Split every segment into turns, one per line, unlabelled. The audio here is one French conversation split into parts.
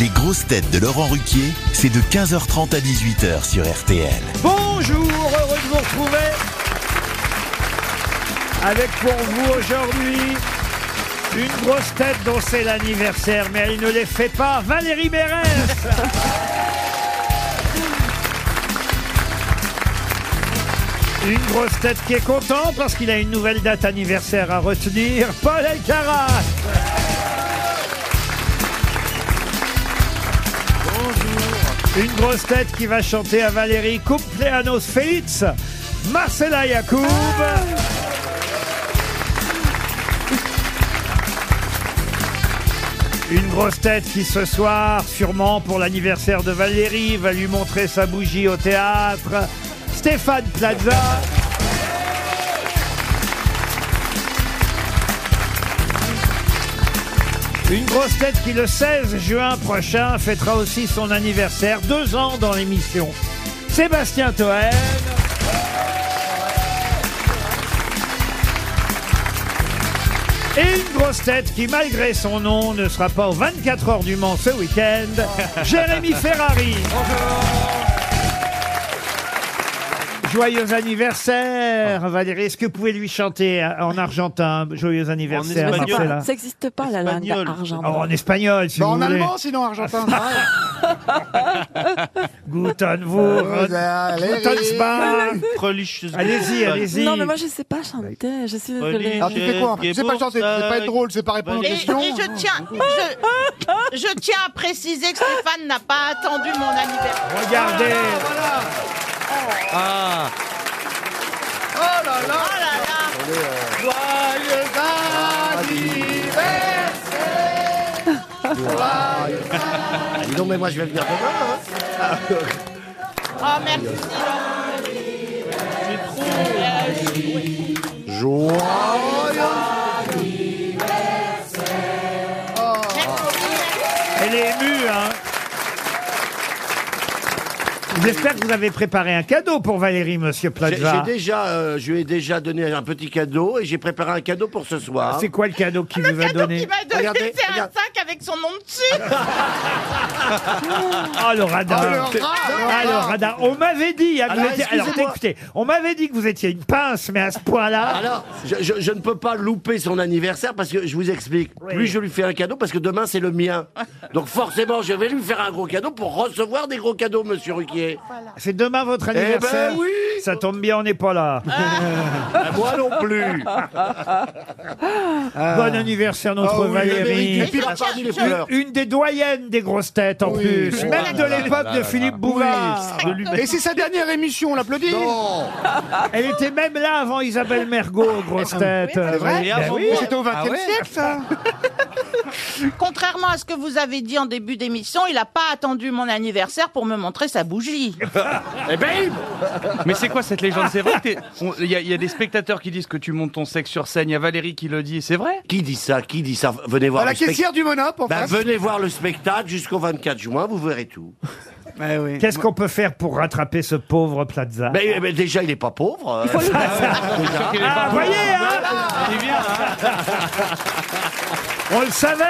Les grosses têtes de Laurent Ruquier, c'est de 15h30 à 18h sur RTL.
Bonjour, heureux de vous retrouver. Avec pour vous aujourd'hui une grosse tête dont c'est l'anniversaire, mais elle ne les fait pas, Valérie Mérès. Une grosse tête qui est content parce qu'il a une nouvelle date anniversaire à retenir, Paul Elkarat. Une grosse tête qui va chanter à Valérie Cumpleanos Félix, Marcela Yacoub. Une grosse tête qui ce soir, sûrement pour l'anniversaire de Valérie, va lui montrer sa bougie au théâtre, Stéphane Plaza. Une grosse tête qui le 16 juin prochain fêtera aussi son anniversaire, deux ans dans l'émission. Sébastien Toen. Et une grosse tête qui, malgré son nom, ne sera pas aux 24 heures du Mans ce week-end, Jérémy Ferrari. Joyeux
Ah.
anniversaire, Valérie. Est-ce que vous pouvez lui chanter euh, en argentin Joyeux anniversaire,
espagnol.
Marcella.
Ça n'existe pas, la langue
Espagnol.
Oh,
argentine.
en espagnol, si
Bah,
vous
en
voulez.
allemand, sinon argentin. pareil.
Guten Wurst.
Vous allez
Guten
rire.
Span.
Religieuse.
Allez-y, allez-y.
Non, mais moi, je sais pas chanter. Je suis désolée.
Alors tu fais quoi en fait
Et
C'est pas
pour
chanter, c'est
ça,
pas être drôle, c'est pas répondre aux
Et, et
questions.
je tiens, je, je tiens à préciser que Stéphane n'a pas attendu mon anniversaire.
Regardez.
Ah,
Ah.
Oh là là
Non Ah, mais moi je vais venir demain. hein.
Oh merci Laurent. Euh, je-
Joyeux
merci.
Elle est émue, hein. J'espère que vous avez préparé un cadeau pour Valérie, monsieur
J'ai j'ai
Plaza.
déjà, euh, je lui ai déjà donné un petit cadeau et j'ai préparé un cadeau pour ce soir.
C'est quoi le cadeau qu'il
Le
vous a
cadeau
donné
qu'il m'a donné,
Regardez,
c'est un
regarde.
sac avec son nom dessus.
Ah, le radar.
Oh, le rat,
Ah,
le
le
rat.
radar. On m'avait dit. hein, que vous
Alors,
étiez- Alors,
excusez-moi.
écoutez, on m'avait dit que vous étiez une pince, mais à ce point-là.
Alors, je, je- je ne peux pas louper son anniversaire parce que je vous explique.
Oui.
Plus je lui fais un cadeau parce que demain c'est le mien. Donc forcément, je vais lui faire un gros cadeau pour recevoir des gros cadeaux, Monsieur Ruquier.
C'est demain votre anniversaire.
ben oui.
Ça tombe bien, on n'est pas là.
Ah, Moi non plus.
Ah. Bon anniversaire, notre
Ah oui,
Valérie.
Valérie,
Et pire parmi les
Une,
fleurs.
une des doyennes des grosses têtes en
Oui. Oh
plus, même de l'époque de Philippe Bouvard.
Et c'est sa dernière émission, on l'applaudit.
Elle était même là avant Isabelle Mergot, grosses têtes.
Ah C'est vrai
Et avant
Ben
Mais
moi.
C'était au XXe
Ah ouais
siècle ça.
Contrairement à ce que vous avez dit en début d'émission, il n'a pas attendu mon anniversaire pour me montrer sa bougie.
Eh ben,
mais c'est quoi cette légende C'est vrai que t'es- on- il y, a- il y a des spectateurs qui disent que tu montes ton sexe sur scène. Il y a Valérie qui le dit. C'est vrai
qui dit ça Qui dit ça Venez voir
Bah, la
le spectacle.
caissière du Monop en
Bah,
face.
venez voir le spectacle jusqu'au 24 juin, vous verrez tout.
Ouais, oui.
Qu'est-ce qu'on peut faire pour rattraper ce pauvre Plaza
Mais, mais Ben, eh déjà, il n'est pas pauvre. euh.
Sûr qu'il est
Ah,
pas-
voyez, hein
Il vient, hein
On le savait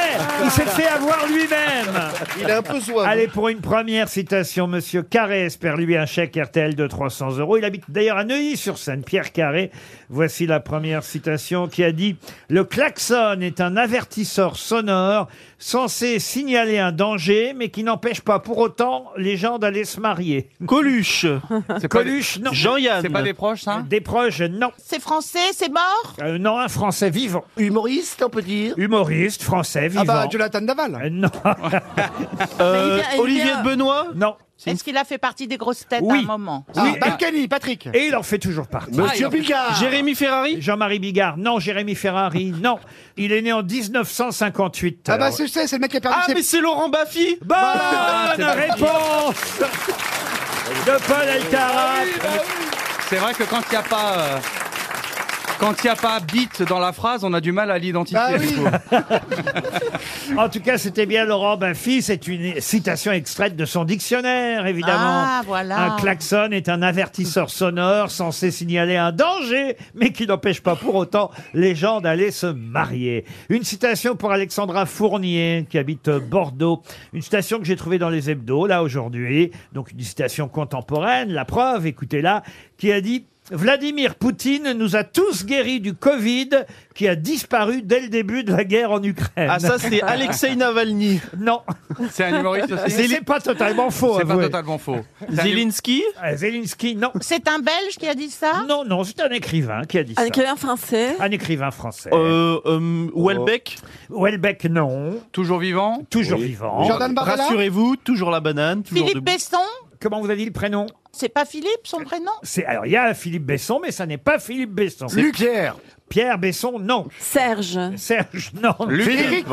Il s'est fait avoir lui-même
Il a un peu soif.
Allez, pour une première citation, Monsieur Carré espère lui un chèque RTL de 300 euros. Il habite d'ailleurs à Neuilly-sur-Seine, Pierre Carré. Voici la première citation qui a dit « Le klaxon est un avertisseur sonore censé signaler un danger, mais qui n'empêche pas pour autant les gens d'aller se marier.
Coluche. C'est » pas des-
Coluche, non.
Jean-Yann. C'est pas des proches, hein ça
Des proches, non.
C'est français, c'est mort
Euh, non, un Français vivant.
Humoriste, on peut dire.
Humoriste, Français vivant.
Ah bah Jonathan Daval.
Euh, non,
Euh, il vient- il Olivier vient- de
Benoît
non.
Est-ce qu'il a fait partie des grosses têtes à
Oui.
un moment
Ah,
Oui.
Balkany, Patrick.
Et il en fait toujours partie.
Monsieur Picard.
Jérémy Ferrari
Jean-Marie Bigard, non. Jérémy Ferrari, non. Il est né en 1958.
Ah bah
Alors, Ah,
c'est c'est Bah, le mec qui a perdu ses...
c'est Laurent Baffy
Bonne réponse de Paul Alcarat.
Ah
C'est vrai que quand il n'y a pas. euh, Quand il n'y a pas bite dans la phrase, on a du mal à l'identifier.
Ah oui.
je trouve.
En tout cas, c'était bien Laurent Baffy. C'est une citation extraite de son dictionnaire, évidemment.
Ah, voilà.
Un klaxon est un avertisseur sonore censé signaler un danger, mais qui n'empêche pas pour autant les gens d'aller se marier. Une citation pour Alexandra Fournier, qui habite euh, Bordeaux. Une citation que j'ai trouvée dans les hebdos, là, aujourd'hui. Donc, une citation contemporaine, la preuve, écoutez-la, qui a dit Vladimir Poutine nous a tous guéris du Covid qui a disparu dès le début de la guerre en Ukraine.
Ah, ça, c'est Alexei Navalny.
Non,
C'est un humoriste aussi.
c'est pas totalement faux.
C'est pas
avouez.
totalement faux. C'est un hum-
Zelensky
Ah, Zelensky, non.
C'est un Belge qui a dit ça
Non, non, c'est un écrivain qui a dit
Un
ça.
écrivain français.
Un écrivain français.
euh, euh, Houellebecq
Houellebecq, non.
Toujours vivant
Toujours vivant.
Jordan Bardella
Rassurez-vous, toujours la banane, toujours
Philippe
debout.
Besson
Comment vous avez dit le prénom
C'est pas Philippe, son prénom
C'est Alors, il y a Philippe Besson, mais ça n'est pas Philippe Besson.
Luc Pierre.
Pierre Besson, non.
Serge.
Serge, non.
Luc,
Philippe.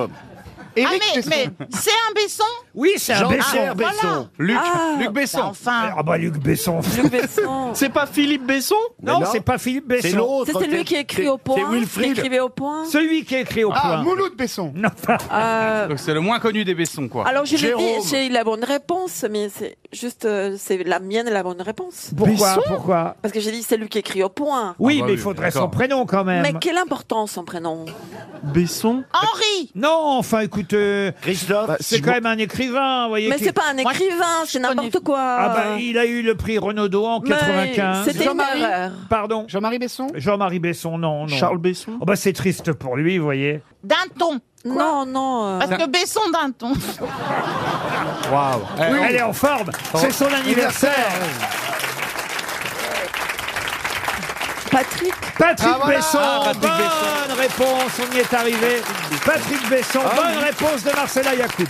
Éric
Ah, mais,
Besson.
mais c'est un Besson
Oui, c'est un Besson.
Jean-Pierre
voilà.
Besson.
Luc,
Ah.
Luc
Bah,
Besson.
Enfin,
Ah bah Luc Besson.
Luc Besson.
C'est pas Philippe Besson
non,
Oh. non.
c'est pas Philippe Besson.
C'est l'autre.
C'était lui qui
C'est-
écrit au
c'est-
point.
C'est
qui
Wilfried.
écrivait au point.
Celui qui écrit au
Ah,
point.
Mouloud Besson.
Non, pas-
Euh,
Donc c'est le moins connu des Bessons, quoi.
alors je l'ai
Jérôme.
dit, j'ai eu la bonne réponse, mais c'est juste, euh, c'est la mienne la bonne réponse.
bah
pourquoi Pourquoi
Parce que j'ai dit c'est lui qui écrit au point.
Oui,
Ah,
bah
mais il
oui,
faudrait
d'accord.
son prénom quand même.
Mais quelle importance son prénom
Besson
Henri
Non, enfin, écoute, euh,
Christophe.
c'est quand même un écrivain, vous voyez.
Mais
qui-
c'est pas un écrivain, c'est n'importe quoi.
Ah bah, il a eu le prix Renaudot en
Mais
95.
C'était une
Jean-Marie.
erreur.
Pardon.
Jean-Marie Besson
Jean-Marie Besson, non, non.
Charles Besson
Oh bah c'est triste pour lui, vous voyez.
d'un ton.
Non, non. euh,
Parce que Besson d'un ton.
Eh,
Elle est en forme. C'est son anniversaire.
Patrick.
Patrick
Ah, voilà.
Besson.
Ah,
bonne réponse. On y est arrivé. Patrick Besson.
Ah
Ah
bonne réponse de Marcella Yacoub.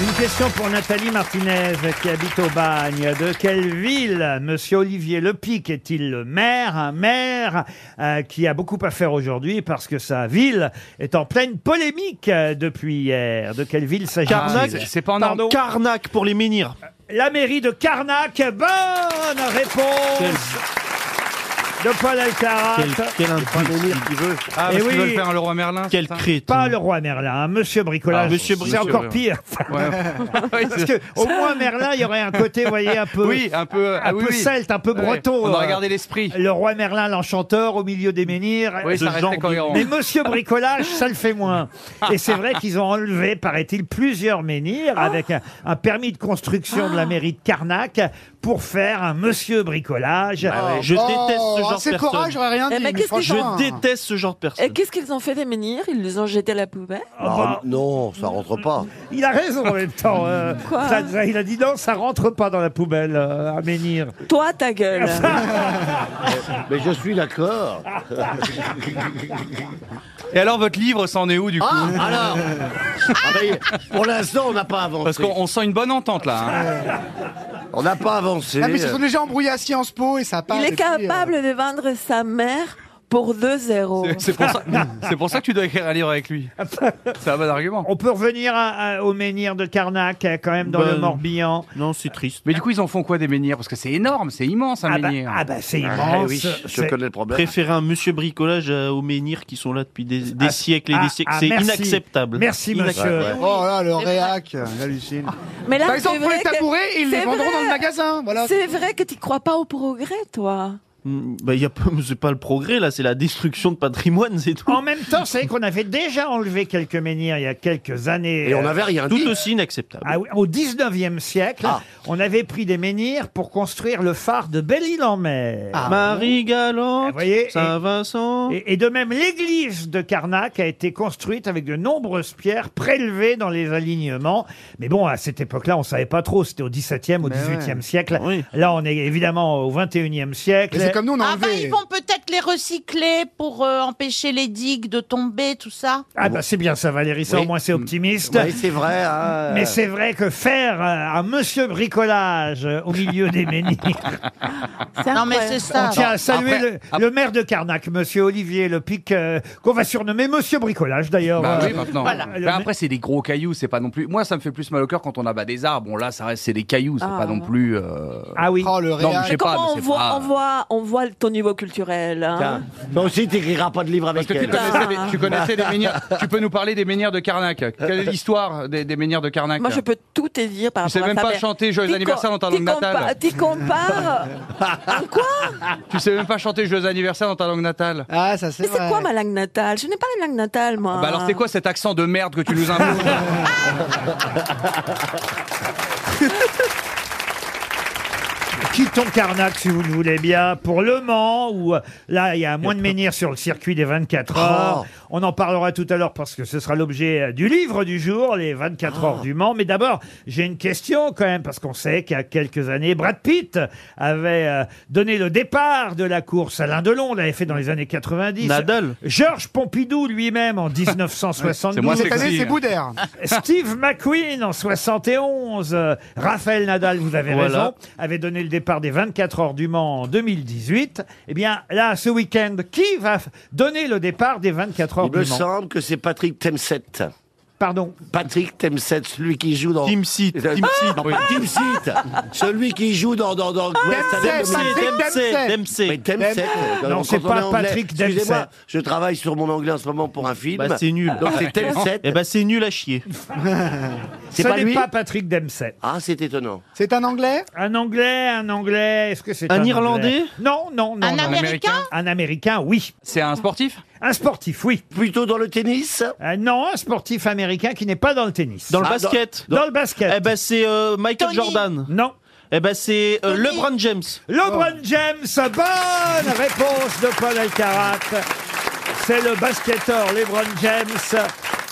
Une question pour Nathalie Martinez qui habite au Bagne. De quelle ville Monsieur Olivier Lepic est-il le maire Un maire euh, qui a beaucoup à faire aujourd'hui parce que sa ville est en pleine polémique euh, depuis hier. De quelle ville
Carnac,
s'agit-il
c'est pas en
Pardon
Ardenne.
Carnac pour les menhirs.
La mairie de Carnac. Bonne réponse de Paul
Ah,
Alcarat.
Quel, quel imbécile.
Ah,
Eh
parce
oui.
qu'ils veulent faire le roi Merlin.
Quel
c'est ça
crétin.
Pas le roi Merlin, hein, Monsieur Bricolage.
Ah, Monsieur
C'est
Bricolage.
encore pire.
Ouais. Oui,
Parce
c'est-
que au moins Merlin, il y aurait un côté, vous voyez, un peu,
Oui, un peu.
un
ah oui,
peu
oui.
celte, un peu
Ouais.
breton.
On a
euh,
regardé l'esprit.
le roi Merlin, l'enchanteur, au milieu des menhirs.
Oui, ça
ce genre
restait
de-
cohérent.
Mais Monsieur Bricolage, ça le fait moins. Et c'est vrai qu'ils ont enlevé, paraît-il, plusieurs menhirs avec un, un permis de construction de la mairie de Carnac pour faire un Monsieur Bricolage.
Ah,
Je déteste ce genre de
Oh, C'est courage,
personne.
j'aurais rien
Eh,
dit.
mais qu'est-ce qu'ils
franchement,
Je déteste ce genre de
Et
personne.
qu'est-ce qu'ils ont fait des menhirs Ils les ont jetés à la poubelle
Oh, bah,
Ah, non, ça rentre pas.
il a raison en même temps. euh,
Quoi
ça- ça- il a dit non, ça rentre pas dans la poubelle, euh, un menhir.
Toi, ta gueule.
Mais je suis d'accord.
Et alors, votre livre, s'en est où, du coup bah,
Ah, alors Ah ben, Pour l'instant, on n'a pas
Parce
avancé.
qu'on on sent une bonne entente, là. hein.
On n'a pas avancé.
Ah, mais ils
euh,
se sont déjà embrouillés à Sciences Po et ça a pas.
Il est
depuis, euh,
capable de vendre sa mère pour 2 euros.
C'est- C'est pour, ça- c'est pour ça que tu dois écrire un livre avec lui. C'est un bon argument.
On peut revenir à- à- au menhir de Carnac, euh, quand même, dans
Ben,
le Morbihan.
Non, c'est triste.
Mais du coup, ils en font quoi des menhirs Parce que c'est énorme, c'est immense, un
Ah bah,
menhir.
ah bah,
Eh
c'est immense.
Ah oui, je
c'est-
connais le problème.
Préférer un monsieur bricolage à- aux menhirs qui sont là depuis des, des
Ah,
siècles et
ah,
des siècles.
ah,
c'est
merci.
inacceptable.
Merci, monsieur.
Ouais, ouais.
Oh là, le réac, j'hallucine.
Mais
Par
là, c'est
exemple, pour
vrai
les
que-
tabourets, ils les
c'est
vendront
vrai.
dans le magasin. Voilà.
C'est vrai que tu crois pas au progrès, toi.
Mm, Bah, y a pas, c'est pas le progrès là, c'est la destruction de patrimoine, c'est tout.
En même temps, c'est vrai qu'on avait déjà enlevé quelques menhirs il y a quelques années. euh,
Et on n'avait rien dit.
Tout aussi inacceptable.
Ah oui, au 19e siècle,
Ah.
on avait pris des menhirs pour construire le phare de Belle-Île-en-Mer.
Ah,
Ah. Marie
Vous
Eh,
Galante,
voyez,
Saint-Vincent.
Et, et de même, l'église de Carnac a été construite avec de nombreuses pierres prélevées dans les alignements. Mais bon, à cette époque-là, on savait pas trop. C'était au 17e, au 18e siècle.
Oui.
Là, on est évidemment au 21e siècle.
Mais c'est comme nous, on a
Ah bah
enlevé.
ils vont peut-être les recycler pour euh, empêcher les digues de tomber, tout ça.
Ah bah c'est bien ça, Valérie. Ça, au
Oui.
moins, c'est optimiste.
Oui, c'est vrai. hein.
Mais c'est vrai que faire euh, un monsieur bricolage euh, au milieu des menhirs.
Non mais c'est ça.
On tient à saluer
après-
le, le maire de Carnac, monsieur Olivier Lepic, euh, qu'on va surnommer monsieur bricolage d'ailleurs.
Bah
Euh,
oui, maintenant.
Voilà.
Bah après, c'est des gros cailloux, c'est pas non plus. Moi, ça me fait plus mal au cœur quand on abat des arbres. Bon, là, ça reste, c'est des cailloux, c'est
Ah,
pas non
ouais.
plus. euh,
Ah oui.
Oh, le
Non, mais
réac.
j'ai- sais pas,
Comment
mais
on,
c'est
voit, hein
pas-
on, voit, on voit ton niveau culturel là. hein.
Toi aussi, t'écriras pas de livre
Parce
avec
que tu
elle.
connaissais,
Putain.
les- tu connaissais les menhirs. Tu peux nous parler des menhirs de Carnac. Quelle est l'histoire des, des menhirs de Carnac
Moi, je peux tout te dire par
Tu sais
rapport à
même
ta
pas
mère.
chanter Joyeux
T'y
anniversaire
com-
dans ta
t'y
langue natale.
compa- T'y compares En Hein, quoi
Tu sais même pas chanter Joyeux anniversaire dans ta langue natale.
Ah, ça c'est
Mais
vrai.
c'est quoi ma langue natale Je n'ai pas la langue natale, moi.
Bah alors c'est quoi cet accent de merde que tu nous imposes
Quittons Carnac, si vous le voulez bien, pour Le Mans, où euh, là, il y a moins de menhir sur le circuit des 24 heures. On en parlera tout à l'heure parce que ce sera l'objet euh, du livre du jour, les 24 heures du Mans. Mais d'abord, j'ai une question quand même, parce qu'on sait qu'il y a quelques années, Brad Pitt avait euh, donné le départ de la course. Alain Delon l'avait fait dans les années 90.
Nadal.
Georges Pompidou lui-même en 1972.
C'est moi,
Cette année,
Sexy.
c'est hein. Boudère.
Steve McQueen en 71, euh, Raphaël Nadal, vous avez
Voilà.
raison, avait donné le départ des 24 heures du Mans en 2018. Eh bien, là, ce week-end, qui va f- donner le départ des 24 heures
Il
du
me
Mans
semble que c'est Patrick Temset.
Pardon.
Patrick Temset, celui qui joue dans.
Team Seat.
Euh,
Team Seat.
Non, pas Tim Seat. celui qui joue dans. dans, dans Grey's
Dempsey,
Anatomy.
Patrick Dempsey.
Dempsey.
Mais Dempsey, euh,
Non,
quand
c'est
on
pas
est anglais-
Patrick Dempsey.
Excusez-moi, je travaille sur mon anglais en ce moment pour un film.
Bah, c'est nul.
Donc c'est Temset.
Eh ben c'est nul à chier.
C'est
ce
pas
n'est
lui
pas Patrick Dempsey.
Ah, c'est étonnant.
C'est un anglais
Un Anglais, un Anglais, est-ce que c'est
Un
Anglais
Irlandais
Non, non, non.
Un
non.
Américain
Un Américain, oui.
C'est un sportif
Un sportif, oui.
Plutôt dans le tennis
Euh, non, un sportif américain qui n'est pas dans le tennis.
Dans le
Ah,
basket.
Dans le basket.
Eh ben c'est euh, Michael
Tony.
Jordan.
Non.
Eh ben c'est euh,
Tony.
LeBron James.
LeBron James, bonne réponse de Paul Alcarat. C'est le basketteur LeBron James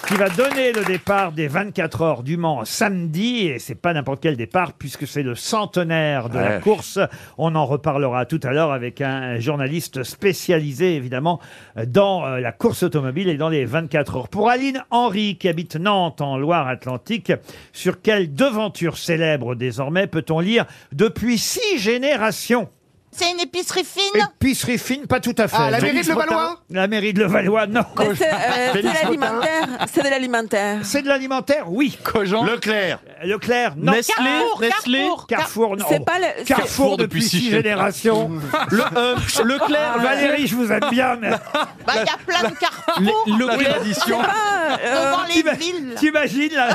qui va donner le départ des 24 heures du Mans samedi et c'est pas n'importe quel départ puisque c'est le centenaire de la
Ouais.
course. On en reparlera tout à l'heure avec un journaliste spécialisé évidemment dans euh, la course automobile et dans les 24 heures. Pour Aline Henry qui habite Nantes en Loire-Atlantique, sur quelle devanture célèbre désormais peut-on lire depuis six générations
C'est une épicerie fine
Épicerie fine, pas tout à fait.
Ah, la
mais-
mairie de Levallois
la mairie de Levallois, non.
Mais C'est euh, c'est de
Félix
l'alimentaire. C'est de l'alimentaire.
C'est de l'alimentaire, oui.
Cogent
Leclerc.
Euh, Leclerc, non.
Nestlé,
Carrefour,
Nestlé,
Carrefour.
Carrefour, non.
C'est pas le- c'est-
Carrefour depuis six générations.
Le, euh, Leclerc,
Valérie, je vous aime bien, mais
Bah, il y a plein de carrefours
Le- Leclerc,
C'est pas, euh,
devant les
t'ima-
villes.
t'imagines là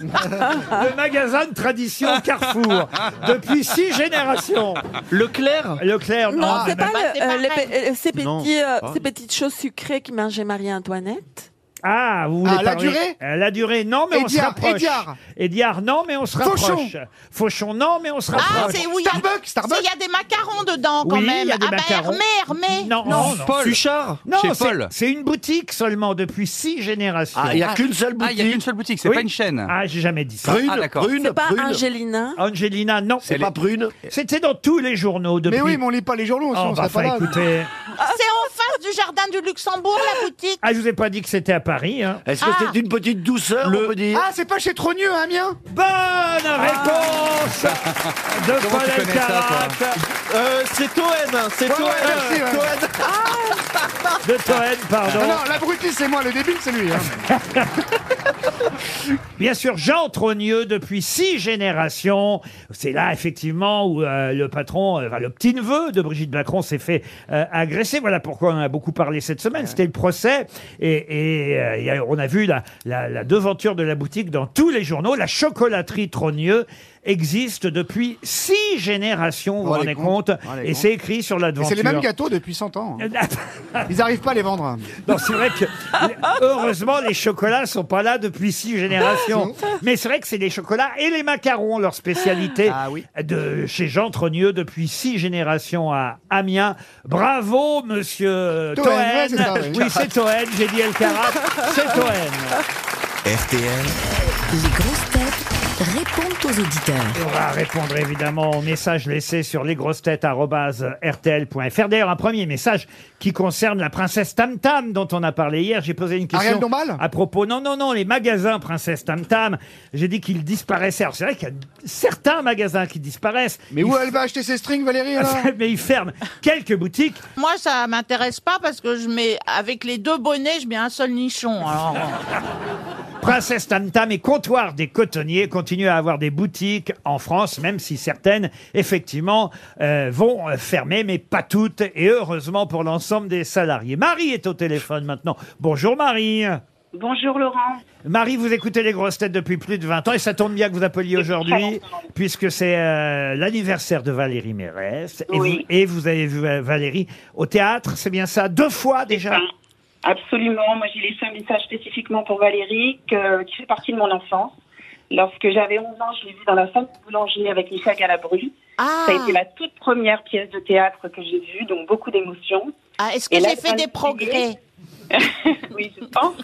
Le magasin de tradition Carrefour depuis six générations.
Leclerc, Ah,
Leclerc, non.
non, c'est
mais-
pas
bah,
le-
Ah
c'est
euh, les
pareil.
pe- euh, ces
Non,
petits, euh,
c'est pas.
ces petites choses sucrées qui mangeait Marie-Antoinette.
Ah, vous voulez
Ah, la
parler-
durée
Euh, La durée, non, mais on se
Édiard,
rapproche.
Édiard.
Édiard, non, mais on se rapproche.
Fauchon.
Fauchon, non, mais on se
Ah,
rapproche.
c'est où il y a-
Starbucks, Starbucks.
c'est- Il y a des macarons dedans quand
Oui, il y a
même.
des
ah bah
macarons.
Hermé, Hermé.
non, non, non.
Paul.
Suchard.
Non,
Chez
c'est-
Paul.
c'est une boutique seulement depuis six générations.
Ah, il n'y a qu'une seule
Ah, il y a
boutique.
qu'une seule boutique, c'est
Oui.
pas une chaîne.
Ah, j'ai jamais dit ça.
Prune,
Ah, d'accord.
prune,
C'est pas
prune.
Angelina.
Angelina, non.
C'est pas prune.
C'était dans tous les journaux depuis.
Mais oui, mais on lit pas les journaux,
Oh,
sinon on
bah,
serait pas
enfin,
là.
écoutez.
Ah, C'est en face du jardin du Luxembourg, la boutique.
Ah, je vous ai pas dit que c'était à Paris. Hein.
Est-ce que
Ah.
c'est une petite douceur, on peut dire
Ah, c'est pas chez Trogneux, hein, Ah. mien
Bonne réponse Oh, de
Comment
Paul
tu connais ça,
Elkarat,
Euh, c'est Toen, hein, c'est
Ouais,
Toen.
ouais, merci, ouais.
Toen.
de Toen, pardon.
Non, non, l'abruti, c'est moi, le débile, c'est lui. hein.
Bien sûr, Jean Trogneux, depuis six générations, c'est là effectivement où euh, le patron, euh, enfin, le petit-neveu de Brigitte Macron s'est fait euh, agresser. Voilà pourquoi on en a beaucoup parlé cette semaine. C'était le procès et, et, euh, il y a- on a vu la, la- la devanture de la boutique dans tous les journaux. La chocolaterie Trogneux existe depuis six générations, vous vous
Oh, les
rendez
comptes.
compte
Oh, les
Et
comptes.
c'est écrit sur la
Et
devanture.
C'est les mêmes gâteaux depuis 100 ans. Ils arrivent pas à les vendre.
Non, c'est vrai que heureusement les chocolats sont pas là depuis six
Ah,
générations. Mais c'est vrai que c'est les chocolats et les macarons leur spécialité
Ah oui.
de chez Jean Trogneux depuis six générations à Amiens. Bravo Monsieur
Toen,
Toen.
ouais, c'est ça, ouais.
oui c'est Toen. J'ai dit El Karat. C'est Toen.
RTL,
Les grosses têtes répondent aux auditeurs.
Et on va répondre évidemment aux messages laissés sur lesgrossetêtes.rtl.fr. D'ailleurs, un premier message qui concerne la princesse Tam Tam dont on a parlé hier. J'ai posé une question
Ariel Dombal
à propos. Non, non, non, les magasins princesse Tam Tam. J'ai dit qu'ils disparaissaient. Alors, c'est vrai qu'il y a certains magasins qui disparaissent.
Mais où elle va acheter ses strings, Valérie, alors
Mais ils ferment quelques boutiques.
Moi, ça m'intéresse pas parce que je mets, avec les deux bonnets, je mets un seul nichon. Alors,
Princesse Tam Tam et Comptoir des Cotonniers continuent à avoir des boutiques en France, même si certaines, effectivement, euh, vont fermer, mais pas toutes, et heureusement pour l'ensemble des salariés. Marie est au téléphone maintenant. Bonjour Marie.
Bonjour Laurent.
Marie, vous écoutez les grosses têtes depuis plus de 20 ans et ça tombe bien que vous appeliez aujourd'hui puisque c'est euh, l'anniversaire de Valérie Mérès et,
Oui.
vous, et vous avez vu euh, Valérie au théâtre, c'est bien ça, deux fois Ah, déjà.
Ah, Absolument. Moi, j'ai laissé un message spécifiquement pour Valérie, que- qui fait partie de mon enfance. Lorsque j'avais 11 ans, je l'ai vue dans la salle de boulanger avec Michel Galabru.
Ah,
Ça a été la toute première pièce de théâtre que j'ai vue, donc beaucoup d'émotions.
Ah, est-ce que
Et là,
j'ai fait
ça
des
me
progrès
oui, je pense.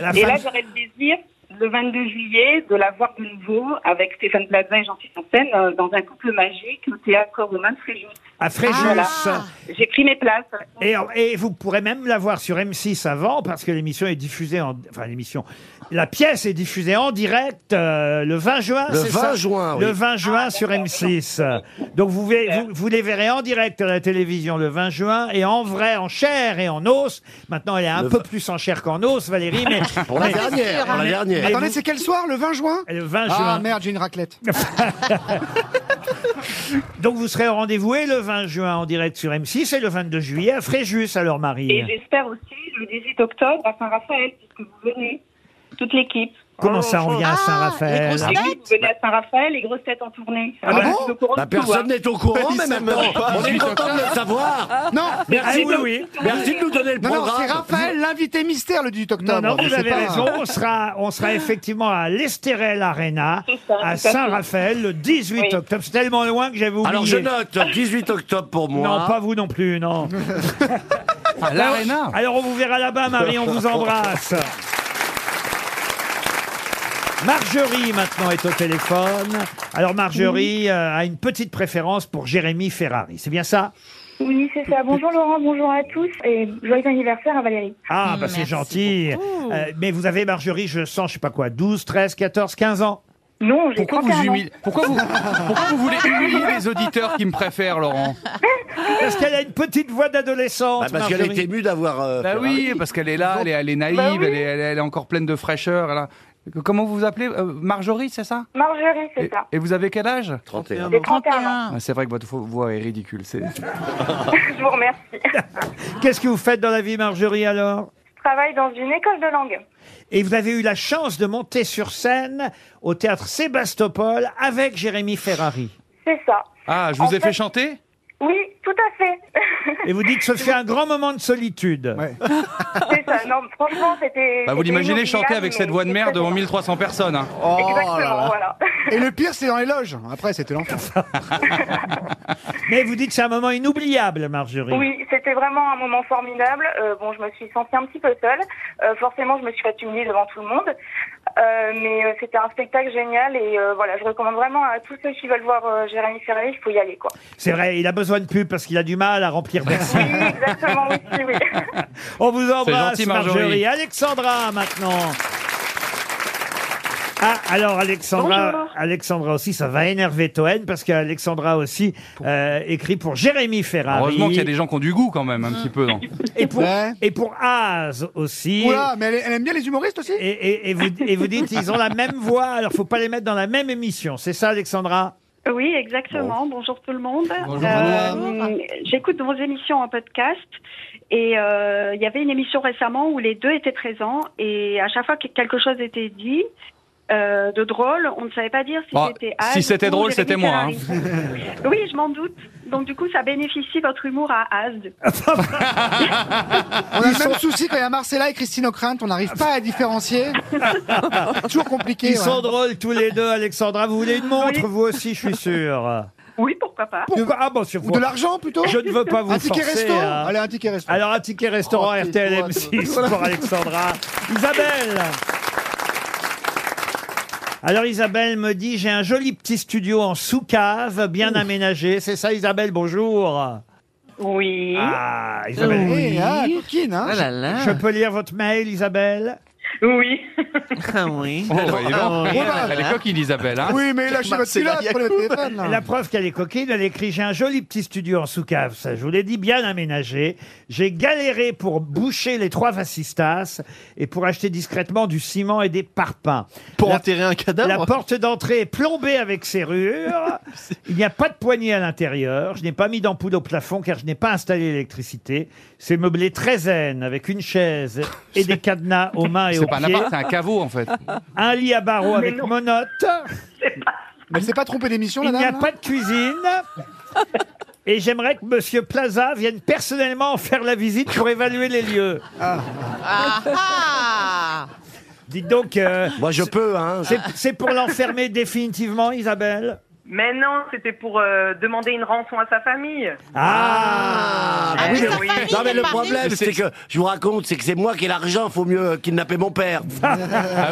La
Et
fin-
là, j'aurai le plaisir, le 22 juillet, de la voir de nouveau avec Stéphane Plaza et Jean-Pierre Janssen euh, dans un couple magique au théâtre romain de Fréjus.
à Fréjus.
Ah.
J'ai pris mes places.
Et, en- et vous pourrez même la voir sur M6 avant, parce que l'émission est diffusée en. Enfin, l'émission. La pièce est diffusée en direct euh, le 20 juin,
Le
c'est
20
ça
juin, oui.
Le 20 juin
Ah,
sur M6. Donc vous, ve- vous, vous les verrez en direct à la télévision le 20 juin, et en vrai, en chair et en os. Maintenant, elle est un
Le
peu
vingt-
plus en chair qu'en os, Valérie, mais.
Pour la
mais-
dernière, pour la
mais-
dernière.
mais
Attendez,
vous-
c'est quel soir Le 20 juin
le 20
Ah
juin.
merde, j'ai une raclette.
Donc vous serez au rendez-vous et le 20 juin en direct sur M6 et le 22 juillet à Fréjus, alors Marie.
Et j'espère aussi le 18 octobre à Saint-Raphaël, puisque vous venez, toute l'équipe.
Comment ça,
Oh,
on vient à
Ah, les
Saint-Raphaël
grosses
Ah
têtes
oui, vous venez à Saint-Raphaël, les grosses têtes en tournée.
Ah
Je
bon
suis au courant
La
de tout,
personne
hein.
n'est au
Bah,
courant, Oh, mais
savent
maintenant,
même pas.
on est content de le savoir.
Non,
Ah
Merci,
oui,
de,
oui.
merci de nous donner le
non, non, c'est
programme.
Raphaël, l'invité mystère le 18
Non,
octobre.
non,
Je
vous
sais
avez
pas.
raison. On sera, on sera effectivement à l'Estérel Arena,
C'est ça,
à
tout à fait.
Saint-Raphaël, le 18
Oui.
octobre. C'est tellement loin que j'avais oublié.
Alors je note 18 octobre pour moi.
Non, pas vous non plus, non.
À l'Arena
Alors on vous verra là-bas, Marie, on vous embrasse. Marjorie maintenant est au téléphone. Alors Marjorie euh, a une petite préférence pour Jérémy Ferrari. C'est bien ça
Oui, c'est ça. Bonjour Laurent, bonjour à tous et joyeux anniversaire à Valérie.
Ah, bah c'est
Merci
gentil.
beaucoup.
Euh, mais vous avez Marjorie, je sens, je sais pas quoi, 12, 13, 14, 15 ans.
Non, j'ai
pourquoi vous,
31 ans.
humiliez, pourquoi, vous, pourquoi vous voulez humilier les auditeurs qui me préfèrent, Laurent
Parce qu'elle a une petite voix d'adolescente.
Bah, parce qu'elle
Marjorie.
est émue d'avoir. euh,
Bah
Ferrari.
oui, parce qu'elle est là, elle est, elle est naïve,
Bah oui.
elle, est, elle est- elle est encore pleine de fraîcheur. elle a- Comment vous vous appelez euh, Marjorie, c'est ça
Marjorie, c'est
et,
ça.
et vous avez quel âge
31.
J'ai 31 ans.
Ah, C'est vrai que votre fo- voix est ridicule. C'est...
Je vous remercie.
Qu'est-ce que vous faites dans la vie, Marjorie, alors
Je travaille dans une école de langue.
Et vous avez eu la chance de monter sur scène au théâtre Sébastopol avec Jérémy Ferrari.
C'est ça.
Ah, je vous
En
ai fait
fait-
chanter
Oui, tout à fait.
Et vous dites, ce fut un grand moment de solitude.
Ouais.
c'est ça. Non, franchement, c'était.
bah, Vous
c'était
l'imaginez
inoubliable,
chanter avec cette
mais
voix de merde
c'était
devant 1300 personnes. hein.
Oh là
Exactement,
là.
voilà.
Et le pire, c'est dans les loges. Après, c'était l'enfer.
Mais vous dites, c'est un moment inoubliable, Marjorie.
Oui, c'était vraiment un moment formidable. Euh, bon, je me suis sentie un petit peu seule. Euh, forcément, je me suis fait humilier devant tout le monde. Euh, mais euh, c'était un spectacle génial et euh, voilà, je recommande vraiment à tous ceux qui veulent voir euh, Jérémy Ferrari, il faut y aller quoi.
C'est vrai, il a besoin de pub parce qu'il a du mal à remplir Bercy.
Oui, exactement, oui, oui, oui.
On vous embrasse,
gentil,
Marjorie.
Marjorie.
Alexandra, maintenant. Ah, alors Alexandra,
Bonjour.
Alexandra aussi, ça va énerver Toen parce qu'Alexandra aussi euh, écrit pour Jérémy Ferrari.
Heureusement qu'il y a des gens qui ont du goût quand même, un
Mm.
petit peu. non
et pour
Ouais.
et pour Az aussi.
Oula, mais elle, elle aime bien les humoristes aussi
Et, et- et vous, et vous dites ils ont la même voix, alors faut pas les mettre dans la même émission. C'est ça, Alexandra
Oui, exactement. Bonjour tout le monde.
Bonjour.
Euh, J'écoute vos émissions en podcast et euh, il y avait une émission récemment où les deux étaient présents et à chaque fois que quelque chose était dit euh, de drôle, on ne savait pas dire si
Bon,
c'était
si
Az
c'était
ou
drôle,
Jérémy
c'était moi, hein.
Ferrari. oui, je m'en doute. Donc du coup, ça bénéficie votre humour à Az.
On a le même souci quand il y a Marcella et Christine O'Krent, on n'arrive pas à différencier. Toujours compliqué.
Ils
ouais.
sont drôles tous les deux, Alexandra. Vous voulez une montre,
Oui.
vous aussi, je suis sûr.
Oui, pourquoi pas
Pourquoi Ah bon, sur
Ou de l'argent plutôt
Je ne veux pas vous
Un ticket
forcer,
resto
hein.
Allez, un ticket resto.
Alors, un ticket restaurant
Oh,
RTL
toi,
M6
toi.
pour Alexandra. Isabelle alors Isabelle me dit j'ai un joli petit studio en sous-cave bien aménagé c'est ça Isabelle bonjour
Oui.
ah Isabelle
Eh, ah, coquine, hein.
Oh
je peux lire votre mail Isabelle
Oui.
Ah oui.
Oh, bah, dis donc. Elle est coquine, Isabelle. Hein
Oui, mais lâchez votre culotte, prenez votre téléphone. là.
La preuve qu'elle est coquine, elle écrit J'ai un joli petit studio en sous-cave, ça je vous l'ai dit, bien aménagé. J'ai galéré pour boucher les trois vacistas et pour acheter discrètement du ciment et des parpaings.
Pour enterrer un cadavre
La porte d'entrée est plombée avec serrure. Il n'y a pas de poignée à l'intérieur. Je n'ai pas mis d'ampoule au plafond car je n'ai pas installé l'électricité. C'est meublé très zen avec une chaise et des cadenas aux mains et aux
C'est
pieds.
pas un appart, c'est un caveau en fait.
Un lit à barreaux avec monote.
Elle s'est pas trompée d'émission, la
Il n'y a
dame hein
pas de cuisine. Et j'aimerais que Monsieur Plaza vienne personnellement faire la visite pour évaluer les lieux.
Ah, ah.
Dites donc, euh,
Moi, je peux, hein.
c'est- c'est pour l'enfermer définitivement, Isabelle
Mais non, c'était pour euh, demander une rançon à sa famille.
Ah,
Ah
mais
oui, mais-
sa famille
non, mais
n'est
le
pas
problème,
riche.
c'est que je vous raconte, c'est que c'est moi qui ai l'argent, faut mieux euh, kidnapper mon père.
Ah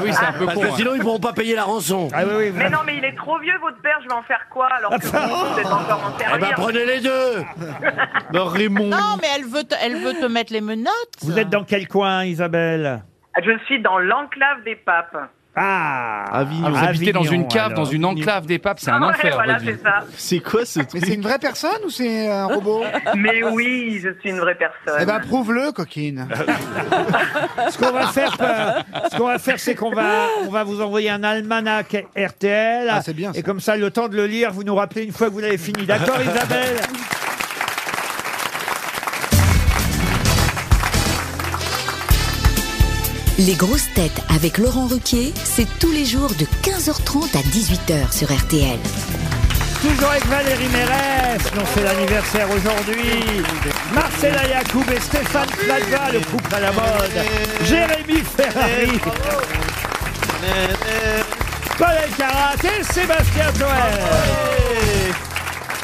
oui, c'est un peu
Parce
con.
que
hein.
sinon, ils pourront pas payer la rançon. Eh ben,
ah oui, oui,
Mais
vraiment.
non, mais il est trop vieux, votre père, je vais en faire quoi alors que vous, vous êtes encore en
Eh ben,
servir
prenez les deux
Non, Raymond.
Non, mais elle veut, te, elle veut te mettre les menottes.
Vous êtes dans quel coin, Isabelle
Je suis dans l'enclave des papes.
Ah,
Avignon.
Vous habitez dans une cave,
alors.
dans une enclave des papes, c'est un
Ah,
Ouais,
enfer.
voilà,
votre vie.
c'est ça.
C'est quoi ce
Mais c'est
truc
une vraie personne ou c'est un robot
Mais oui, je suis une vraie personne.
Eh ben, prouve-le, coquine.
Ce qu'on va faire, euh, ce qu'on va faire, c'est qu'on va, on va vous envoyer un almanach RTL.
Ah, c'est bien, ça.
Et comme ça, le temps de le lire, vous nous rappelez une fois que vous l'avez fini. D'accord, Isabelle
Les grosses têtes avec Laurent Ruquier, c'est tous les jours de 15h30 à 18h sur RTL.
Toujours avec Valérie Mérès, dont c'est l'anniversaire aujourd'hui. Marcella Yacoub et Stéphane Plaza, le couple à la mode. Jérémy Ferrari. Paul Elkarat et Sébastien Joël.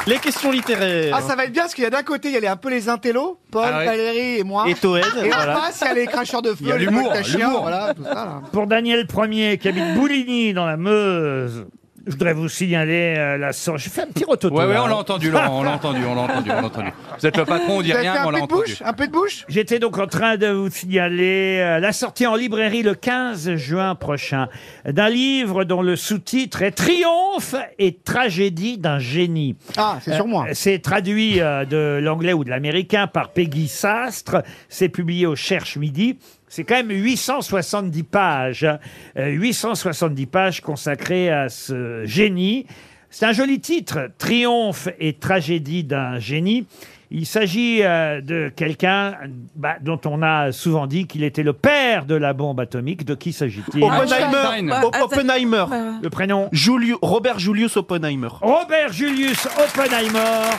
Les questions littéraires.
Ah, ça va être bien parce qu'il y a d'un côté, il y a les- un peu les intellos, Paul,
Ah ouais.
Valérie et moi.
Et Toen,
Et en
voilà.
face, il y a les cracheurs de feu,
Il y a
les
l'humour,
Voltachiens,
l'humour.
voilà, tout ça. là.
Pour Daniel Premier, qui habite Bouligny, dans la Meuse. Je voudrais vous signaler euh, la sorte. Je fais un petit rototo.
Ouais, ouais,
là.
on l'a entendu, Laurent, on l'a entendu, on l'a entendu, on l'a entendu. Vous êtes le patron, on dit
Vous avez
rien,
fait
mais on
un peu
l'a
de
entendu.
bouche Un peu de bouche
J'étais donc en train de vous signaler euh, la sortie en librairie le 15 juin prochain d'un livre dont le sous-titre est Triomphe et tragédie d'un génie.
Ah, c'est sur moi.
Euh, C'est traduit euh, de l'anglais ou de l'américain par Peggy Sastre. C'est publié au Cherche Midi. C'est quand même 870 pages. hein. Euh, 870 pages consacrées à ce génie. C'est un joli titre, Triomphe et tragédie d'un génie. Il s'agit euh, de quelqu'un bah, dont on a souvent dit qu'il était le père de la bombe atomique. De qui s'agit-il
Einstein.
Oppenheimer. Op- Oppenheimer.
Le prénom
Julio- Robert Julius Oppenheimer.
Robert Julius Oppenheimer.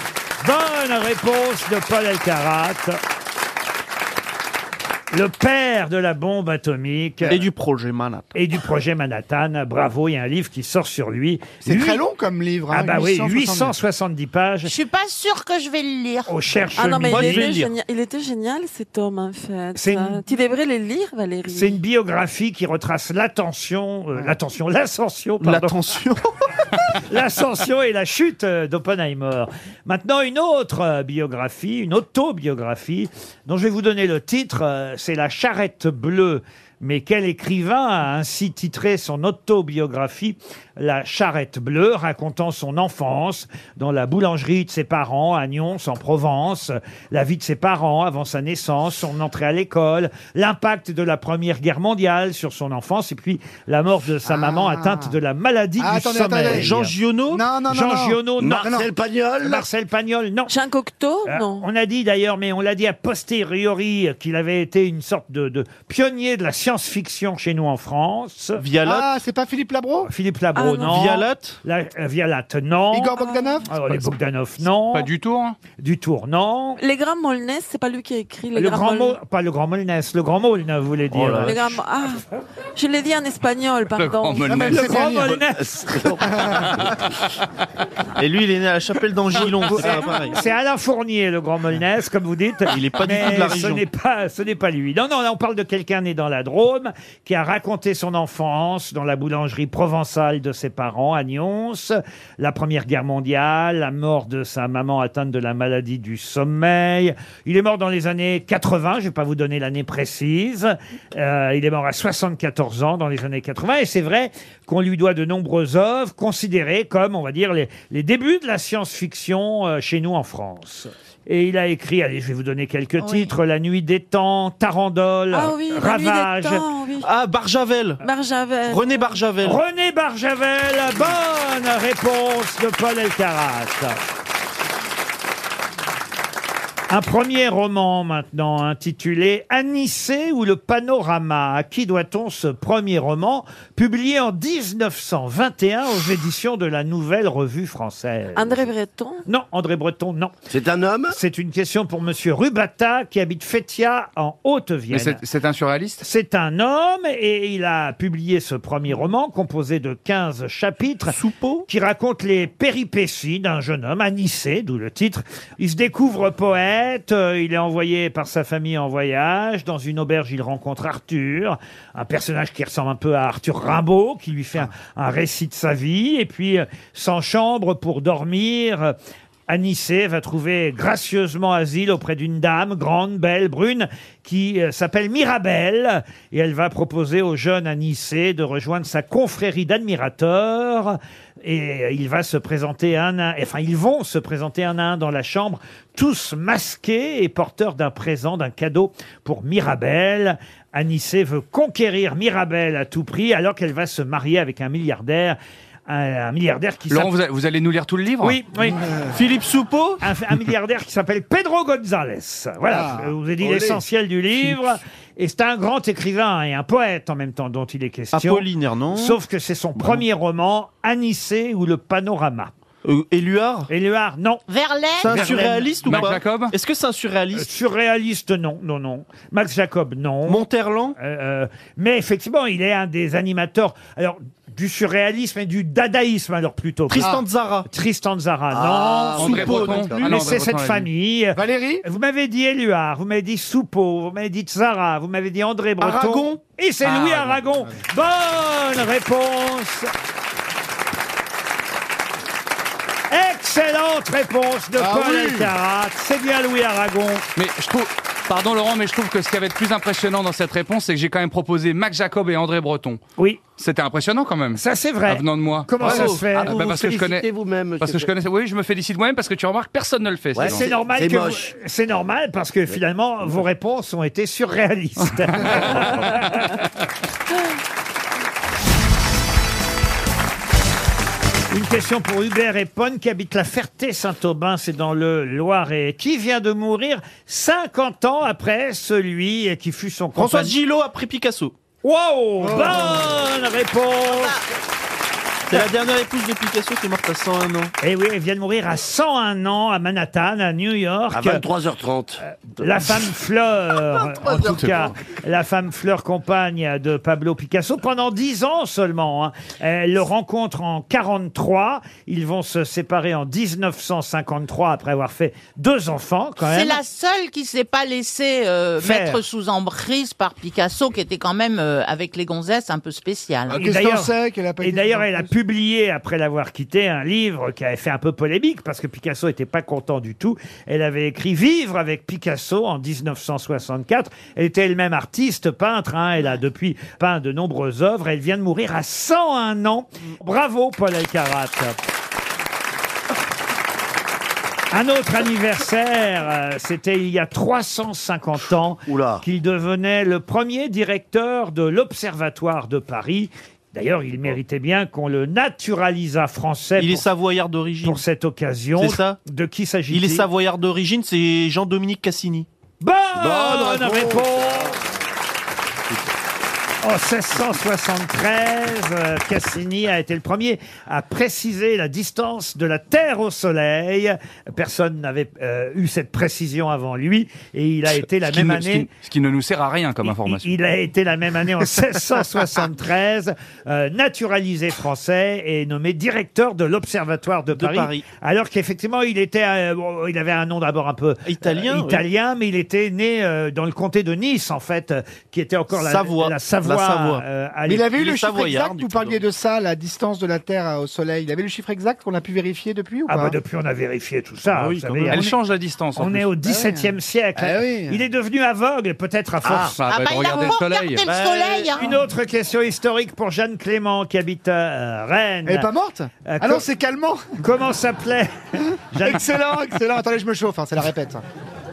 Bonne réponse de Paul Elkarat. Le père de la bombe atomique
Et du projet Manhattan.
et du projet Manhattan. Bravo, il y a un livre qui sort sur lui.
C'est
Huit-
très long comme livre. hein,
Ah bah oui,
870.
870
Je
pages.
suis pas sûre que je vais le lire.
On cherche
Ah non, mais il
Midi.
je vais
était,
le lire.
génial, il était génial cet homme en fait.
C'est une-
Euh, Tu devrais les lire, Valérie.
C'est une biographie qui retrace l'attention, euh, l'attention, l'ascension, pardon,
L'attention.
l'ascension et la chute euh, d'Oppenheimer. Maintenant, une autre euh, biographie, une autobiographie, dont je vais vous donner le titre, euh, c'est La charrette bleue. Mais quel écrivain a ainsi titré son autobiographie La charrette bleue, racontant son enfance dans la boulangerie de ses parents à Nyons, en Provence, la vie de ses parents avant sa naissance, son entrée à l'école, l'impact de la Première Guerre mondiale sur son enfance, et puis la mort de sa
Ah.
maman atteinte de la maladie
Ah,
du
attendez,
sommeil.
attendez.
Jean Giono.
Non, non, non.
Jean
non.
Giono, non.
Marcel Pagnol
Marcel Pagnol, non.
Jean Cocteau
Euh,
Non.
on a dit d'ailleurs, mais on l'a dit a posteriori, euh, qu'il avait été une sorte de, de pionnier de la science-fiction chez nous en France.
Vialat.
Ah, c'est pas Philippe Labro
Philippe Labro,
Ah, non.
non.
Vialat.
La- euh, Vialat, non.
Igor Bogdanov
Alors, les Bogdanov, non.
Pas du tout, hein.
Dutour, non.
Les grands Molnès, c'est pas lui qui a écrit les
le
grands
grand mot,
Molnès.
pas le grand Molnès, le grand Molnès, vous voulez dire.
Oh là là.
Les grands- Ah, je l'ai dit en espagnol,
Le grand
pardon.
Ah, bah,
Non, mais
Molnès.
c'est
le grand
dernier.
Molnès.
Et lui, il est né à la chapelle d'Angilon, c'est pas pareil.
C'est Alain Fournier, le grand Molnaise, comme vous dites.
Il est pas du
Mais
tout de la
ce
région.
n'est pas, ce n'est pas lui. Non, non, là, on parle de quelqu'un né dans la Drôme, qui a raconté son enfance dans la boulangerie provençale de ses parents à Nyons, la Première Guerre mondiale, la mort de sa maman atteinte de la maladie du sommeil. Il est mort dans les années 80, je vais pas vous donner l'année précise. Euh, il est mort à 74 ans dans les années 80, et c'est vrai qu'on lui doit de nombreuses œuvres considérées comme, on va dire, les, les débuts de la science-fiction euh, chez nous en France. Et il a écrit, allez, je vais vous donner quelques titres, La nuit des temps, Tarandole,
Ah oui, La Nuit des
Ravage.
Temps, oui.
Ah, Barjavel.
Barjavel.
René Barjavel.
René Barjavel, bonne réponse de Paul Elkarat. Un premier roman maintenant intitulé Anissé ou le panorama. À qui doit-on ce premier roman publié en 1921 aux éditions de la Nouvelle Revue Française
André Breton.
Non, André Breton, non. C'est un homme C'est une question pour Monsieur Rubata qui habite Fétia en
Mais
Haute-Vienne.
c'est- c'est un surréaliste
C'est un homme et il a publié ce premier roman composé de 15 chapitres qui raconte les péripéties d'un jeune homme à Nicée, d'où le titre. Il se découvre poète, euh, il est envoyé par sa famille en voyage. Dans une auberge, il rencontre Arthur, un personnage qui ressemble un peu à Arthur Rimbaud, qui lui fait un, un récit de sa vie et puis euh, sans chambre pour dormir. euh, Anissé va trouver gracieusement asile auprès d'une dame, grande, belle, brune, qui euh, s'appelle Mirabelle. Et elle va proposer au jeune Anissé de rejoindre sa confrérie d'admirateurs. Et euh, il va se présenter un à un, enfin, ils vont se présenter un à un dans la chambre, tous masqués et porteurs d'un présent, d'un cadeau pour Mirabelle. Anissé veut conquérir Mirabelle à tout prix alors qu'elle va se marier avec un milliardaire. Un un milliardaire qui
Laurent,
s'appelle-
vous, a- vous allez nous lire tout le livre hein
oui, oui.
Philippe Soupeau
Euh, un, un milliardaire qui s'appelle Pedro González. Voilà,
Ah,
je vous ai dit
olé.
l'essentiel du livre. Et c'est un grand écrivain et un poète en même temps dont il est question.
Apollinaire, Bah non
Sauf que c'est son premier roman, Anissé ou le panorama.
Euh, Éluard
Éluard, non.
Verlaine
C'est un surréaliste ou
Max
pas
Jacob
Est-ce que c'est un surréaliste
Euh, Surréaliste, non, non, non. Max Jacob, non. Euh,
Monterland
Mais effectivement, il est un des animateurs. Alors. Du surréalisme et du dadaïsme, alors plutôt. Ah.
Tristan Tzara.
Tristan Tzara,
Ah,
non.
André Breton.
non plus,
Ah non,
mais
André
c'est
Breton
cette
l'a dit.
famille. Valérie Vous m'avez dit Éluard, vous m'avez dit Soupeau, vous m'avez dit Tzara, vous m'avez dit André Breton.
Aragon
Et c'est
Ah,
Louis
oui. Ah,
Aragon. Bonne réponse Excellente réponse de
Ah
Paul
oui.
Elkarat. C'est bien Louis Aragon.
Mais je trouve. Pardon Laurent, mais je trouve que ce qui avait de plus impressionnant dans cette réponse, c'est que j'ai quand même proposé Mac Jacob et André Breton.
Oui.
C'était impressionnant quand même.
Ça c'est vrai.
Ah, venant de moi.
Comment ça se fait
Ah, bah, parce que je connais.
vous-même.
Parce que je connais. Oui, je me félicite moi-même parce que tu remarques, personne ne le fait.
Mais
ces gens.
c'est normal que vous- c'est normal parce que finalement vos réponses ont été surréalistes. Une question pour Hubert Epon qui habite la Ferté-Saint-Aubin, c'est dans le Loiret, qui vient de mourir 50 ans après celui qui fut son
François
compagnon.
Gillot après Picasso.
Wow Bonne réponse
C'est la dernière épouse de Picasso qui est morte à 101 ans.
Et Eh oui, elle vient de mourir à 101 ans à Manhattan, à New York.
À 23h30.
Euh, La femme fleur, en tout cas, la femme fleur compagne de Pablo Picasso pendant dix ans seulement. hein. Elle le rencontre en 43. Ils vont se séparer en 1953 après avoir fait deux enfants quand
C'est
même.
la seule qui s'est pas laissée euh,
Faire.
mettre sous emprise par Picasso, qui était quand même, euh, avec les gonzesses, un peu spécial.
Ah,
Et d'ailleurs- et d'ailleurs, elle a publié, après l'avoir quitté, un livre qui avait fait un peu polémique parce que Picasso n'était pas content du tout. Elle avait écrit Vivre avec Picasso en 1964. Elle était elle-même artiste, peintre. hein. Elle a depuis peint de nombreuses œuvres. Elle vient de mourir à 101 ans. Bravo, Paul Alcarat. Un autre anniversaire, euh, c'était il y a 350 ans qu'il devenait le premier directeur de l'Observatoire de Paris. D'ailleurs, il méritait bien qu'on le naturalisa français.
Il est
pour-
savoyard d'origine.
Pour cette occasion.
C'est ça
De qui s'agit-il
Il est savoyard d'origine, c'est Jean-Dominique Cassini.
Bonne,
Bonne
réponse.
réponse.
Oh, En 1673, euh, Cassini a été le premier à préciser la distance de la Terre au Soleil. Personne n'avait euh, eu cette précision avant lui, et il a été la
Ce qui
même
ne- ce qui-
année.
Ce qui ne nous sert à rien comme information.
Il a été la même année en 1673 euh, naturalisé français et nommé directeur de l'Observatoire de Paris.
Paris.
Alors qu'effectivement, il était, euh, bon, il avait un nom d'abord un peu euh,
Italien, oui.
italien, mais il était né euh, dans le comté de Nice en fait, euh, qui était encore la
Savoie.
la Savoie. euh,
La Savoie.
à
Mais il avait eu
l'époque.
le chiffre exact, vous parliez de ça, la distance de la Terre à- au Soleil. Il avait le chiffre exact qu'on a pu vérifier depuis ou
Ah
pas
bah depuis on a vérifié tout ça.
Ah oui,
vous
quand
savez,
même.
on
Elle
est-
change
la distance, en
On est
plus.
au XVIIe siècle.
Ah oui.
Il est devenu aveugle peut-être à force.
Ah, bah, Ah, bah, de il a regarder le beau soleil. regarder le
Bah,
soleil, hein.
Une autre question historique pour Jeanne Clément qui habite à euh, Rennes.
Elle est pas morte
Euh,
Ah non,
co-
c'est calmant
Comment s'appelait Jeanne-
Excellent, excellent. Attendez, je me chauffe, hein, c'est la répète.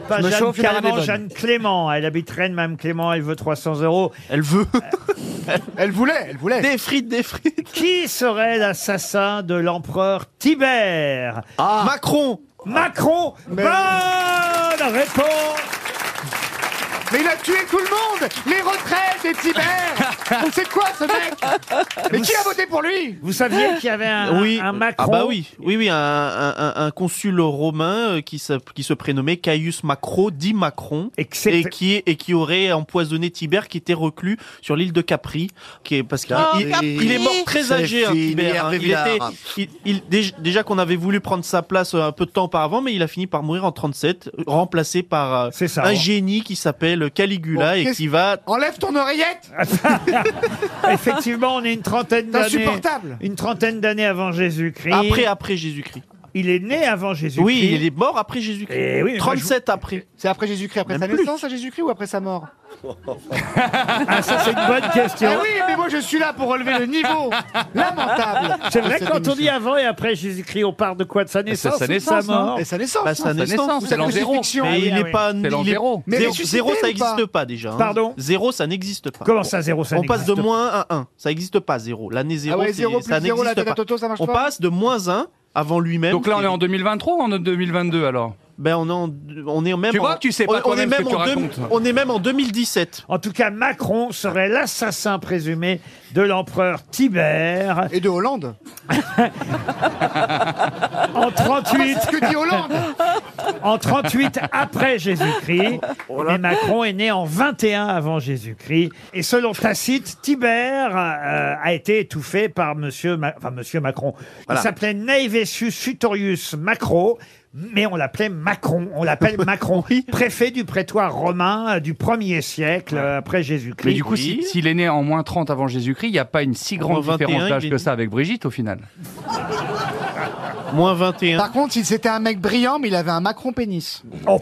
Pas
je me
Jeanne
chauffe, il y en a
Calment,
des bonnes.
Jeanne Clément. Elle habite Rennes, Mme Clément, elle veut 300 euros. Euh,
Elle veut.
elle voulait, elle voulait.
Des frites, des frites.
Qui serait l'assassin de l'empereur Tibère
Ah. Macron.
Macron Bonne réponse
Mais il a tué tout le monde Les retraites, les tibères C'est quoi ce mec Mais qui a voté pour lui Hein
Vous saviez qu'il y avait un, un Macron
Ah bah oui, oui, oui, un, un- un- un consul romain euh, qui, s'app- qui se prénommait Caius Macro, dit Macron,
Except-
et qui est- et qui aurait empoisonné Tibère, qui était reclus sur l'île de Capri, qui est parce qu'il
Oh,
il,
Capri
il est mort très
C'est
âgé, hein,
fini,
Tibère. hein.
Hervé
Il était-
Villard.
il- il- déj- déjà qu'on avait voulu prendre sa place euh, un peu de temps auparavant, mais il a fini par mourir en 37, remplacé par euh,
ça,
un
hein.
génie qui s'appelle Caligula
Bon,
et
qu'est-ce-
qui va
Enlève ton oreillette
Ah, Effectivement, on est une trentaine
C'est
d'années.
insupportable.
Une trentaine d'années avant Jésus-Christ.
après après Jésus-Christ.
Il est né avant Jésus-Christ.
Oui, il est mort après
Eh
Jésus-Christ.
oui, mais moi, je-
37 après.
C'est après Jésus-Christ, après
Même
sa
plus.
naissance à Jésus-Christ ou après sa mort
Ah, ça, c'est une bonne question.
Ah oui, mais moi je suis là pour relever le niveau Lamentable Ah,
C'est vrai,
Cette
quand on dit
émission.
avant et après Jésus-Christ, on part de quoi De sa naissance
sa
ou de
naissance, hein.
mort
Et sa naissance
Bah, sa
Sa naissance,
naissance,
ou
c'est
sa
l'an zéro.
crucifixion
Mais il
ah
n'est
oui.
pas.
C'est l'an
il est-
zéro.
Mais
zéro,
ressuscité
zéro,
ou
ça n'existe
pas
pas, déjà. hein.
Pardon
Zéro, ça n'existe pas.
Comment ça, zéro, ça
on passe de
n'existe
moins à 1. Ça n'existe pas, zéro. L'année zéro,
Ah ouais,
c'est-
zéro plus
ça
zéro, la
n'existe
tête à
pas.
Toto, ça marche
on
pas
passe de moins 1 avant lui-même.
Donc là, on est en
Et-
2023 ou en 2022 alors
Ben, on est en... On est même
Tu vois
en-
que tu sais pas
on- on, est
toi-même ce
même
que tu
en deux-
racontes.
on est même en 2017.
En tout cas, Macron serait l'assassin présumé de l'empereur Tibère
Et de Hollande
en 38,
Que dit Hollande
en 38 après Jésus-Christ.
Oh
Mais Macron est né en 21 avant Jésus-Christ. Et selon Tacite, Tibère euh, a été étouffé par Monsieur, Ma- enfin, Monsieur Macron. Il s'appelait Naevesius Sutorius Macro. Mais on l'appelait Macron, on l'appelle Macron, préfet du prétoire romain euh, du 1er siècle euh, après Jésus-Christ.
Mais du coup, si- s'il est né en moins 30 avant Jésus-Christ, il n'y a pas une si grande
21,
différence
il
d'âge
est
que
né.
ça avec Brigitte au final.
Moins 21.
Par contre, il- c'était un mec brillant, mais il avait un Macron pénis.
Oh,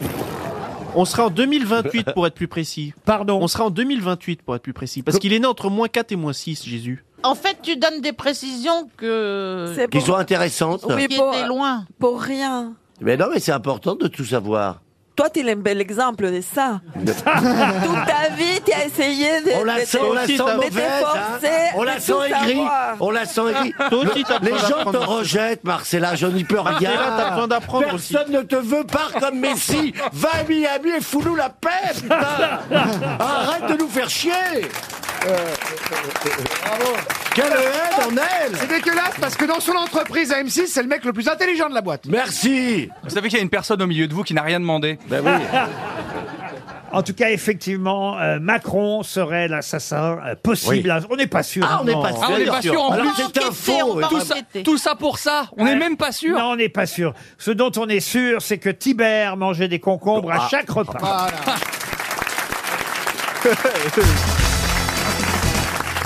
On sera en 2028, pour être plus précis.
pardon.
On sera en 2028, pour être plus précis. Parce qu'il est né entre moins 4 et moins 6, Jésus.
En fait, tu donnes des précisions que...
C'est
Qui
pour,
sont intéressantes.
Oui.
qui
bon,
étaient
euh,
loin.
pour rien.
Mais non, mais c'est important de tout savoir.
Toi, t'es un bel exemple de ça. Toute ta vie, t'as essayé de.
On la
de-
sent,
de-
on la
aussi,
sent
t'as-
mais
mauvaise.
t'es
hein.
forcé
On
de
la
tout
sent aigrie.
savoir.
On la sent aigrie.
Toi aussi, t'as
Les
besoin
gens te
d'apprendre.
rejettent, Marcella, je n'y peux rien.
Marcella, t'as besoin d'apprendre
Personne ne te veut pas comme Messi. Va à Miami et fous-nous la paix, putain. Arrête de nous faire chier.
Euh, Oh.
Quelle haine en elle
C'est dégueulasse parce que dans son entreprise à M6, c'est le mec le plus intelligent de la boîte.
Merci
Vous savez qu'il y a une personne au milieu de vous qui n'a rien demandé.
Ben oui,
En tout cas, effectivement, euh, Macron serait l'assassin euh, possible. On n'est pas sûr.
Ah, on n'est
non.
pas sûr.
Ah, on n'est
Bien
pas
sûr.
sûr en
Alors,
plus.
c'est un
Enquêtez, on
faux.
va
Tout
Tout ça,
enquêter.
tout ça pour ça On n'est
Ouais.
même pas sûr
Non, on n'est pas sûr. Ce dont on est sûr, c'est que Tibère mangeait des concombres à
Ah.
chaque repas.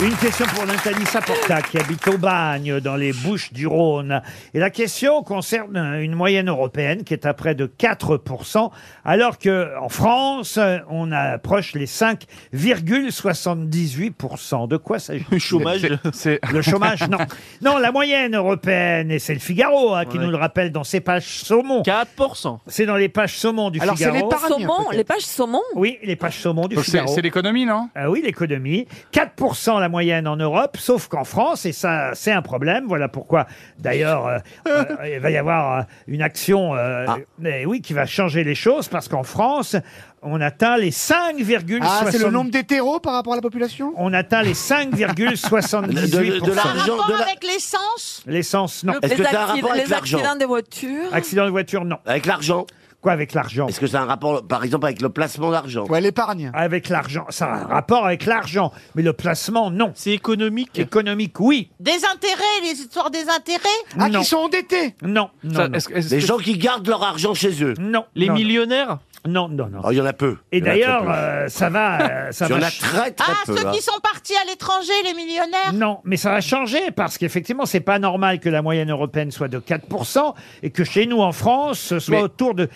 Une question pour Nathalie Saporta, qui habite au Bagne, dans les Bouches du Rhône. Et la question concerne une moyenne européenne qui est à près de 4%, alors que en France, on approche les 5,78%. De quoi s'agit-il
Le chômage.
C'est-
Le chômage, non. Non, la moyenne européenne, et c'est le Figaro hein, qui nous le rappelle dans ses pages saumon.
4%.
C'est dans les pages saumon du
Alors, c'est
Figaro.
l'épargne,
Saumon,
peut-être.
les pages saumon.
Oui, les pages saumon du
c'est
Figaro.
c'est l'économie, non
Ah oui, l'économie. 4% la la moyenne en Europe, sauf qu'en France, et ça, c'est un problème. Voilà pourquoi, d'ailleurs, euh, euh, il va y avoir euh, une action, euh, mais oui, qui va changer les choses, parce qu'en France, on atteint les 5,68.
Ah, c'est le nombre d'hétéros par rapport à la population
On atteint les 5,78%.
De- de- de l'argent,
Rapport avec l'essence
L'essence, non.
Est-ce que ça a un rapport avec
les
l'argent
accidents des voitures.
Accident de voiture, non.
Avec l'argent
Quoi avec l'argent
Est-ce que ça a un rapport, par exemple, avec le placement d'argent
l'épargne.
Avec l'argent. Ça a un rapport avec l'argent. Mais le placement, non.
C'est économique
Économique, oui.
Des intérêts, les histoires des intérêts
Ah, qui Non.
sont endettés
Non. non,
Ça,
non.
est-ce- est-ce
Les
que-
gens qui gardent leur argent chez eux.
Non.
Les
non, non.
millionnaires
Non, non, non.
Oh, il y en a peu.
Et
Il y en a
d'ailleurs,
très peu.
euh, ça va. euh, ça
il y en
va
a
ch-
très très
Ah,
peu.
ceux
hein.
qui sont partis à l'étranger, les millionnaires
Non, mais ça va changer parce qu'effectivement, c'est pas normal que la moyenne européenne soit de 4% et que chez nous en France, ce soit
Mais-
autour de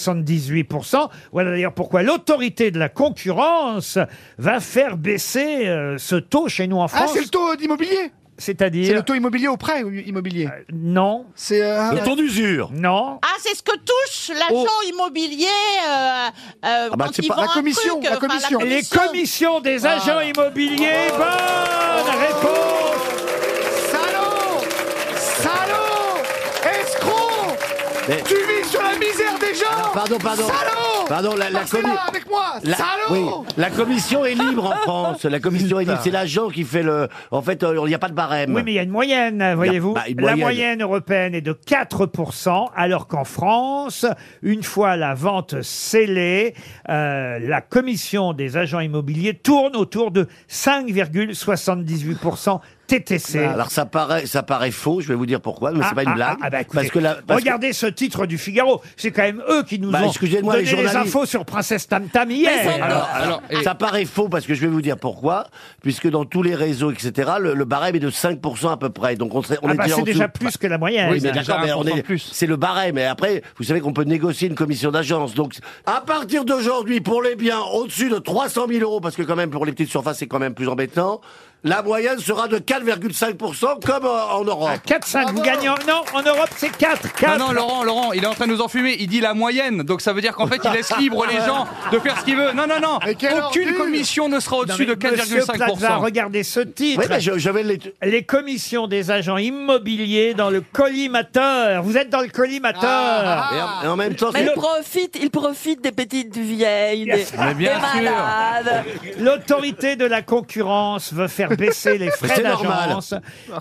5,78%. Voilà d'ailleurs pourquoi l'autorité de la concurrence va faire baisser euh, ce taux chez nous en
Ah,
France.
c'est le taux d'immobilier C'est le
C'est-à-dire Euh,
taux immobilier au prêt ou immobilier
non,
C'est euh,
Le temps d'usure.
non,
Ah, c'est ce que touche l'agent immobilier euh, euh,
Oh.
Ah
bah,
quand
c'est
il
pas-
vend
la
un
commission,
truc,
la
enfin,
commission. Ah.
Et les commissions des agents immobiliers. Bonne réponse.
Salaud Salaud Escroc
Mais-
Tu vis sur la misère des gens
Pardon, pardon.
Salaud
Pardon, la- la
Marcella,
commu-
avec moi
La, oui,
Salaud
la commission est libre en France. La commission est libre. C'est l'agent qui fait le. En fait, euh, il n'y a pas de barème.
Oui, mais il y a une moyenne, euh, Ah, voyez-vous.
bah, une
La
moyenne.
moyenne européenne est de 4%, alors qu'en France, une fois la vente scellée, euh, la commission des agents immobiliers tourne autour de 5,78% TTC.
Bah, Alors ça paraît, ça paraît faux. Je vais vous dire pourquoi. Mais
Ah,
c'est pas une
ah,
blague.
ah, bah, écoutez,
parce que la. parce que-
regardez ce titre du Figaro. C'est quand même eux qui nous
Bah,
ont
excusez-moi,
donné
les
les,
journalistes.
infos sur Princesse Tam Tam hier. Ah,
Alors,
alors, et-
ça paraît faux parce que je vais vous dire pourquoi. Puisque dans tous les réseaux, etc., le, le barème est de 5% à peu près. Donc on, sait- on
Ah
est
bah,
déjà
c'est
en
déjà
dessous.
plus que la moyenne.
Oui, mais
déjà
d'accord, mais on
1%
est-
de plus.
c'est le barème. Et après, vous savez qu'on peut négocier une commission d'agence. Donc, à partir d'aujourd'hui, pour les biens au-dessus de 300 000 euros, parce que quand même, pour les petites surfaces, c'est quand même plus embêtant, la moyenne sera de 4,5% comme euh, en Europe.
4-5, Ah, vous gagnez. en- Non, en Europe, c'est 4. 4.
Non, non, Laurent, Laurent, il est en train de nous enfumer. Il dit la moyenne, donc ça veut dire qu'en fait, il laisse libre les gens de faire ce qu'ils veulent. Non, non, non.
Mais quelle
Aucune
ordure
commission ne sera
Non,
au-dessus de
mais Monsieur Plaza,
4,5%.
regardez ce titre.
Oui, mais je, je vais les...
Les commissions des agents immobiliers dans le collimateur. Vous êtes dans le collimateur. Ah,
Et en, Ah, et en même temps,
Mais
c'est-
ils profitent, ils profitent des petites vieilles, des,
Mais bien
des
sûr.
Ah,
malades.
L'autorité de la concurrence veut faire baisser les
Mais
frais
c'est normal.
d'agence,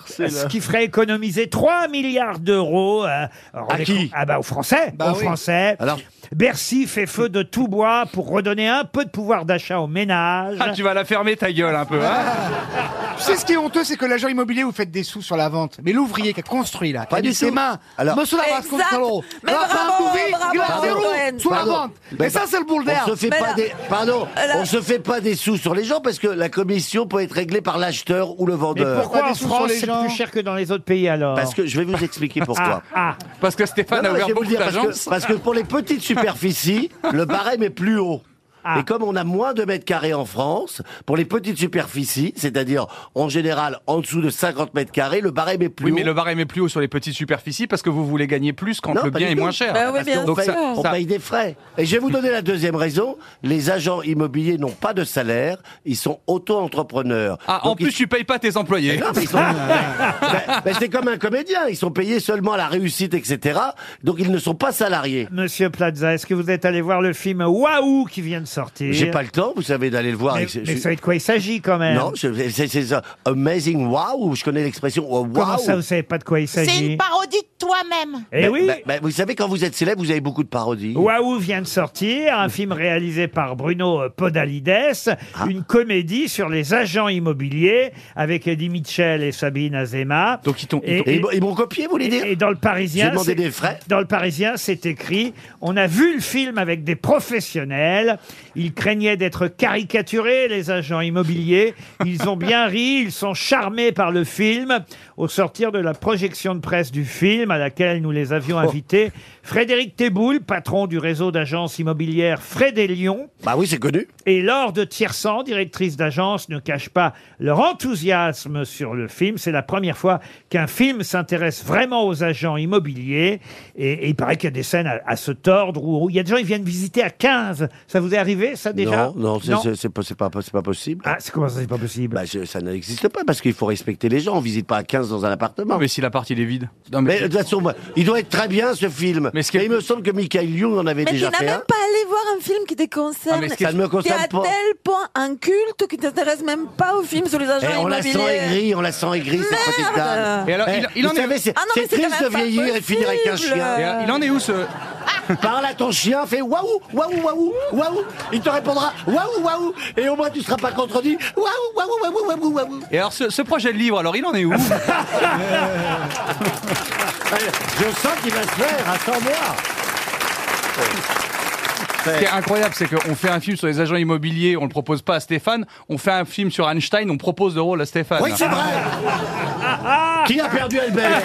ce qui ferait économiser 3 milliards d'euros. euh, alors,
À
les-
qui
Ah bah aux Français,
Bah
aux
oui.
Français.
Alors-
Bercy fait feu de tout bois pour redonner un peu de pouvoir d'achat aux ménages.
Ah, tu vas la fermer ta gueule un peu, hein
Ah.
Tu sais ce qui est honteux, c'est que l'agent immobilier, vous faites des sous sur la vente. Mais l'ouvrier qui a construit là, qui
Pas
a
du
mis ses
tout.
mains,
Alors-
monsieur Lavas,
Exact.
contre l'euro.
Mais
Là,
bravo,
c'est un bourré,
bravo,
il a
bravo,
zéro
Cohen.
sur la
Pardon.
vente.
Mais
Et ça, c'est le boule d'air.
On se fait
Mais
pas
là-
des, pardon,
euh,
Là-
on se fait pas des sous sur les gens parce que la commission peut être réglée par l'acheteur ou le
Mais
vendeur.
pourquoi
Pas des
en
sous sur
France
les
c'est
gens.
plus cher que dans les autres pays alors
Parce que je vais vous expliquer pourquoi.
Ah, ah.
Parce que Stéphane
Non,
a
non,
ouvert
je vais vous
beaucoup
le dire, parce
d'agences.
que, parce que pour les petites superficies, le barème est plus haut.
Ah.
Et comme on a moins de mètres carrés en France, pour les petites superficies, c'est-à-dire en général en dessous de 50 mètres carrés, le barème est plus
Oui,
haut.
mais le barème est plus haut sur les petites superficies parce que vous voulez gagner plus quand
Non,
le
pas
bien
du
est
tout.
moins cher.
Bah oui, bien
on,
Donc
paye,
ça-
sûr.
on
ça-
paye des frais. Et je vais vous donner la deuxième raison. Les agents immobiliers n'ont pas de salaire, ils sont auto-entrepreneurs.
Ah, en
Donc, ils-
plus, tu payes pas tes employés.
Non, mais ils sont-
Ah.
Ben, ben, c'est comme un comédien, ils sont payés seulement à la réussite, etc. Donc ils ne sont pas salariés.
Monsieur Plaza, est-ce que vous êtes allé voir le film Waouh qui vient de sortir
J'ai pas le temps, vous savez, d'aller le voir.
Mais,
Et c'est-
mais
je-
vous savez de quoi il s'agit quand même
Non, je- c'est c'est ça. Amazing wow, je connais l'expression oh, wow.
Comment ça, vous savez pas de quoi il
C'est
s'agit
une parodie de toi-même.
Eh oui
Ben, ben, vous savez, quand vous êtes célèbre, vous avez beaucoup de parodies.
Waouh vient de sortir, un film réalisé par Bruno Podalides,
Ah.
une comédie sur les agents immobiliers avec Eddie Mitchell et Sabine Azema.
Donc ils t'ont- ils
Et-
t'ont-
Et ils m'ont- ils m'ont copié, vous voulez dire
Et, et dans le Parisien,
J'ai demandé
c'est-
des frais.
Dans le Parisien, c'est écrit on a vu le film avec des professionnels. Ils craignaient d'être caricaturés, les agents immobiliers. Ils ont bien ri, ils sont charmés par le film. Au sortir de la projection de presse du film, à laquelle nous les
Oh.
avions invités. Frédéric Théboul, patron du réseau d'agences immobilières Frédé Lyon.
Bah oui, c'est connu.
Et Laure de Tiersan, directrice d'agence, ne cache pas leur enthousiasme sur le film. C'est la première fois qu'un film s'intéresse vraiment aux agents immobiliers. Et, et il paraît qu'il y a des scènes à, à se tordre où où il y a des gens qui viennent visiter à 15. Ça vous est arrivé, ça déjà
Non, non, c'est- c'est- c'est pas, c'est pas, c'est pas possible. Bah,
Ah, c'est comment ça, c'est pas possible
Ça n'existe pas parce qu'il faut respecter les gens. On visite pas à 15 dans un appartement.
mais si la partie est vide.
mais... de toute façon, moi, il doit être très bien ce film. Mais il me semble que Michael Young en avait
Mais
déjà
tu n'as
fait
même
un.
pas allé voir un film qui te concerne.
Ah, mais ce qui- Ça ne me concerne
T'es à
pas.
tel point un culte qui t'intéresse même pas aux films sur les agents
Eh, on la
immobiliers.
sent aigrie, on la sent aigrie, cette
Merde
petite dame.
Et alors,
Eh,
il- il
vous
en est-
savez, c'est
Ah non, mais
c'est
c'est quand
triste de
même pas
vieillir et de finir avec un
possible.
chien.
Et alors, il en
est où ce.
Parle à ton chien, fais waouh, waouh, waouh, waouh. Il te répondra waouh, waouh. Et au moins, tu seras pas contredit. Waouh, waouh, waouh, waouh, waouh.
Et alors, ce, ce projet de livre, alors il en est où
Je sens qu'il va se faire, attends-moi.
Ce qui est incroyable, c'est qu'on fait un film sur les agents immobiliers, on le propose pas à Stéphane. On fait un film sur Einstein, on propose le rôle à Stéphane.
Oui, c'est vrai. Qui a perdu
Ah,
Albert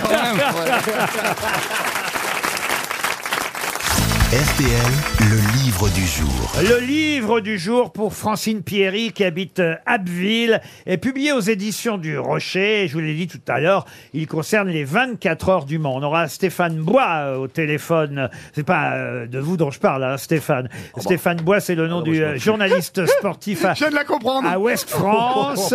RTL, le livre du jour.
Le livre du jour pour Francine Pierry qui habite euh, Abbeville est publié aux éditions du Rocher. Je vous l'ai dit tout à l'heure, il concerne les 24 heures du Mans. On aura Stéphane Bois euh, au téléphone. C'est pas euh, de vous dont je parle, hein, Stéphane.
Oh, bah.
Stéphane Bois, c'est
Ah,
le nom du euh, journaliste sportif à,
Je viens de la comprendre.
à Ouest France.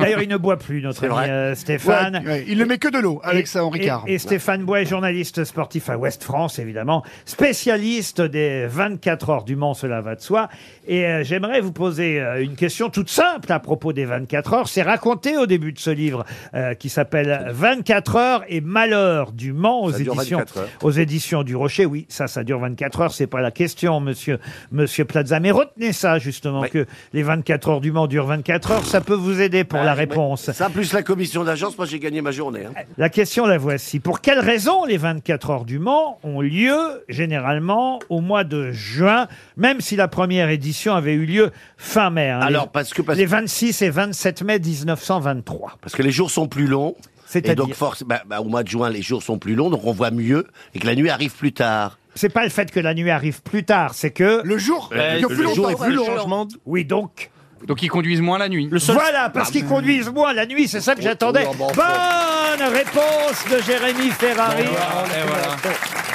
D'ailleurs, il ne boit plus, notre ami euh, Stéphane.
Ouais, ouais, il ne met que de l'eau avec ça, Henri
Et-
Carr.
Et, Stéphane Bois est journaliste sportif à Ouest France, évidemment, spécialiste des 24 heures du Mans, cela va de soi. Et euh, j'aimerais vous poser euh, une question toute simple à propos des 24 heures. C'est raconté au début de ce livre euh, qui s'appelle 24 heures et malheur du Mans aux
Ça dure
éditions,
24 heures.
aux éditions du Rocher. Oui, ça, ça dure 24 heures, c'est pas la question, monsieur, monsieur Plaza. Mais retenez ça, justement, que les 24 heures du Mans durent 24 heures. Ça peut vous aider
Ah,
pour la réponse.
Ça, plus la commission d'agence, moi, j'ai gagné ma journée. hein.
La question la voici. Pour quelles raisons les 24 heures du Mans ont lieu généralement au mois de juin, même si la première édition avait eu lieu fin mai hein,
Alors,
les-
parce que- parce-
les 26 et 27 mai 1923.
Parce que les jours sont plus longs.
C'est-à-dire
Et donc, force, bah, bah, au mois de juin, les jours sont plus longs, donc on voit mieux et que la nuit arrive plus tard.
C'est pas le fait que la nuit arrive plus tard, c'est que
le jour,
Euh, il y a le plus jour longtemps. est plus long.
Oui, donc.
Donc ils conduisent moins la nuit.
Voilà,
Ah,
parce qu'ils conduisent moins la nuit, c'est ça
Oh,
que j'attendais.
oui, bon,
Bonne réponse de Jérémy Ferrari.
Et Ah,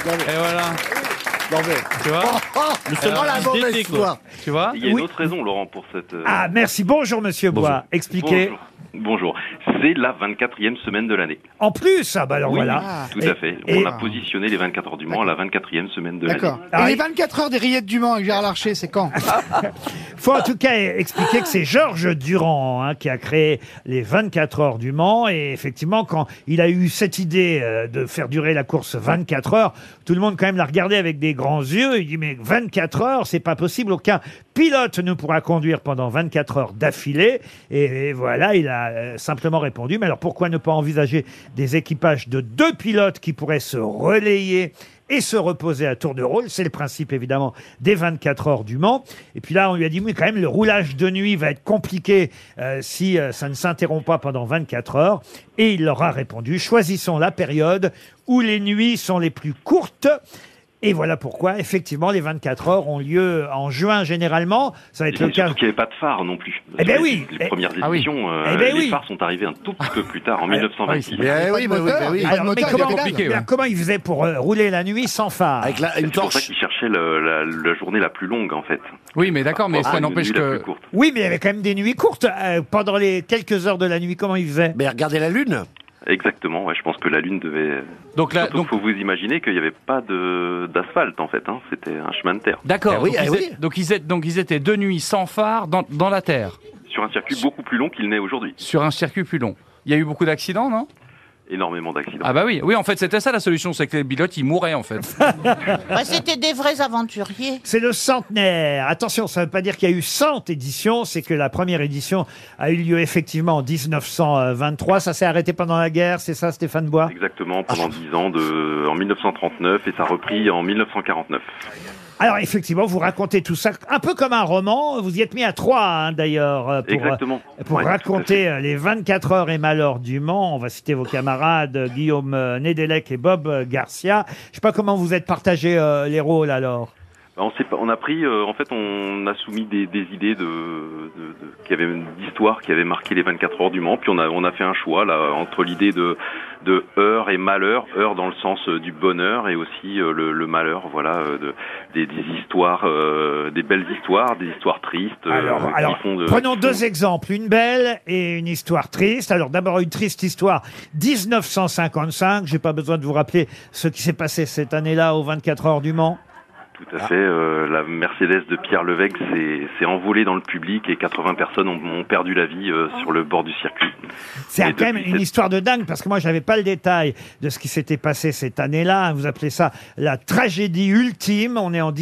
voilà. Et voilà. Tu vois
Oh,
Le seul
Alors,
la
idée,
mauvaise
c'est quoi
foi.
Tu vois
Il y a une autre raison, Laurent, pour cette. euh,
Ah, merci. Bonjour, monsieur Bois. Expliquez.
Bonjour. Bonjour. C'est la 24e semaine de l'année.
En plus, ah bah alors
Oui,
voilà.
Tout
Et-
à fait.
et-
On a positionné les 24 heures du Mans à la 24e semaine de l'année.
D'accord.
Ah,
Et les
il-
24 heures des rillettes du Mans avec Gérard Larcher, c'est quand
faut en tout cas expliquer que c'est Georges Durand hein, qui a créé les 24 heures du Mans. Et effectivement, quand il a eu cette idée euh, de faire durer la course 24 heures, tout le monde quand même l'a regardé avec des grands yeux. Il dit mais 24 heures, c'est pas possible. Aucun pilote ne pourra conduire pendant 24 heures d'affilée. Et, et voilà, il a euh, simplement répondu. Mais alors pourquoi ne pas envisager des équipages de deux pilotes qui pourraient se relayer et se reposer à tour de rôle. C'est le principe, évidemment, des 24 heures du Mans. Et puis là, on lui a dit, oui, quand même, le roulage de nuit va être compliqué euh, si euh, ça ne s'interrompt pas pendant 24 heures. Et il leur a répondu, choisissons la période où les nuits sont les plus courtes. Et voilà pourquoi, effectivement, les 24 heures ont lieu en juin généralement. Ça va être
Et
Ah, le cas.
surtout qu'il n'y avait pas de phare non plus.
Eh
Sur
ben
les-
oui.
Les
Eh-
premières
ah oui.
éditions, euh,
Eh ben
les
oui. Ah
phares sont arrivés un tout petit peu plus tard, en 1926.
Alors, mais comment, mais alors, comment ils faisaient pour euh, rouler la nuit sans phare Avec
C'est pour ça qu'ils cherchaient le- la, la journée la plus longue, en fait.
Oui, mais d'accord, mais
Pour
ça
avoir Ah, une
n'empêche
nuit la
que.
plus courte.
Oui, mais il y avait quand même des nuits courtes. Euh, pendant les quelques heures de la nuit, comment ils faisaient
Mais regardez la lune.
Exactement, ouais, je pense que la Lune devait...
Donc là,
Surtout, faut vous imaginer qu'il n'y avait pas de- d'asphalte, en fait. hein. C'était un chemin de terre.
Eh
D'accord. ah donc, ils étaient- donc, ils étaient- donc ils étaient deux nuits sans phare dans, dans la Terre,
Sur un circuit beaucoup plus long qu'il n'est aujourd'hui.
sur un circuit plus long. Il y a eu beaucoup d'accidents, non
Énormément d'accidents.
Ah bah oui, oui en fait c'était ça la solution, c'est que les pilotes ils mouraient en fait.
Bah, C'était des vrais aventuriers.
C'est le centenaire. Attention, ça ne veut pas dire qu'il y a eu 100 éditions, c'est que la première édition a eu lieu effectivement en 1923. Ça s'est arrêté pendant la guerre, c'est ça Stéphane Bois
Exactement, pendant 10 ans, de, en 1939, et ça a repris en 1949.
Alors effectivement, vous racontez tout ça un peu comme un roman. Vous y êtes mis à trois, hein, d'ailleurs, euh, pour, euh,
Exactement.
pour
Ouais, tout à
raconter euh, les 24 heures et malheurs du Mans. On va citer vos camarades euh, Guillaume euh, Nedelec et Bob euh, Garcia. Je sais pas comment vous êtes partagés euh, les rôles alors.
Bah, On, s'est pas- on a pris, euh, en fait, on a soumis des, des idées de, de, de- qui avaient d'histoires qui avaient marqué les 24 heures du Mans. Puis on a, on a fait un choix là entre l'idée de, de heure et malheur, heure dans le sens euh, du bonheur et aussi euh, le, le malheur. Voilà, euh, de, des, des histoires, euh, des belles histoires, des histoires tristes. euh,
Alors,
qui
alors,
font de-
prenons deux exemples, une belle et une histoire triste. Alors d'abord une triste histoire, 1955. J'ai pas besoin de vous rappeler ce qui s'est passé cette année-là aux 24 heures du Mans.
Tout à
Ah.
fait. euh, la Mercedes de Pierre Levesque s'est s'est envolée dans le public et 80 personnes ont, ont perdu la vie euh, sur le bord du circuit.
C'est
Et
quand même
depuis
une
cette-
histoire de dingue parce que moi j'avais pas le détail de ce qui s'était passé cette année-là. Vous appelez ça la tragédie ultime. On est en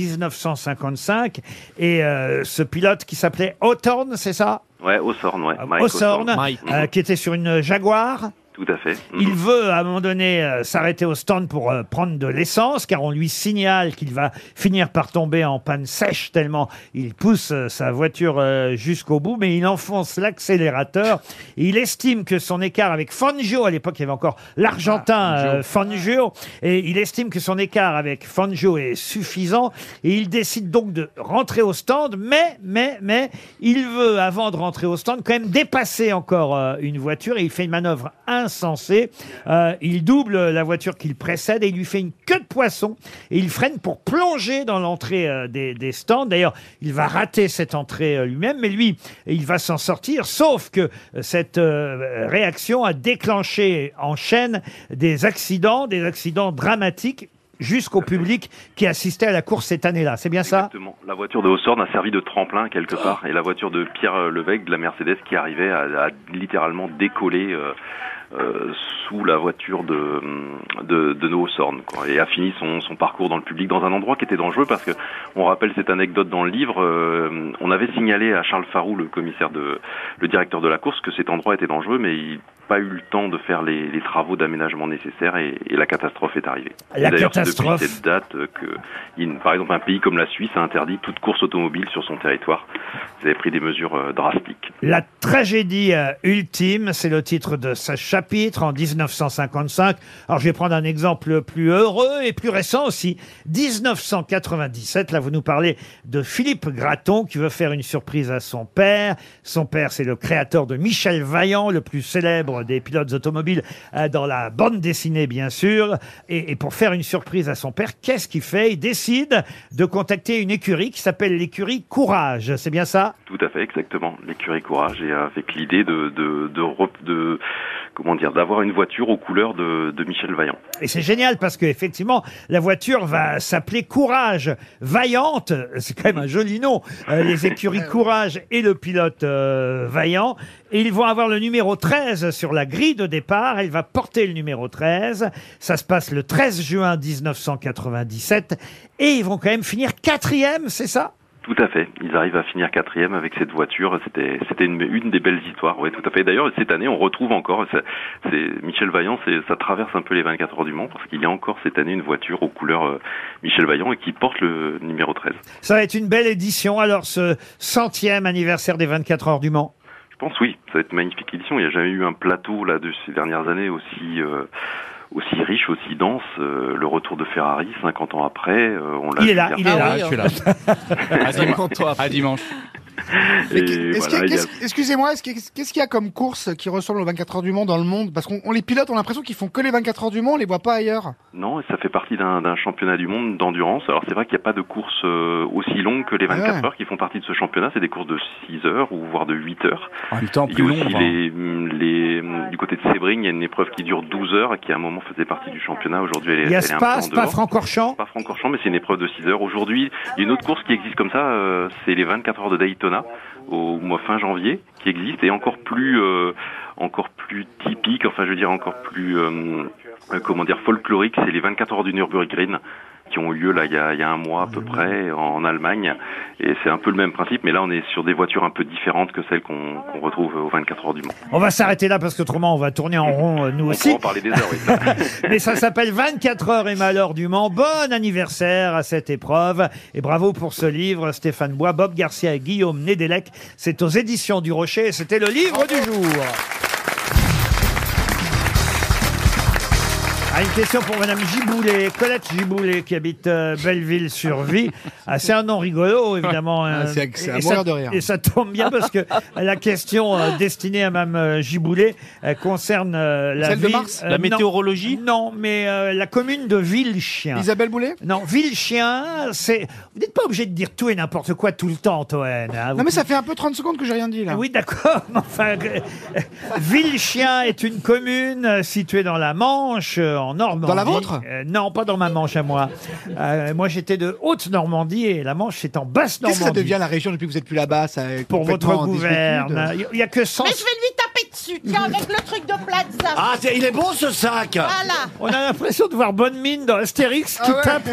1955 et euh, ce pilote qui s'appelait Hawthorne, c'est ça
Ouais, au Sorn, ouais. Mike
Hawthorne,
Hawthorne.
Ah, euh, qui était sur une Jaguar.
Tout à fait. Mhm.
Il veut à un moment donné euh, s'arrêter au stand pour euh, prendre de l'essence, car on lui signale qu'il va finir par tomber en panne sèche tellement il pousse euh, sa voiture euh, jusqu'au bout, mais il enfonce l'accélérateur. Et Il estime que son écart avec Fangio, à l'époque il y avait encore l'Argentin euh, Fangio, et il estime que son écart avec Fangio est suffisant, et il décide donc de rentrer au stand, mais, mais, mais, il veut, avant de rentrer au stand, quand même dépasser encore euh, une voiture, et il fait une manœuvre insensée. Euh, il double la voiture qu'il précède, et il lui fait une queue de poisson, et il freine pour plonger dans l'entrée euh, des, des stands. D'ailleurs, il va rater cette entrée euh, lui-même, mais lui, il va s'en sortir, sauf que euh, cette euh, réaction a déclenché en chaîne des accidents, des accidents dramatiques jusqu'au public qui assistait à la course cette année-là. C'est bien ça
Exactement. La voiture de Hawthorne a servi de tremplin quelque
Oh.
part, et la voiture de Pierre euh, Levesque de la Mercedes qui arrivait a, a littéralement décollé euh, euh, sous la voiture de de, de Noah Hawthorne, quoi, et a fini son, son parcours dans le public dans un endroit qui était dangereux parce que on rappelle cette anecdote dans le livre. euh, on avait signalé à Charles Farou, le commissaire de le directeur de la course, que cet endroit était dangereux, mais il n'a pas eu le temps de faire les, les travaux d'aménagement nécessaires et, et la catastrophe est arrivée.
La
Et D'ailleurs, c'est
catastrophe.
depuis cette date euh, que, il- par exemple, un pays comme la Suisse a interdit toute course automobile sur son territoire. Vous avez pris des mesures euh, drastiques.
La tragédie euh, ultime, c'est le titre de ce chapitre en 1955. Alors je vais prendre un exemple plus heureux et plus récent aussi. 1997, là vous nous parlez de Philippe Gratton qui veut faire une surprise à son père. Son père, c'est le créateur de Michel Vaillant, le plus célèbre des pilotes automobiles euh, dans la bande dessinée bien sûr. Et, et pour faire une surprise à son père, qu'est-ce qu'il fait Il décide de contacter une écurie qui s'appelle l'écurie Courage. C'est bien ça
Tout à fait, exactement. L'écurie Courage et avec l'idée de, de, de, rep- de- comment dire, d'avoir une voiture aux couleurs de, de Michel Vaillant.
Et c'est génial parce que effectivement, la voiture va s'appeler Courage Vaillante. C'est quand même un joli nom. Euh, les écuries Courage et le pilote euh, Vaillant. Et ils vont avoir le numéro 13 sur la grille de départ. Elle va porter le numéro 13. Ça se passe le 13 juin 1997. Et ils vont quand même finir quatrième, c'est ça
Tout à fait. Ils arrivent à finir quatrième avec cette voiture. C'était, c'était une, une des belles histoires. Oui, tout à fait. D'ailleurs, cette année, on retrouve encore. C'est, c'est- Michel Vaillant, c'est, ça traverse un peu les 24 heures du Mans parce qu'il y a encore cette année une voiture aux couleurs euh, Michel Vaillant et qui porte le numéro 13.
Ça va être une belle édition. Alors ce centième anniversaire des 24 heures du Mans.
Je pense oui, ça va être une magnifique édition. Il n'y a jamais eu un plateau là de ces dernières années aussi euh, aussi riche, aussi dense. Euh, le retour de Ferrari, 50 ans après, euh, on l'a.
Il est
vu
là,
hier
il
Ah
est
soir.
là.
À dimanche. À dimanche.
Et
Est-ce qu'il y a-
voilà, il y a-
qu'est-ce- Excusez-moi, est-ce qu'il y a- qu'est-ce qu'il y a comme course qui ressemble aux 24 heures du Mans dans le monde Parce qu'on on les pilotes, on a l'impression qu'ils font que les 24 heures du Mans, on les voit pas ailleurs.
Non, et ça fait partie d'un d'un championnat du monde d'endurance. Alors c'est vrai qu'il n'y a pas de course euh, aussi longue que les
Ah
24
ouais.
heures qui font partie de ce championnat. C'est des courses de 6 heures ou voire de 8 heures.
En même temps,
Il y a
plus hein. long.
aussi les, les- du côté de Sebring, il y a une épreuve qui dure 12 heures et qui à un moment faisait partie du championnat. Aujourd'hui, elle est,
Il y a
elle est un peu
Spa,
en
Spa
dehors.
Francorchamps.
Pas Francorchamps, mais c'est une épreuve de 6 heures. Aujourd'hui, il y a une autre course qui existe comme ça, euh, c'est les 24 heures de Daytona au mois fin janvier, qui existe et encore plus, euh, encore plus typique, enfin je veux dire encore plus, euh, euh, comment dire, folklorique, c'est les 24 heures du Nürburgring qui ont eu lieu là il y a, il y a un mois à
Mhm.
peu près en Allemagne. Et c'est un peu le même principe, mais là on est sur des voitures un peu différentes que celles qu'on qu'on retrouve aux 24 heures du Mans.
On va s'arrêter là parce qu'autrement on va tourner en rond euh, nous
On
aussi.
pourra en parler des heures, oui.
Mais ça s'appelle 24 heures et malheur du Mans. Bon anniversaire à cette épreuve. Et bravo pour ce livre, Stéphane Bois, Bob Garcia et Guillaume Nedelec. C'est aux éditions du Rocher et c'était le livre du jour. Ah, une question pour Madame Giboulet, Colette Giboulet, qui habite euh, Belleville-sur-Vie. Ah, c'est un nom rigolo, évidemment.
Ah,
hein.
c'est- c'est à
Et
mourir
ça-
de rire.
Et ça tombe bien parce que la question euh, destinée à Madame euh, Giboulet euh, concerne euh, la
Celle de
ville-
Mars La
non.
météorologie
Non, mais euh, la commune de Villechien.
Isabelle Boulet
Non, Villechien, c'est. Vous n'êtes pas obligé de dire tout et n'importe quoi tout le temps, Toen. hein. Vous
Non mais ça fait un peu 30 secondes que j'ai rien dit là.
oui, d'accord. mais Enfin, que- Villechien est une commune euh, située dans la Manche, euh, en Normandie.
Dans la vôtre
Euh, Non, pas dans ma Manche à moi. Euh, moi, j'étais de Haute-Normandie et la Manche, c'est en
Qu'est-ce que ça
Basse-Normandie.
devient la région depuis que vous êtes plus là-bas ça est
Pour votre
complètement en
gouverne.
désuétude.
Il n'y a que 100...
Mais je vais lui taper dessus, tiens, avec le truc de Plaza.
Ah, c'est- il est bon ce sac
Voilà.
On a l'impression de voir Bonne Mine dans Astérix qui tape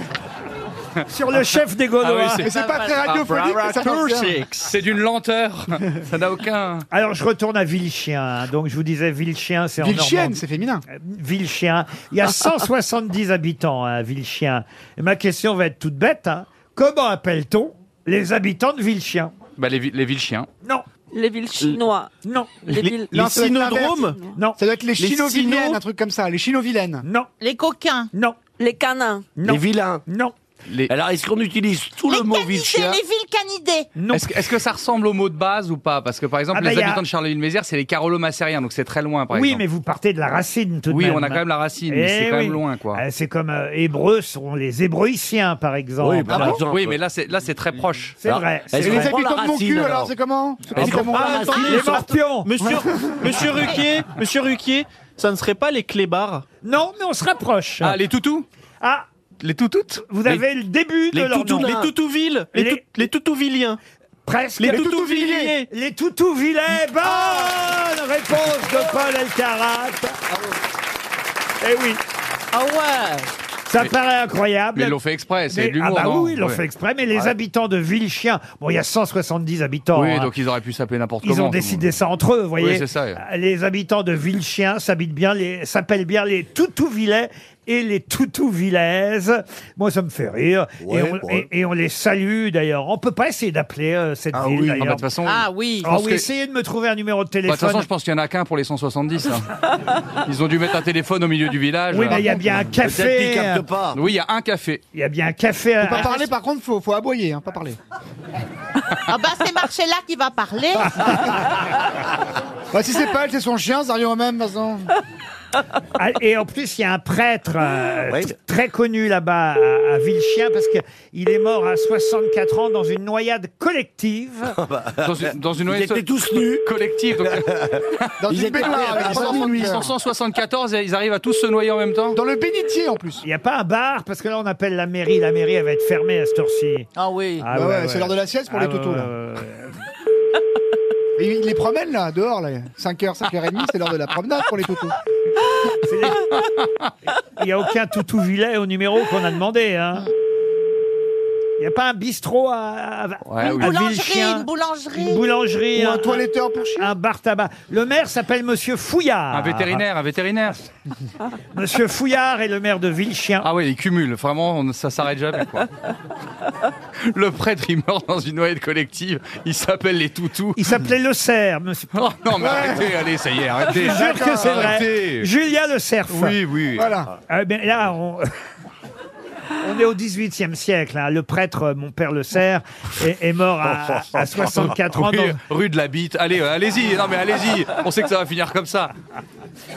sur le chef des
Ah
Gaulois.
Ah Mais
Ah,
c'est
bah,
pas très radiophonique, mais ça marche bien.
Ah C'est d'une lenteur. Ça n'a aucun.
Ah, Alors, je retourne à Villechien. hein. Donc, je vous disais, Villechien, c'est en
Villechienne,
Normandie.
c'est féminin.
Villechien. Il y a 170 habitants hein, à Villechien. Et ma question va être toute bête. hein. Comment appelle-t-on les habitants de Villechien
Bah, les, vi- les villes chiens.
Non.
Les villes chinoises.
Non.
Les, villes.
Non.
Ça doit être les,
Les
chinovilaines,
Sino-
un truc comme ça. Les chinovilaines.
Non.
Les coquins.
Non.
Les canins.
Non.
Les vilains.
Non.
Alors, est-ce qu'on utilise tout le mot
C'est
vilchien
les villes canidées.
Non.
Est-ce que, est-ce que ça ressemble au mot de base ou pas Parce que par exemple,
Ah bah,
les
y a-
habitants de Charleville-Mézières, c'est les Carolo-Macériens, donc c'est très loin par
oui,
exemple.
mais vous partez de la racine tout de
Oui,
même.
on a quand même la racine, mais
Eh
c'est quand même
oui.
loin, quoi.
Euh, C'est comme euh, Hébreux sont les Hébreïciens, par exemple.
Oui, par Ah bon exemple.
Oui, mais là, c'est, là, c'est très proche.
C'est vrai.
Est-ce
c'est
Et les
qu'on
vrai.
prend
habitants
la
de mon
racine,
cul, alors
alors
c'est comment
Ah,
Ah,
Est-ce qu'on
Comment
prend
on
la
l'attend
racine
Les morpions
Monsieur, monsieur Ruquier, monsieur Ruquier, ça ne serait pas les clébards
Non, mais on se rapproche.
Ah, les toutous
Ah,
Les toutoutes
vous avez le début de
Les,
leur
toutous,
nom.
les toutouvilles, les,
Les-
tout- les toutouvilliens,
Presque.
les,
Les,
toutous-
toutouvilliers.
les Toutouvilais. Bonne réponse de Paul Elkarat. Eh oui,
Ah ouais.
ça paraît incroyable.
Mais ils l'ont fait exprès, c'est
Mais-
de l'humour.
Ah bah
non
oui, ils l'ont
Ouais.
fait exprès. Mais les
Ouais.
habitants de Villechien, bon, il y a 170 habitants.
Oui,
hein.
donc ils auraient pu s'appeler n'importe
Ils
comment. Bah,
ont
tout le
décidé
monde.
ça entre eux, vous voyez.
c'est ça, ouais.
Les habitants de Villechien s'habitent bien, les- s'appellent bien les Toutouvilais et les Toutouvillaises. Moi, ça me fait rire. et,
Ouais,
on,
ouais.
et- et on les salue d'ailleurs. On peut pas essayer d'appeler euh, cette
Ah
ville
oui, ah bah, de
d'ailleurs.
toute façon.
Ah oui.
Ah
pense
oui,
que-
essayez de me trouver un numéro de
bah, de
téléphone.
toute façon, je pense qu'il y en a qu'un pour les 170. hein. Ils ont dû mettre un téléphone au milieu du village.
oui,
euh.
mais il y a bien un
Peut-être qu'il
café.
capte
euh,
pas.
Oui, il y a un café.
Il y a bien un café.
Faut
à-
pas parler, par contre, faut, faut aboyer, hein, pas parler.
Ah bah c'est Marcella qui va parler.
Bah, si c'est pas elle, c'est son chien, ça revient au même, de toute façon.
Ah, Et en plus, il y a un prêtre euh,
Ah Ouais.
t- très connu là-bas à, à Villechien parce qu'il est mort à 64 ans dans une noyade collective.
Dans une, dans une
Ils
OS
étaient Bah. tous nus.
collective. donc-
Dans
Ils
une
étaient
baignoire,
prêts à hein.
avec
faire
un enfant de
minuit.
cœur.
174, et ils arrivent à tous se noyer en même temps.
Dans le bénitier, en plus.
Il n'y a pas un bar parce que là on appelle la mairie. La mairie elle va être fermée à cette heure-ci.
Ah oui.
Ah
Bah ouais, c'est l'heure de la sieste pour
Ah
les toutous,
ouais,
là.
ouais, ouais.
Et ils les promènent, là, dehors, là. 5h, 5h30, c'est l'heure de la promenade pour les toutous.
Il n'y a aucun toutou vilain au numéro qu'on a demandé. hein. Il n'y a pas un bistrot à, à,
Ouais,
à
oui.
Une boulangerie,
Villechien,
une boulangerie.
une boulangerie,
Ou un
un,
toiletteur pour chien.
un bar tabac. Le maire s'appelle Monsieur Fouillard.
Un vétérinaire, un vétérinaire.
Monsieur Fouillard est le maire de Villechien.
Ah ouais, ils cumulent. Vraiment, on- ça s'arrête jamais, quoi. Le prêtre, il meurt dans une noyade collective. Il s'appelle les toutous.
Il s'appelait Le Cerf, monsieur.
Oh non, mais arrêtez, allez, ça y est, arrêtez.
Je jure que c'est vrai.
Arrêtez.
Julien Le Cerf.
Oui, oui.
Voilà.
Ah, ben là, on... on est au 18e siècle. hein. Le prêtre, euh, mon père le serre, est, est mort à, à 64 ans.
Oui,
dans-
rue de la Bite. Allez, euh, allez-y. Non, mais allez-y. On sait que ça va finir comme ça.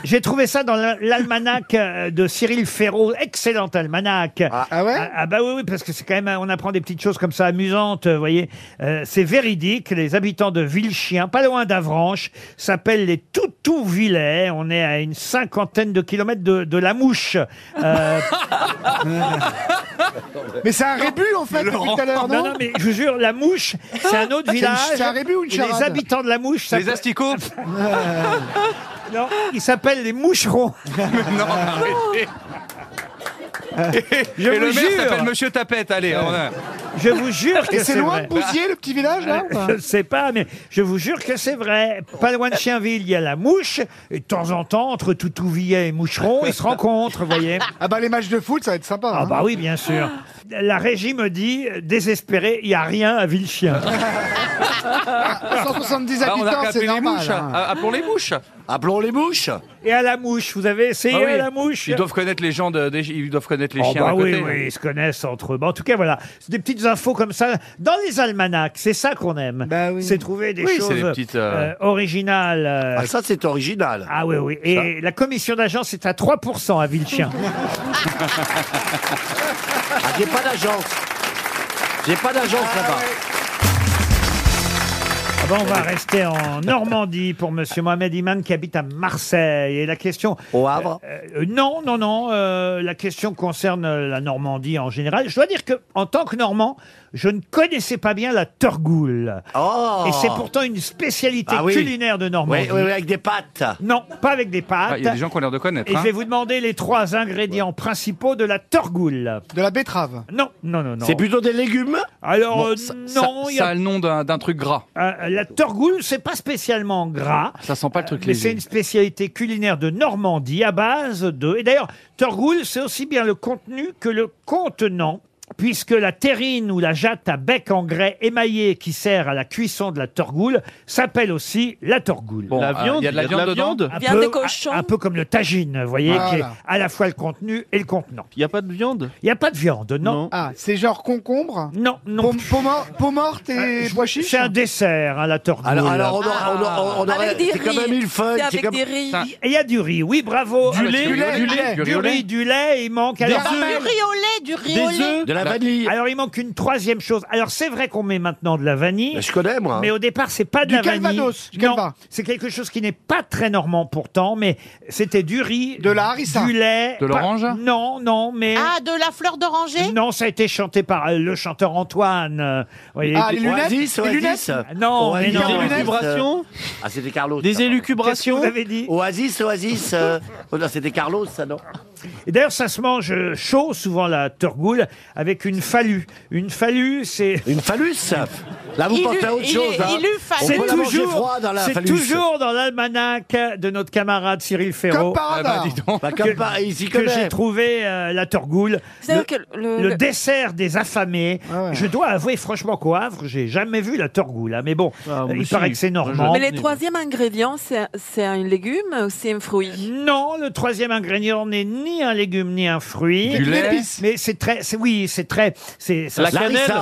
J'ai trouvé ça dans l'al- l'almanach euh, de Cyril Ferraud. Excellent almanach. Ah,
ah ouais
ah bah oui, oui, parce que c'est quand même, euh, on apprend des petites choses comme ça amusantes, euh, vous voyez. Euh, c'est véridique. Les habitants de Villechien, pas loin d'Avranches, s'appellent les Toutouvilais. On est à une cinquantaine de kilomètres de, de la mouche. Euh,
Mais c'est un rébut, en fait, depuis tout à l'heure,
Non,
non
non, mais je vous jure, la Mouche, c'est un autre
une-
village.
c'est un rébut ou une
Et Les
charade
habitants de la Mouche,
Les
s'appellent-
asticots.
non, ils s'appellent les Moucherons.
Non, arrêtez.
Je
Et le
vous
maire
jure.
s'appelle Monsieur Tapette, allez. on a-
Je vous jure que
Et c'est loin
vrai.
de Bouziers,
le petit village, là, ou pas
Je ne sais pas, mais je vous jure que c'est vrai. Pas loin de Chienville, il y a la mouche. Et de temps en temps, entre Toutouvillet et Moucheron, ils se rencontrent, vous voyez.
Ah bah les matchs de foot, ça va être sympa. hein.
Ah bah oui, bien sûr. La régie me dit, désespéré, il n'y a rien à Vilchien.
170
Bah, on a qu'à
habitants, c'est
appeler les
normal.
mouches.
hein.
Ah, Appelons les mouches.
Appelons les mouches.
Et à la mouche, vous avez essayé
Ah oui.
à la mouche
Ils doivent connaître les gens, de, des- ils doivent connaître les
Oh,
chiens
bah
à
oui,
côté.
oui, ils se connaissent entre eux. Bon, en tout cas, voilà, c'est des petites infos comme ça. Dans les almanachs, c'est ça qu'on aime. C'est trouver des
Bah Oui, c'est
choses
des petites, euh,
euh, originales. euh,
Ah, ça, c'est original.
Ah oui, oui. Et la commission d'agence est à 3% à Vilchien.
Ah, j'ai pas d'agence. J'ai pas d'agence là-bas.
Ah bon, on va rester en Normandie pour Monsieur Mohamed Iman qui habite à Marseille. Et la question...
Au Havre
Euh, euh, Non, non, non. euh, la question concerne euh, la Normandie en général. Je dois dire que, en tant que Normand, je ne connaissais pas bien la torgoule.
Oh
Et c'est pourtant une spécialité
Ah oui.
culinaire de Normandie.
Oui, oui, oui, avec des pâtes.
Non, pas avec des pâtes.
Ah, Il y a des gens qui ont l'air de connaître.
Et
hein.
je vais vous demander les trois ingrédients principaux de la torgoule.
De la betterave
Non, non, non, non.
C'est plutôt des légumes
Alors,
Bon,
euh,
ça-
non,
ça,
il y a-
ça a le nom d'un d'un truc gras.
Euh, la torgoule, c'est pas spécialement gras. Euh,
Ça sent pas le truc
Mais
léger.
c'est une spécialité culinaire de Normandie à base de... Et d'ailleurs, torgoule, c'est aussi bien le contenu que le contenant. Puisque la terrine ou la jatte à bec en grès émaillé qui sert à la cuisson de la torgoule s'appelle aussi la torgoule.
Bon, La euh, viande, il y a de la il y a de viande la dedans viande
Un
Viande
peu-
de cochon.
Un, un peu comme le tagine, vous voyez, qui est
Voilà.
à la fois le contenu et le contenant.
Il n'y a pas de viande
Il n'y a pas de viande, non.
Ah, c'est genre concombre
Non, non. Euh,
Peau, peau mor- peau morte et pois chiche
C'est un dessert, hein, la torgoule.
Alors, alors, on aura- on aura-
Ah,
on aurait- c'est quand même mille feuilles.
C'est
c'est
avec
comme-
des riz.
Putain.
Et il y a du riz, oui, bravo.
Du Ah, lait, du lait, du lait,
du riz, du lait, il manque.
Des
alors-
Du riolet, du riolet.
De la vanille.
Bah, Alors, il manque une troisième chose. Alors, c'est vrai qu'on met maintenant de la vanille.
Mais Bah, je connais, moi. hein.
Mais au départ, c'est pas de
Du
la
calvados,
vanille.
du
non,
calva.
c'est quelque chose qui n'est pas très normand pourtant, mais c'était du riz,
De la harissa.
du lait,
De
pas-
l'orange
Non, non, mais
Ah, de la fleur d'oranger
non, ça a été chanté par euh, le chanteur Antoine. euh, vous voyez.
Ah, les lunettes
Oasis,
Les
Oasis.
lunettes
Non, mais
Oasis,
non.
Des
Oasis, euh,
élucubrations
Ah, c'était Carlos.
Des
ça, pardon.
Qu'est-ce que
élucubrations
vous avez dit
Oasis, Oasis. euh, oh non, c'était Carlos, ça, non
Et d'ailleurs, ça se mange euh, chaud, souvent la torgoule, avec une fallue. Une fallue, c'est
Une phallus Là, vous
Il
pensez à
eut-
autre
il
chose.
est-
hein.
il eut phallus.
On
C'est
peut la manger
toujours,
froid dans la
c'est
phallus.
toujours dans l'almanach de notre camarade Cyril
Comme
Ferraud
par
Ah bah
hasard.
dis donc.
Bah, comme par- il s'y
que j'ai
connaît.
trouvé euh, la torgoule.
C'est
Le,
vrai que le-
le
le-
dessert des affamés.
Ah ouais.
Je dois avouer franchement qu'au Havre, j'ai jamais vu la torgoule. hein. Mais bon,
Ah,
euh,
moi
il
aussi.
paraît que c'est normand.
Mais les troisièmes ingrédients, c'est c'est un légume ou c'est un fruit
Non, le troisième ingrédient n'est ni un légume ni un fruit.
Du lait.
L'épice. Mais c'est très, c'est- oui, c'est très, c'est ça-
La
la,
cannelle
harissa.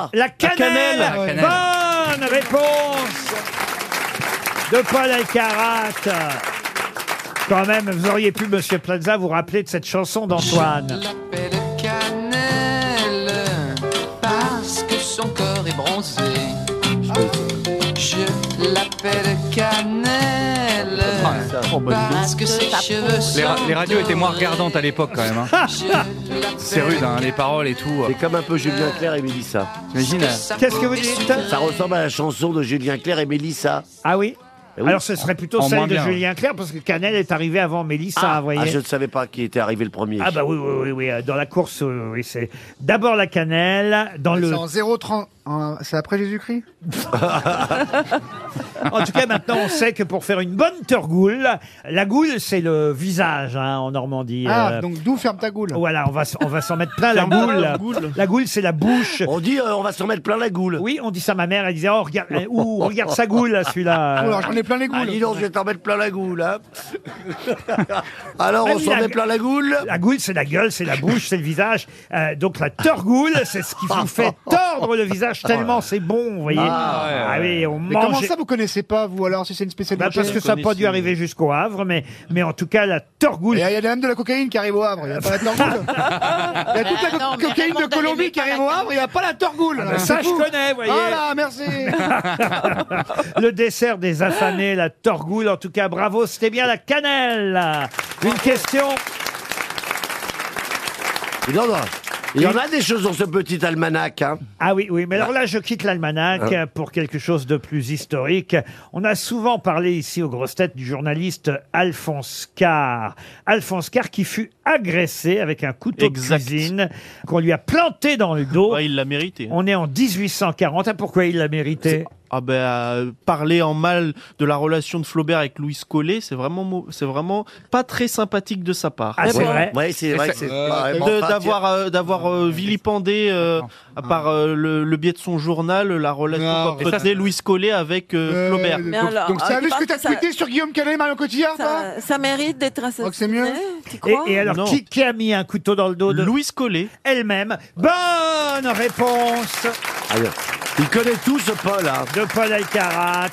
cannelle.
La
cannelle.
Bonne réponse de Paul Alcarat. Quand même, vous auriez pu, Monsieur Plaza, vous rappeler de cette chanson d'Antoine.
l'appelle cannelle parce que son corps est bronzé. Je l'appelle cannelle
Oh,
parce que ses cheveux sont
Les, ra- les radios étaient moins
dorés.
regardantes à l'époque quand même. hein.
Je l'appelle
C'est rude, hein, les paroles et tout.
C'est comme un peu Julien Clerc et Mélissa.
T'imagines euh,
sa
Qu'est-ce que vous
peau est
dites
Ça ressemble à la chanson de Julien Clerc et Mélissa.
Ah oui
Eh oui.
Alors ce serait plutôt
En
celle
moins
de
bien.
Julien Clerc parce que Canel est arrivé avant Mélissa, vous voyez.
Ah, je ne savais pas qui était arrivé le premier.
Ah bah oui, oui, oui, oui, euh, dans la course, euh, oui, c'est d'abord la cannelle, dans le...
C'est en 0,30. en- C'est après Jésus-Christ
En tout cas, maintenant, on sait que pour faire une bonne turgoule, la goule, c'est le visage hein, en Normandie.
Ah,
euh,
donc d'où ferme ta goule
Voilà, on va, s- on va s'en mettre plein la goule. La goule, c'est la bouche.
On dit, euh, on va se remettre plein la goule.
Oui, on dit ça à ma mère, elle disait, oh, regarde, euh, ouh, regarde sa goule, là,
Oh,
celui-là.
alors j'en ai plein les
Ah, dis
goules.
donc, je vais t'en mettre plein la goule. hein. Alors,
Même
on s'en
Ah la-
met plein la goule.
La goule, c'est la gueule, c'est la bouche, c'est le visage. Euh, donc la torgoule, c'est ce qui vous fait tordre le visage tellement c'est bon, vous voyez.
Ah,
ouais,
oui, on
Mais
mange.
comment ça vous connaissez pas, vous alors, si c'est une spécialité
Bah, parce que ça n'a pas dû arriver jusqu'au Havre, mais, mais en tout cas, la torgoule.
Il y a il y a même de la cocaïne qui arrive au Havre, il n'y a pas la torgoule. Il y a toute la
Bah non, mais
co- cocaïne
vraiment,
de Colombie
t'avais
qui arrive
pas
au
la-
Havre, il n'y a pas la torgoule.
Ah, bah, ça, je connais, vous voyez.
Voilà, merci.
Le dessert des affamés, la torgoule. En tout cas, bravo, c'était bien la cannelle. Une question
Dis donc, non, Il y en a des choses dans ce petit almanach. Hein.
Ah oui, oui, mais alors là, je quitte l'almanach
Hein.
pour quelque chose de plus historique. On a souvent parlé ici aux grosses têtes du journaliste Alphonse Carr. Alphonse Carr qui fut agressé avec un couteau de cuisine qu'on lui a planté dans le dos.
il l'a mérité.
On est en 1840. Ah, pourquoi il l'a mérité
Ah ben, euh, parler en mal de la relation de Flaubert avec Louise Collet, c'est vraiment, mau- c'est vraiment pas très sympathique de sa part.
Ah, c'est Ouais. vrai. Ouais, c'est vrai que c'est
euh,
pas vraiment
De-
pas
D'avoir,
dire-
euh, d'avoir euh, vilipendé euh, par euh, le, le biais de son journal la relation
Non.
qu'entretenait Louise Collet avec euh, Flaubert.
Mais
Donc-
alors,
donc
euh,
ah,
ça-
T'as vu ce que t'as
ça-
tweeté sur Guillaume Canet et Marion Cotillard, toi
Ça mérite d'être assassiné.
c'est mieux
Et, et alors,
Non.
qui, qui a mis un couteau dans le dos de
Louise Collet
Elle-même. Bonne réponse
Il connaît tout ce Paul. hein.
De Paul Alcarat.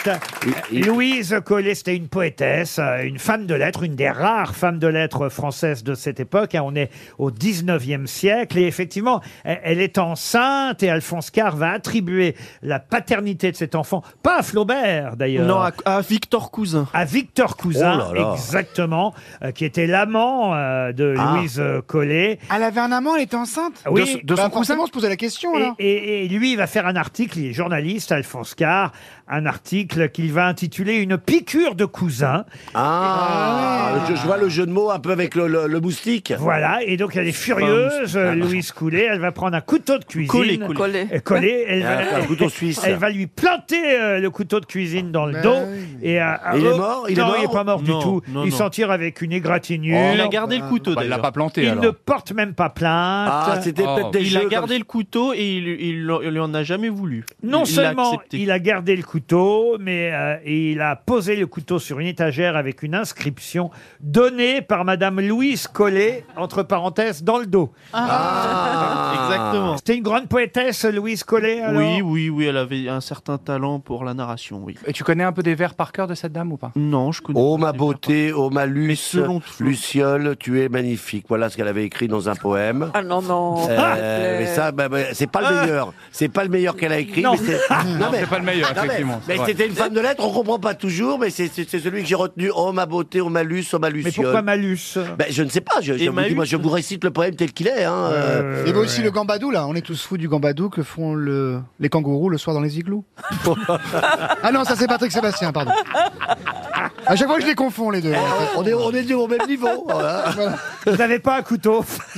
Louise Collet, c'était une poétesse, euh, une femme de lettres, une des rares femmes de lettres françaises de cette époque. hein. On est au 19e siècle et effectivement, elle, elle est enceinte et Alphonse Carr va attribuer la paternité de cet enfant, pas à Flaubert d'ailleurs.
Non, à- Victor Cousin.
À Victor Cousin,
Oh là là.
exactement, euh, qui était l'amant euh, de
Ah.
Louise Collet.
Elle avait un amant, elle était enceinte
Oui. De- de
Bah,
son
forcément, on se posait la question,
Et-
là.
Et, et lui, il va faire un article, il est journaliste, Alphonse Carr, un article qu'il va intituler Une piqûre de cousin.
Ah, je, je vois le jeu de mots un peu avec le, le- le moustique.
Voilà, et donc elle est furieuse,
Enfin,
euh, Louise Coulet, elle va prendre un couteau de cuisine.
Collé, collé.
Collé.
Euh, collé, elle
Ah,
va,
un couteau suisse.
Elle va lui planter euh, le couteau de cuisine dans le
Bah
Ben
dos.
oui.
Et, euh,
Il est
oh,
mort Il est
Non,
mort
il n'est pas mort
Non,
du tout.
non,
il
non.
s'en tire avec une égratignure.
Oh, Il a gardé le couteau, Bah, il l'a d'ailleurs. Ah, pas planté,
Il
alors.
ne porte même pas plainte.
Oh.
Il a gardé le couteau et il, il, il lui en a jamais voulu.
Non
Il- il l'a
seulement
accepté.
il a gardé le couteau, mais euh, il a posé le couteau sur une étagère avec une inscription donnée par Madame Louise Collet, entre parenthèses, dans le dos.
Ah. Exactement.
C'était une grande poétesse, Louise Collet, alors
Oui, oui, oui, elle avait un certain talent pour la narration, oui.
Et tu connais un peu des vers par cœur de cette dame ou pas
Non, je connais.
Oh ma beauté, oh ma luce,
selon
Luciole, tu es magnifique. Voilà ce qu'elle avait écrit dans un poème.
Ah non, non.
Euh, mais ça, bah, bah, c'est pas le
Ah.
meilleur. C'est pas le meilleur qu'elle a écrit.
Non.
mais c'est-
Non, c'est pas le meilleur,
mais-
effectivement, c'est
Mais,
vrai.
c'était une femme de lettres, on comprend pas toujours, mais c'est c'est- c'est celui que j'ai retenu. Oh ma beauté, oh ma luce, oh ma luciole.
pourquoi ma luce
ben, Je ne sais pas, je, je vous, dis,
Emmaüs
moi, je vous récite le poème tel qu'il est. Hein, euh.
Et bah aussi le gambadou, là. On est tous fous du gambadou que font le- les kangourous le soir dans les igloos. ah non, ça c'est Patrick Sébastien, pardon. À chaque fois, je les confonds, les deux.
On est, on est au même niveau.
Vous n'avez pas un couteau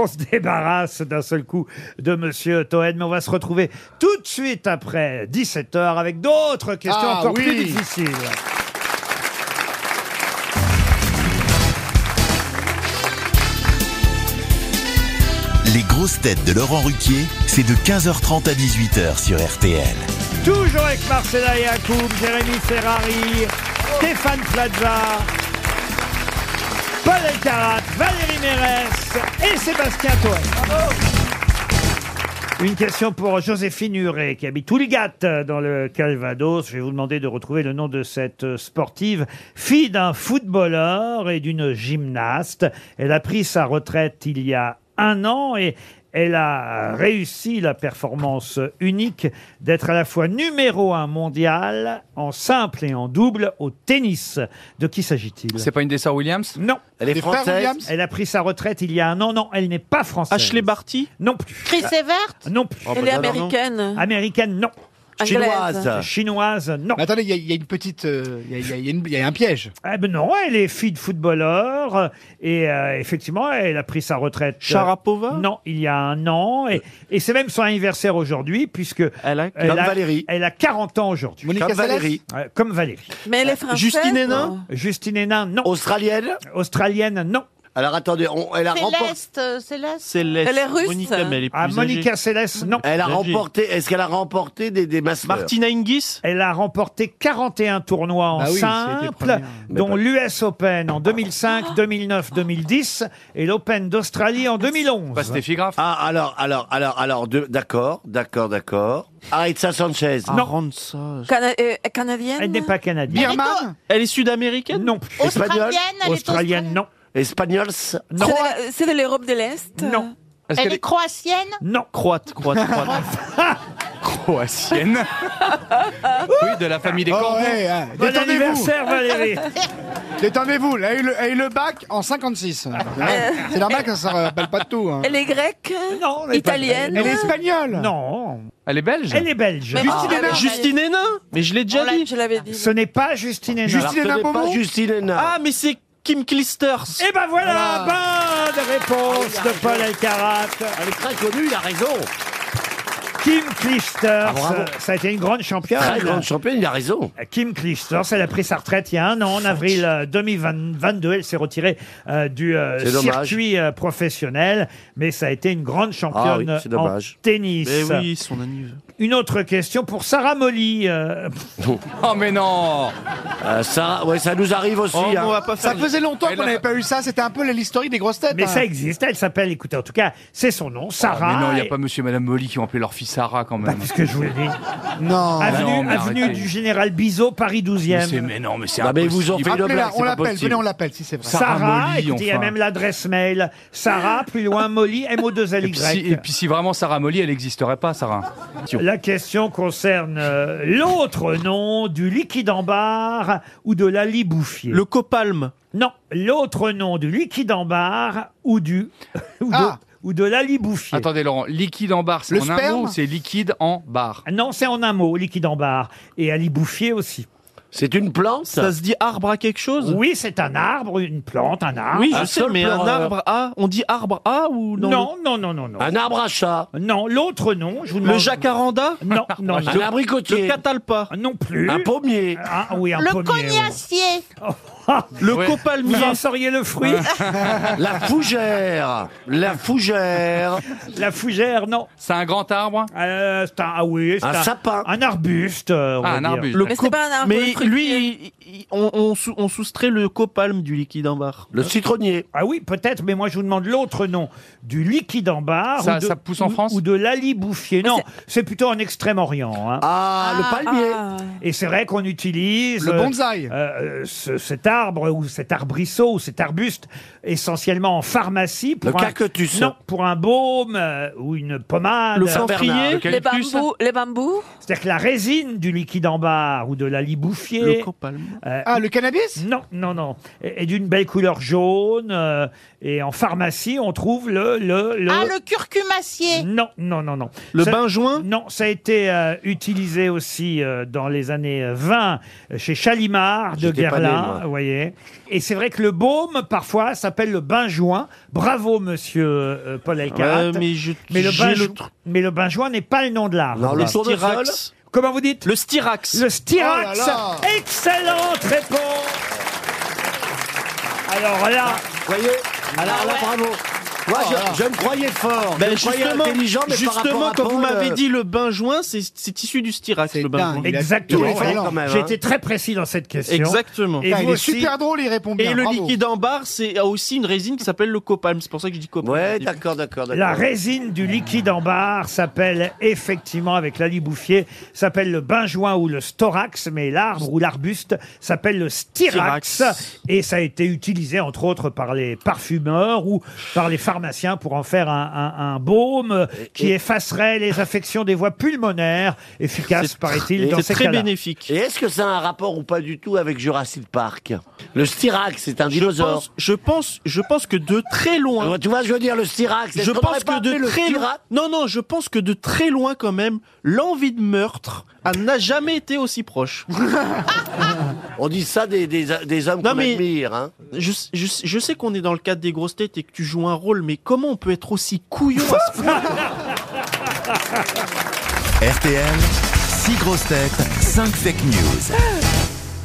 On se débarrasse d'un seul coup de Monsieur Toen, mais on va se retrouver tout de suite après 17h avec d'autres questions
Ah,
encore
oui.
plus difficiles.
Les grosses têtes de Laurent Ruquier, c'est de 15h30 à 18h sur RTL.
Toujours avec Marcella Yacoub, Jérémy Ferrari, Stéphane Plaza, Paul Elkarat, Valérie Mérès et Sébastien Toen. Une question pour Joséphine Huré, qui habite Oulgat, euh, dans le Calvados. Je vais vous demander de retrouver le nom de cette euh, sportive, fille d'un footballeur et d'une gymnaste. Elle a pris sa retraite il y a un an et elle a réussi la performance unique d'être à la fois numéro un mondial en simple et en double au tennis. De qui s'agit-il
C'est pas une des sœurs Williams
Non.
Elle
est Des frères française Williams
Elle a pris sa retraite il y a un an. Non, elle n'est pas française. Ashley
Barty
Non plus.
Chris Evert
Ah. Non plus.
Oh, Elle bah, est non, non. américaine
Américaine, non.
Anglaise. Chinoise.
Chinoise, non.
attendez, il y, a- il y a une petite. euh, Il y, a- il y a- il y a une- il y a un piège.
Ah ben non, elle est fille de footballeur euh, et euh, effectivement, elle a pris sa retraite. euh,
Sharapova
Non, il y a un an et, et c'est même son anniversaire aujourd'hui puisque elle a,
Comme Valérie.
Elle a 40 ans aujourd'hui.
Monica Comme Seles Valérie.
Euh, Comme Valérie.
Mais
Euh,
elle est française.
Justine
non
Hénin Justine Hénin, non.
Australienne
Australienne, non.
Alors attendez, elle
Céleste, euh, Céleste.
Céleste.
Elle est russe.
Ah, Monica Seles, non.
Elle a remporté, est-ce qu'elle a remporté des, des masses
Martina Hingis
Elle a remporté 41 tournois en
Bah oui, c'est les
simple,
premières.
dont l'US Open en
Ah.
2005, 2009, 2010 et l'Open d'Australie en 2011.
Ah, alors, alors, alors, alors, de- d'accord, d'accord, d'accord. Aritza Sanchez.
Non.
Cana- euh, Canadienne
Ah. Elle n'est pas canadienne.
Birman
Elle est sud-américaine
Non.
Australienne, elle est
Australienne, non.
Espagnols
C'est de la- C'est de l'Europe de l'Est
Non.
Elle, est croatienne
Non.
Croate, croate, croate.
Croatienne. oui, de la famille des Corbeaux.
ouais, hein.
Bon
Détendez-vous.
anniversaire,
Valérie.
Détendez-vous, elle a, eu le, elle a eu le bac en 56.
Ah.
C'est normal que ça ne rappelle pas de tout. hein.
Elle est grecque
Non,
elle est pas
Italienne
grecque. Elle est espagnole
Non.
Elle est belge
Elle est belge.
Mais Justine non, Hénin. elle est
Justine Hénin Mais je l'ai déjà dit.
Je l'avais dit.
Ce n'est pas Justine Hénin.
Justine Hénin Beaumont Ah, mais c'est Kim Clijsters.
Eh ben voilà,
Ah.
Ah
bonne réponse de Paul Elkarat.
Elle est très connue, Ah, il a raison.
Kim Clijsters,
Ah, bravo.
euh, ça a été une grande championne.
Très grande championne, il a raison.
Kim Clijsters, elle a pris sa retraite il y a un an, en avril euh, 2022. Elle s'est retirée euh, du euh,
C'est dommage.
circuit euh, professionnel, mais ça a été une grande
Ah oui,
championne
c'est
en
dommage.
tennis.
Mais oui, son anniversaire.
Une autre question pour Sarah Molly. euh,
Oh mais non
Euh,
Oh,
ça, ouais, ça nous arrive aussi. hein.
ça faisait longtemps
Elle
qu'on
a-
n'avait pas eu ça. C'était un peu l'historique des grosses têtes.
mais
hein.
ça existe. Elle s'appelle, écoutez, en tout cas, c'est son nom, Sarah.
Ah, mais non, il n'y
Et-
a pas monsieur et madame Molly qui ont appelé leur fille Sarah quand même.
Qu'est-ce Bah, que je vous dis
Non.
Avenue,
Non, mais
avenue
arrêtez.
du Général Bizot, Paris 12e.
Mais c'est- mais non, mais c'est
Bah, mais
impossible.
vous en faites une blague,
Appelez-la,
c'est
on
pas
l'appelle,
possible.
venez, on l'appelle si c'est vrai.
Sarah,
Molly,
écoutez, il y a
enfin.
même l'adresse mail. Sarah, plus loin, Molly, m o 2 l
Et puis, si, et puis si vraiment Sarah Molly, elle n'existerait pas, Sarah.
La question concerne euh, l'autre nom du liquide en barre ou de la libouffier.
Le copalme.
Non, l'autre nom du liquide en barre ou du ou de,
Ah.
ou de la libouffier.
Attendez, Laurent, liquide en barre, c'est
Le
en un
sperme
mot ou c'est liquide en barre
Non, c'est en un mot, liquide en barre et à libouffier aussi.
C'est une plante
Ça se dit arbre à quelque chose
Oui, c'est un arbre, une plante, un arbre.
Oui,
Un
je sais,
seul
mais
plan,
un
euh,
arbre à, on dit arbre à ou non
Non, non, non, non, non.
Un arbre à chat.
Non, l'autre nom, je vous demande.
Le jacaranda
Non, non,
Un
non,
Le
abricotier.
catalpa
non plus.
Un pommier.
Ah oui, un
Le
pommier,
cognacier.
oui.
Le
Ouais.
copalmier
Vous en sauriez le fruit
La fougère. La fougère.
La fougère, non.
C'est un grand arbre
Euh, c'est un, ah oui, c'est
Un sapin.
Un arbuste, euh, on
Ah,
va
un
dire.
arbuste.
Le
Mais c'est
cop-
pas un arbre euh,
Mais
fruitier.
lui, il- il- on, on sou- on soustrait le copalme du liquide en barre.
Le citronnier.
Ah oui, peut-être, mais moi je vous demande l'autre nom du liquide en barre.
Ça-
ou de-
ça pousse en
ou-
France
Ou de l'alibouffier. Non, c'est plutôt en Extrême-Orient. hein.
Ah, le palmier.
Ah.
Et c'est vrai qu'on utilise.
Le
euh,
bonsaï.
euh, ce- cet arbre ou cet arbrisseau ou cet arbuste essentiellement en pharmacie pour
Le
un,
cactus.
non pour un baume euh, ou une pommade
Le
Saint-Bernard.
sanglier
Les bambous, les bambous
c'est-à-dire que la résine du liquide en barre ou de la libouffier
Le copalme.
euh,
Ah, le cannabis
non non non et, et d'une belle couleur jaune euh, et en pharmacie on trouve le le, le-
Ah, le curcumacier.
non non non non
Le
Ça-
bain-joint
non, ça a été euh, utilisé aussi euh, dans les années euh, 20 euh, chez Chalimard de
J'étais pas né,
Guerlain,
moi.
vous voyez. Et c'est vrai que le baume, parfois, s'appelle le bain-joint. Bravo, monsieur euh, Paul Elkarat.
Ouais, mais je-
Mais le
j'ai
bain-joint-
le tr-
mais le bain-joint n'est pas le nom de l'arbre.
Non, le tournesol.
styrax.
Comment vous dites
Le styrax.
Le styrax.
Oh là
Excellente réponse Alors là,
Vous voyez Alors là, bravo. Moi, je, je me croyais fort.
Ben,
je me croyais intelligent, mais par
justement,
rapport à
quand vous
Paul,
m'avez
euh,
dit le bain-joint, c'est c'est issu du styrax,
C'est
le bain-joint.
dingue. Il a-
exactement.
il est
vous voyez,
fort quand
même,
J'ai
hein.
été très précis dans cette question.
Exactement.
Et
Ah, Il
vous
est
aussi.
super drôle, il répond bien.
Et le
bravo.
liquide en barre, c'est a aussi une résine qui s'appelle le copalme. C'est pour ça que je dis copalme.
Ouais, d'accord, d'accord, d'accord.
La résine du liquide en barre s'appelle effectivement, avec l'alibouffier, s'appelle le benjoin ou le storax, mais l'arbre ou l'arbuste s'appelle le styrax,
Styrax.
Et ça a été utilisé entre autres par les parfumeurs ou par les pharmaciens pour en faire un, un- un baume qui effacerait les affections des voies pulmonaires, efficace
C'est
paraît-il
et
dans ces
C'est très
cas-là.
bénéfique.
Et est-ce que ça a un rapport ou pas du tout avec Jurassic Park Le styrax, c'est un
Je
dinosaure.
pense, je pense, je pense que de très loin.
Alors, Euh, Tu vois, je veux dire, le styrax. est-ce
Je
qu'on
pense
aurait pas
que de
appelé le
très loin.
styrax
Non, non, je pense que de très loin quand même, l'envie de meurtre elle n'a jamais été aussi proche.
On dit ça des, des, des hommes
Non,
qu'on
mais-
admire. Hein.
Je, je, je sais qu'on est dans le cadre des grosses têtes et que tu joues un rôle, mais comment on peut être aussi couillon à ce point
RTL, 6 grosses têtes, 5 fake news.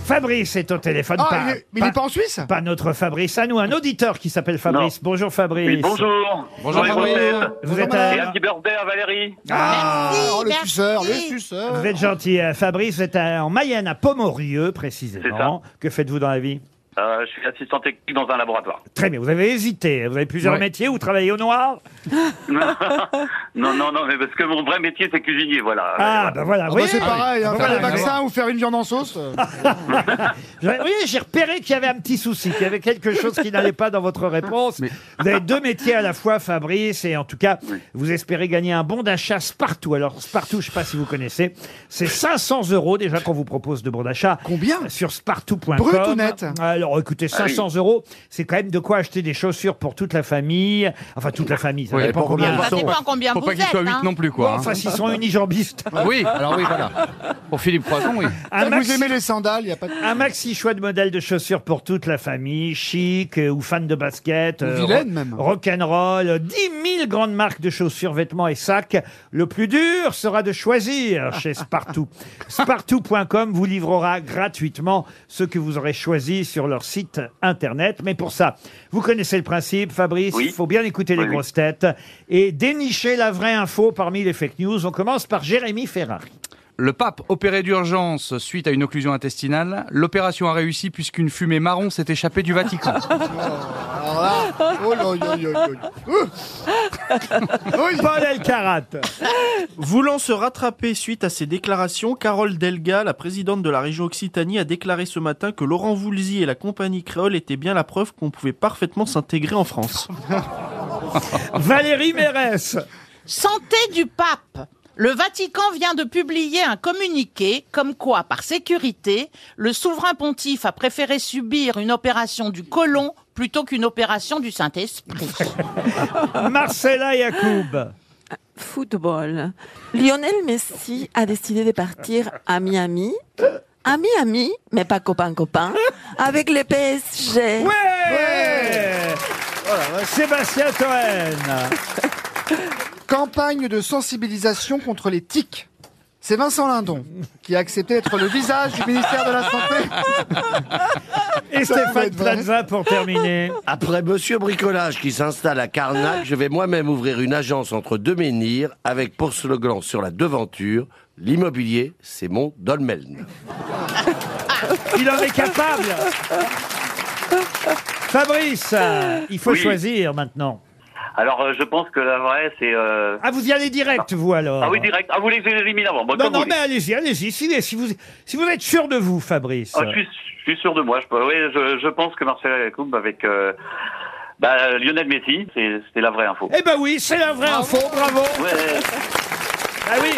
Fabrice est au téléphone.
Ah,
pas,
il est- mais il n'est
pas-
pas en Suisse
pas notre Fabrice, à nous, un auditeur qui s'appelle Fabrice. Bonjour Fabrice.
Oui, bonjour.
Bonjour,
les
Fabrice.
grosses têtes.
Vous êtes à-
Et happy birthday à Valérie.
Ah,
Ah, oh, le
merci.
suceur, le suceur.
Vous êtes gentil, euh, Fabrice. Vous êtes à- en Mayenne, à Pomorieux,
C'est ça.
précisément. Que faites-vous dans la vie
Euh, je suis assistant technique dans un laboratoire.
Très bien. Vous avez hésité. Vous avez plusieurs
Ouais.
métiers. Vous travaillez au noir.
non, non, non, mais parce que mon vrai métier, c'est cuisinier, voilà.
Ah, ben voilà.
Ah,
vous
bah,
voyez
c'est pareil, hein,
Vous
faire
voyez,
des vaccins ou faire une viande en sauce. euh.
vous voyez, j'ai repéré qu'il y avait un petit souci, qu'il y avait quelque chose qui n'allait pas dans votre réponse. Vous avez deux métiers à la fois, Fabrice, et en tout cas, vous espérez gagner un bon d'achat Spartoo. Alors, Spartoo, je ne sais pas si vous connaissez, c'est 500 euros déjà qu'on vous propose de bon d'achat. Euh,
Combien
Sur spartoo.com.
Brut ou net
Alors, Alors écoutez,
Ah oui.
500 euros, c'est quand même de quoi acheter des chaussures pour toute la famille. Enfin, toute la famille, ça
Oui,
dépend
pour
combien ils
combien ils
sont.
sont. Ça dépend combien Faut pas vous qu'ils soient êtes, huit hein. non plus, quoi,
Bon, Enfin,
hein.
s'ils sont unijambistes.
Oui, alors oui, voilà. Pour Philippe Croison, oui.
Vous aimez les sandales, il y a pas de...
Un maxi choix de modèles de chaussures pour toute la famille, chic euh, ou fan de basket, euh,
vilaine,
ro-
même.
rock'n'roll, euh, 10 000 grandes marques de chaussures, vêtements et sacs. Le plus dur sera de choisir chez Spartoo. Spartoo.com vous livrera gratuitement ce que vous aurez choisi sur leur site internet. Mais pour ça, vous connaissez le principe, Fabrice, il faut bien écouter les grosses têtes et dénicher la vraie info parmi les fake news. On commence par Jérémy Ferrari.
Le pape opéré d'urgence suite à une occlusion intestinale. L'opération a réussi puisqu'une fumée marron s'est échappée du Vatican.
Alors là, oh, là, là, là, là, là.
Paul Elkarat.
Bah
Voulant se rattraper suite à ces déclarations, Carole Delga, la présidente de la région Occitanie, a déclaré ce matin que Laurent Voulzy et la compagnie créole étaient bien la preuve qu'on pouvait parfaitement s'intégrer en France.
Valérie Mérès.
Santé du pape. Le Vatican vient de publier un communiqué comme quoi, par sécurité, le souverain pontife a préféré subir une opération du côlon plutôt qu'une opération du Saint-Esprit.
Marcella Yacoub.
Football. Lionel Messi a décidé de partir à Miami. À Miami, mais pas copain-copain, avec le PSG.
Ouais Sébastien Toen.
Campagne de sensibilisation contre les tics. C'est Vincent Lindon qui a accepté d'être le visage du ministère de la Santé.
Et Stéphane Plaza pour terminer.
Après Monsieur Bricolage qui s'installe à Carnac, je vais moi-même ouvrir une agence entre deux menhirs avec pour slogan sur la devanture L'immobilier, c'est mon dolmen.
Il en est capable. Fabrice, il faut
Oui.
choisir maintenant.
Alors, euh, je pense que la vraie, c'est. euh,
Ah, vous y allez direct, vous alors
Ah oui, direct. Ah, vous voulez que je l'élimine avant Bon,
Non,
comme
non,
vous
mais
voulez.
allez-y, allez-y. Si, si vous, si vous êtes sûr de vous, Fabrice.
Ah, je, suis, je suis sûr de moi. Je, peux- oui, je, je pense que Marcel Yacoub avec euh, bah, Lionel Messi, c'est- c'était la vraie info.
Eh ben oui, c'est la vraie info, bravo
Ouais.
Ah oui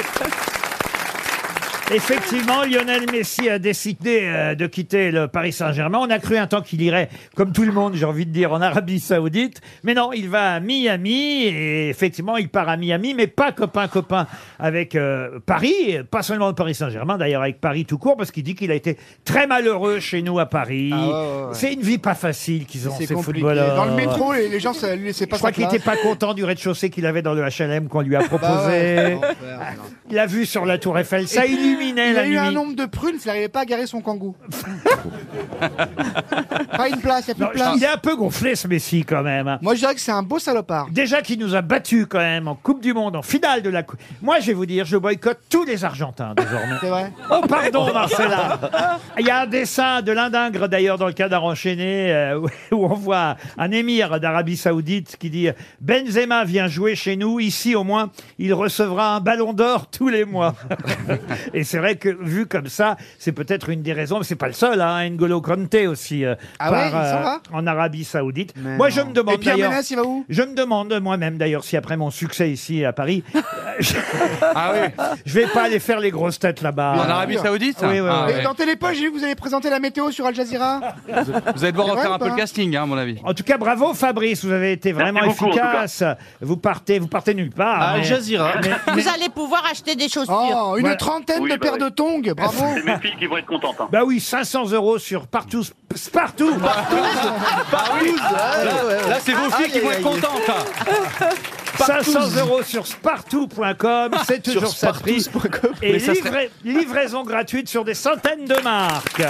Effectivement, Lionel Messi a décidé euh, de quitter le Paris Saint-Germain. On a cru un temps qu'il irait, comme tout le monde, j'ai envie de dire, en Arabie Saoudite. Mais non, il va à Miami et effectivement, il part à Miami, mais pas copain-copain avec euh, Paris, pas seulement le Paris Saint-Germain, d'ailleurs avec Paris tout court, parce qu'il dit qu'il a été très malheureux chez nous à Paris.
Ah
C'est une vie pas facile qu'ils ont,
C'est
ces
compliqué.
footballeurs.
Dans le métro, les, les gens, ça lui laissait pas
Euh. Je crois
sa
qu'il n'était
place.
pas content du rez-de-chaussée qu'il avait dans le HLM qu'on lui a
Bah ouais,
proposé. La vue sur la Tour Eiffel, ça
Et puis,
illuminait
il
la
a eu un
nuit.
nombre de prunes, il n'arrivait pas à garer son kangou. pas une place, il n'y a plus
Non,
de place.
il est un peu gonflé ce Messi quand même.
Moi, je dirais que c'est un beau salopard.
Déjà qu'il nous a battus quand même en Coupe du Monde, en finale de la Coupe. Moi, je vais vous dire, je boycotte tous les Argentins désormais.
C'est vrai.
Oh pardon Marcella Il y a un dessin de l'indingre d'ailleurs dans le cadre enchaîné euh, où on voit un émir d'Arabie Saoudite qui dit Benzema vient jouer chez nous, ici au moins il recevra un ballon d'or tous les mois. Et c'est vrai que vu comme ça, c'est peut-être une des raisons, mais c'est pas le seul, hein, N'Golo Kanté aussi euh,
Ah ouais,
part,
il s'en va
en Arabie Saoudite. Moi je me
Et
demande
Pierre
d'ailleurs-
Ménès, il va où
je me demande moi-même d'ailleurs si après mon succès ici à Paris, euh, je... je vais pas aller faire les grosses têtes là-bas.
Ah En Arabie Saoudite
Oui, oui,
Ah,
oui.
Et Dans Télépoche, j'ai vu que vous avez présenté la météo sur Al Jazeera.
Vous allez devoir
C'est vrai
refaire
ou
un peu
pas
le casting, hein, à mon avis.
En tout cas, bravo Fabrice, vous avez été vraiment
beaucoup, en tout cas.
efficace. Vous partez, vous partez nulle part.
Ah,
À Al
mais-
Jazeera.
Vous allez pouvoir acheter des chaussures.
Oh, une
Voilà.
trentaine
Oui,
de
bah
paires
oui.
de tongs, bravo.
C'est mes filles qui vont être contentes. hein. Bah
Bah oui, 500 euros sur partout, partout.
Ah,
Là, c'est vos filles qui vont être contentes.
500 euros sur spartou.com, c'est toujours
Sur
ça pris. Et
Mais ça serait-
livra- livraison gratuite sur des centaines de marques.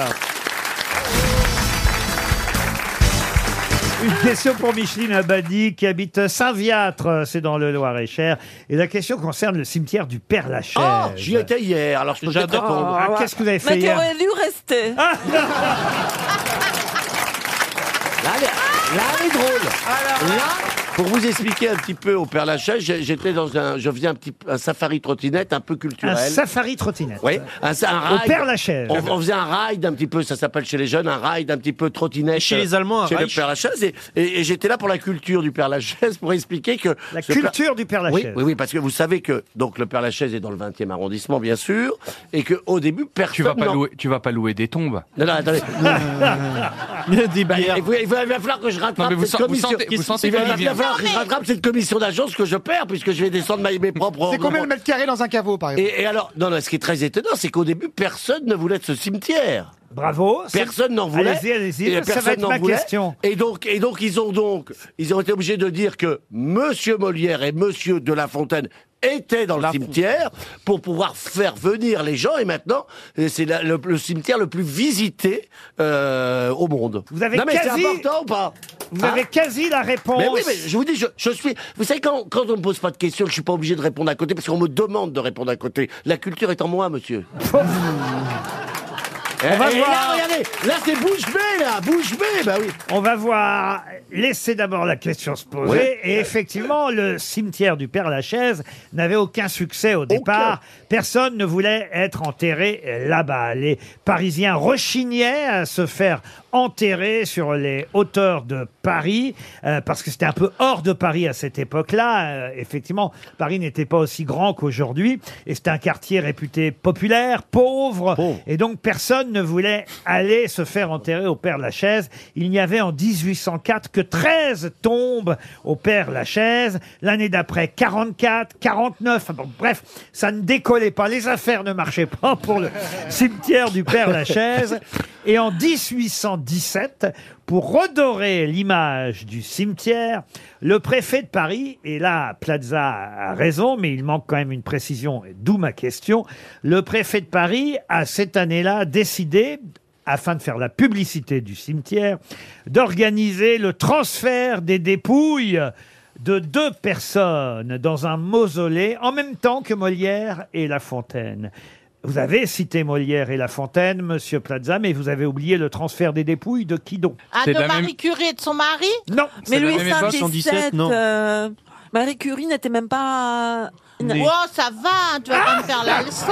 Une question pour Micheline Abadi qui habite Saint-Viâtre, euh, c'est dans le Loir-et-Cher. Et la question concerne le cimetière du Père-Lachaise.
Ah, j'y étais hier, alors je peux peut-être répondre.
Ah, Qu'est-ce que vous avez fait
Mais tu
hier Ah!
aurais dû rester.
Là, elle est- là, elle est drôle. Là, pour vous expliquer un petit peu au Père Lachaise, j'ai- j'étais dans un, je faisais un petit, un safari trottinette un peu
Un
culturel.
safari trottinette.
Oui, un, sa- un ride.
Au Père-Lachaise.
On, on faisait un ride un petit peu, ça s'appelle chez les jeunes, un ride un petit peu trottinette.
chez
euh,
les Allemands, un
Chez le
Reich.
Père Lachaise. Et, et- et j'étais là pour la culture du Père Lachaise, pour expliquer que.
La
ce Père-
culture du Père Lachaise.
Oui, oui, oui, parce que vous savez que donc le Père Lachaise est dans le 20e arrondissement, bien sûr, et qu'au début, personne.
Tu vas pas
n'en-
louer, tu vas pas louer des tombes.
Non, non, attendez.
Des bières.
Bah, il, va, il va- il va falloir que je rattrape
Non, mais vous
cette
sent- vous
commission.
sentez- vous sentez
il va,
pas
il va
Olivier.
falloir
Non,
que je
mais-
rattrape cette commission d'agence que je perds puisque je vais descendre mes, mes propres.
Oh,
C'est combien
mes-
le mètre carré dans un caveau, par exemple
et, et alors, non, non, ce qui est très étonnant, c'est qu'au début, personne ne voulait de ce cimetière.
Bravo.
c'est-
Personne n'en voulait.
Allez-y, allez-y,
Et
ça va
personne
être
n'en
ma
voulait.
question.
Et donc, et donc, ils ont donc, ils ont été obligés de dire que Monsieur Molière et Monsieur de La Fontaine étaient dans le cimetière pour pouvoir faire venir les gens. Et maintenant, euh, c'est la- le, le cimetière le plus visité euh, au monde.
Vous avez
non, mais
quasi-
c'est important ou pas
Vous avez quasi la réponse.
Mais oui, mais je vous dis, je, je suis. Vous savez quand, quand on me pose pas de questions, que je suis pas obligé de répondre à côté parce qu'on me demande de répondre à côté. La culture est en moi, monsieur.
On va voir.
Et Eh, là, regardez, là c'est bouche bée, là, bouche bée, bah oui.
On va voir. Laissez d'abord la question se poser.
Ouais.
Et effectivement, le cimetière du Père Lachaise n'avait aucun succès au départ. Personne ne voulait être enterré là-bas. Les Parisiens rechignaient à se faire enterrer sur les hauteurs de Paris, euh, parce que c'était un peu hors de Paris à cette époque-là. Euh, effectivement, Paris n'était pas aussi grand qu'aujourd'hui, et c'était un quartier réputé populaire, pauvre, et donc personne ne voulait aller se faire enterrer au Père Lachaise. Il n'y avait en 1804 que 13 tombes au Père Lachaise. L'année d'après, 44, 49. Enfin bon, bref, ça ne décollait pas. Les affaires ne marchaient pas pour le cimetière du Père Lachaise. Et en 1817, pour redorer l'image du cimetière, le préfet de Paris, et là Plaza a raison, mais il manque quand même une précision, et d'où ma question, le préfet de Paris a cette année-là décidé afin de faire la publicité du cimetière, d'organiser le transfert des dépouilles de deux personnes dans un mausolée en même temps que Molière et La Fontaine. Vous avez cité Molière et La Fontaine, Monsieur Plaza, mais vous avez oublié le transfert des dépouilles de qui donc
Ah, de Marie Curie et de son mari
Non.
Mais
C'est
lui,
la même époque,
117,
117, non.
euh, Marie Curie n'était même pas...
Mais-
Oh, ça va, hein, tu vas pas me faire la leçon.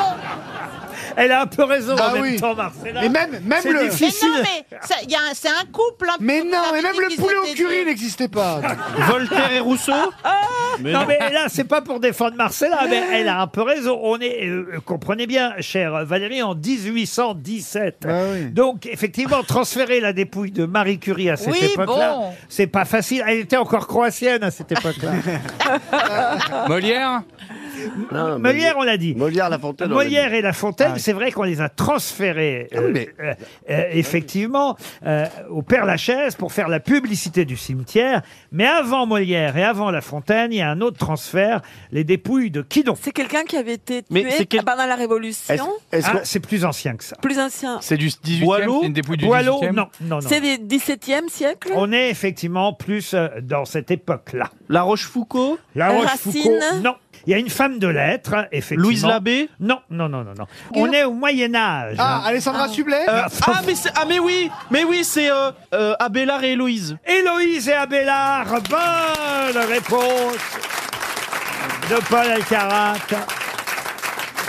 Elle a un peu raison
Ah
Bah
en même
oui.
temps, Marcella.
Mais même- même
C'est
le-
difficile.
Mais non, mais ça- y a un- c'est un couple. hein, mais non, mais même le poulet au curry
n'existait pas.
Voltaire et Rousseau Mais
Ah, non,
non.
mais là, c'est pas pour défendre Marcella, mais elle a un peu raison. On est, euh, comprenez bien, chère Valérie, en 1817. Donc, effectivement, transférer la dépouille de Marie Curie à cette
Oui,
époque-là,
bon.
c'est pas facile. Elle était encore croatienne à cette époque-là.
Molière
Molière, Molière, on l'a dit.
Molière, La Fontaine. on l'a dit.
Molière et La Fontaine, c'est vrai qu'on les a transférés, euh, euh, euh, effectivement, euh, au Père Lachaise pour faire la publicité du cimetière. Mais avant Molière et avant La Fontaine, il y a un autre transfert, les dépouilles de qui donc
C'est quelqu'un qui avait été
Mais
tué
c'est quel-
pendant la Révolution.
Ah, C'est plus ancien que ça.
Plus ancien.
C'est du 18e,
Boileau,
c'est une dépouille du
Boileau,
18e?
non, non, non.
C'est du 17e siècle
On est effectivement plus euh, dans cette époque-là.
La Rochefoucauld
La
Racine
Rochefoucauld, non. Il y a une femme de lettres, hein, effectivement.
Louise Labbé
Non, non, non, non, non. On est au Moyen-Âge.
Ah,
Alessandra Sublet
Euh, ah, mais c'est- ah, mais oui Mais oui, c'est euh, euh, Abélard et Héloïse.
Héloïse et Abélard, bonne réponse de Paul Alcarat.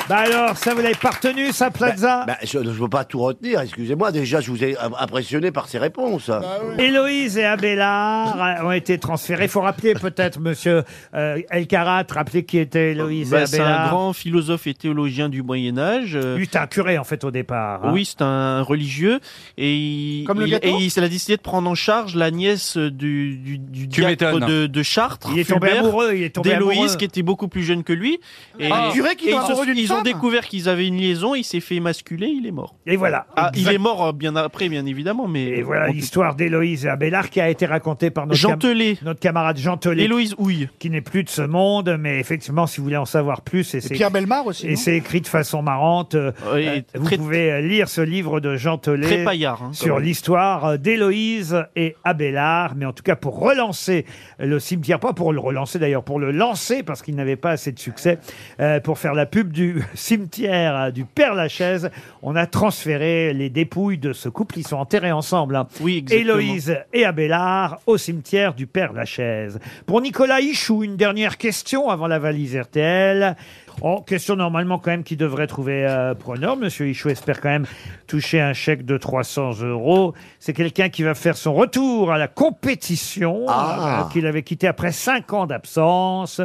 Bah alors, ça vous l'avez pas retenu, ça, Plaza
Bah, je ne peux pas tout retenir, excusez-moi. Déjà, je vous ai im- impressionné par ces réponses.
Héloïse et Abélard euh, ont été transférés. Il faut rappeler peut-être, monsieur euh, Elkarat, rappeler qui était Héloïse et
Bah, c'est un
Abélard.
grand philosophe et théologien du Moyen-Âge.
Lui, c'était un curé, en fait, au départ. hein.
Oui, c'est un religieux et il,
Comme le
il-
gâteau
et il, il a décidé de prendre en charge la nièce du, du, du
Tu
diacre
m'étonnes.
de, de Chartres.
Il est tombé
Fulbert,
amoureux, il est tombé amoureux.
D'Héloïse qui était beaucoup plus jeune que lui. Et,
Ah. Un curé qui
et
tombe
ils, se-
amoureux d'une
ils ont
femme
découvert qu'ils avaient une liaison, il s'est fait émasculer, il est mort.
Et voilà.
Ah, il
Exact.
est mort euh, bien après, bien évidemment, mais
Et voilà l'histoire d'Héloïse et Abélard qui a été racontée par notre,
Jean
cam- notre camarade Jean Tellet.
Héloïse Houille.
Qui n'est plus de ce monde, mais effectivement, si vous voulez en savoir plus, et c'est
Pierre Bellemare aussi,
Et
non
c'est écrit de façon marrante. euh, euh, vous pouvez euh, lire ce livre de Jean Tellet
Très paillard, hein, quand
sur
même.
l'histoire euh, d'Héloïse et Abélard. Mais en tout cas, pour relancer le cimetière, pas pour le relancer d'ailleurs, pour le lancer, parce qu'il n'avait pas assez de succès, euh, pour faire la pub du cimetière euh, du Père Lachaise, on a transféré les dépouilles de ce couple. Ils sont enterrés ensemble. hein.
Oui, exactement.
Héloïse et Abélard au cimetière du Père Lachaise. Pour Nicolas Hichou, une dernière question avant la valise RTL. Oh, question normalement quand même qui devrait trouver euh, preneur. Monsieur Ichou espère quand même toucher un chèque de 300 euros. C'est quelqu'un qui va faire son retour à la compétition,
Ah.
euh, qu'il avait quitté après 5 ans d'absence,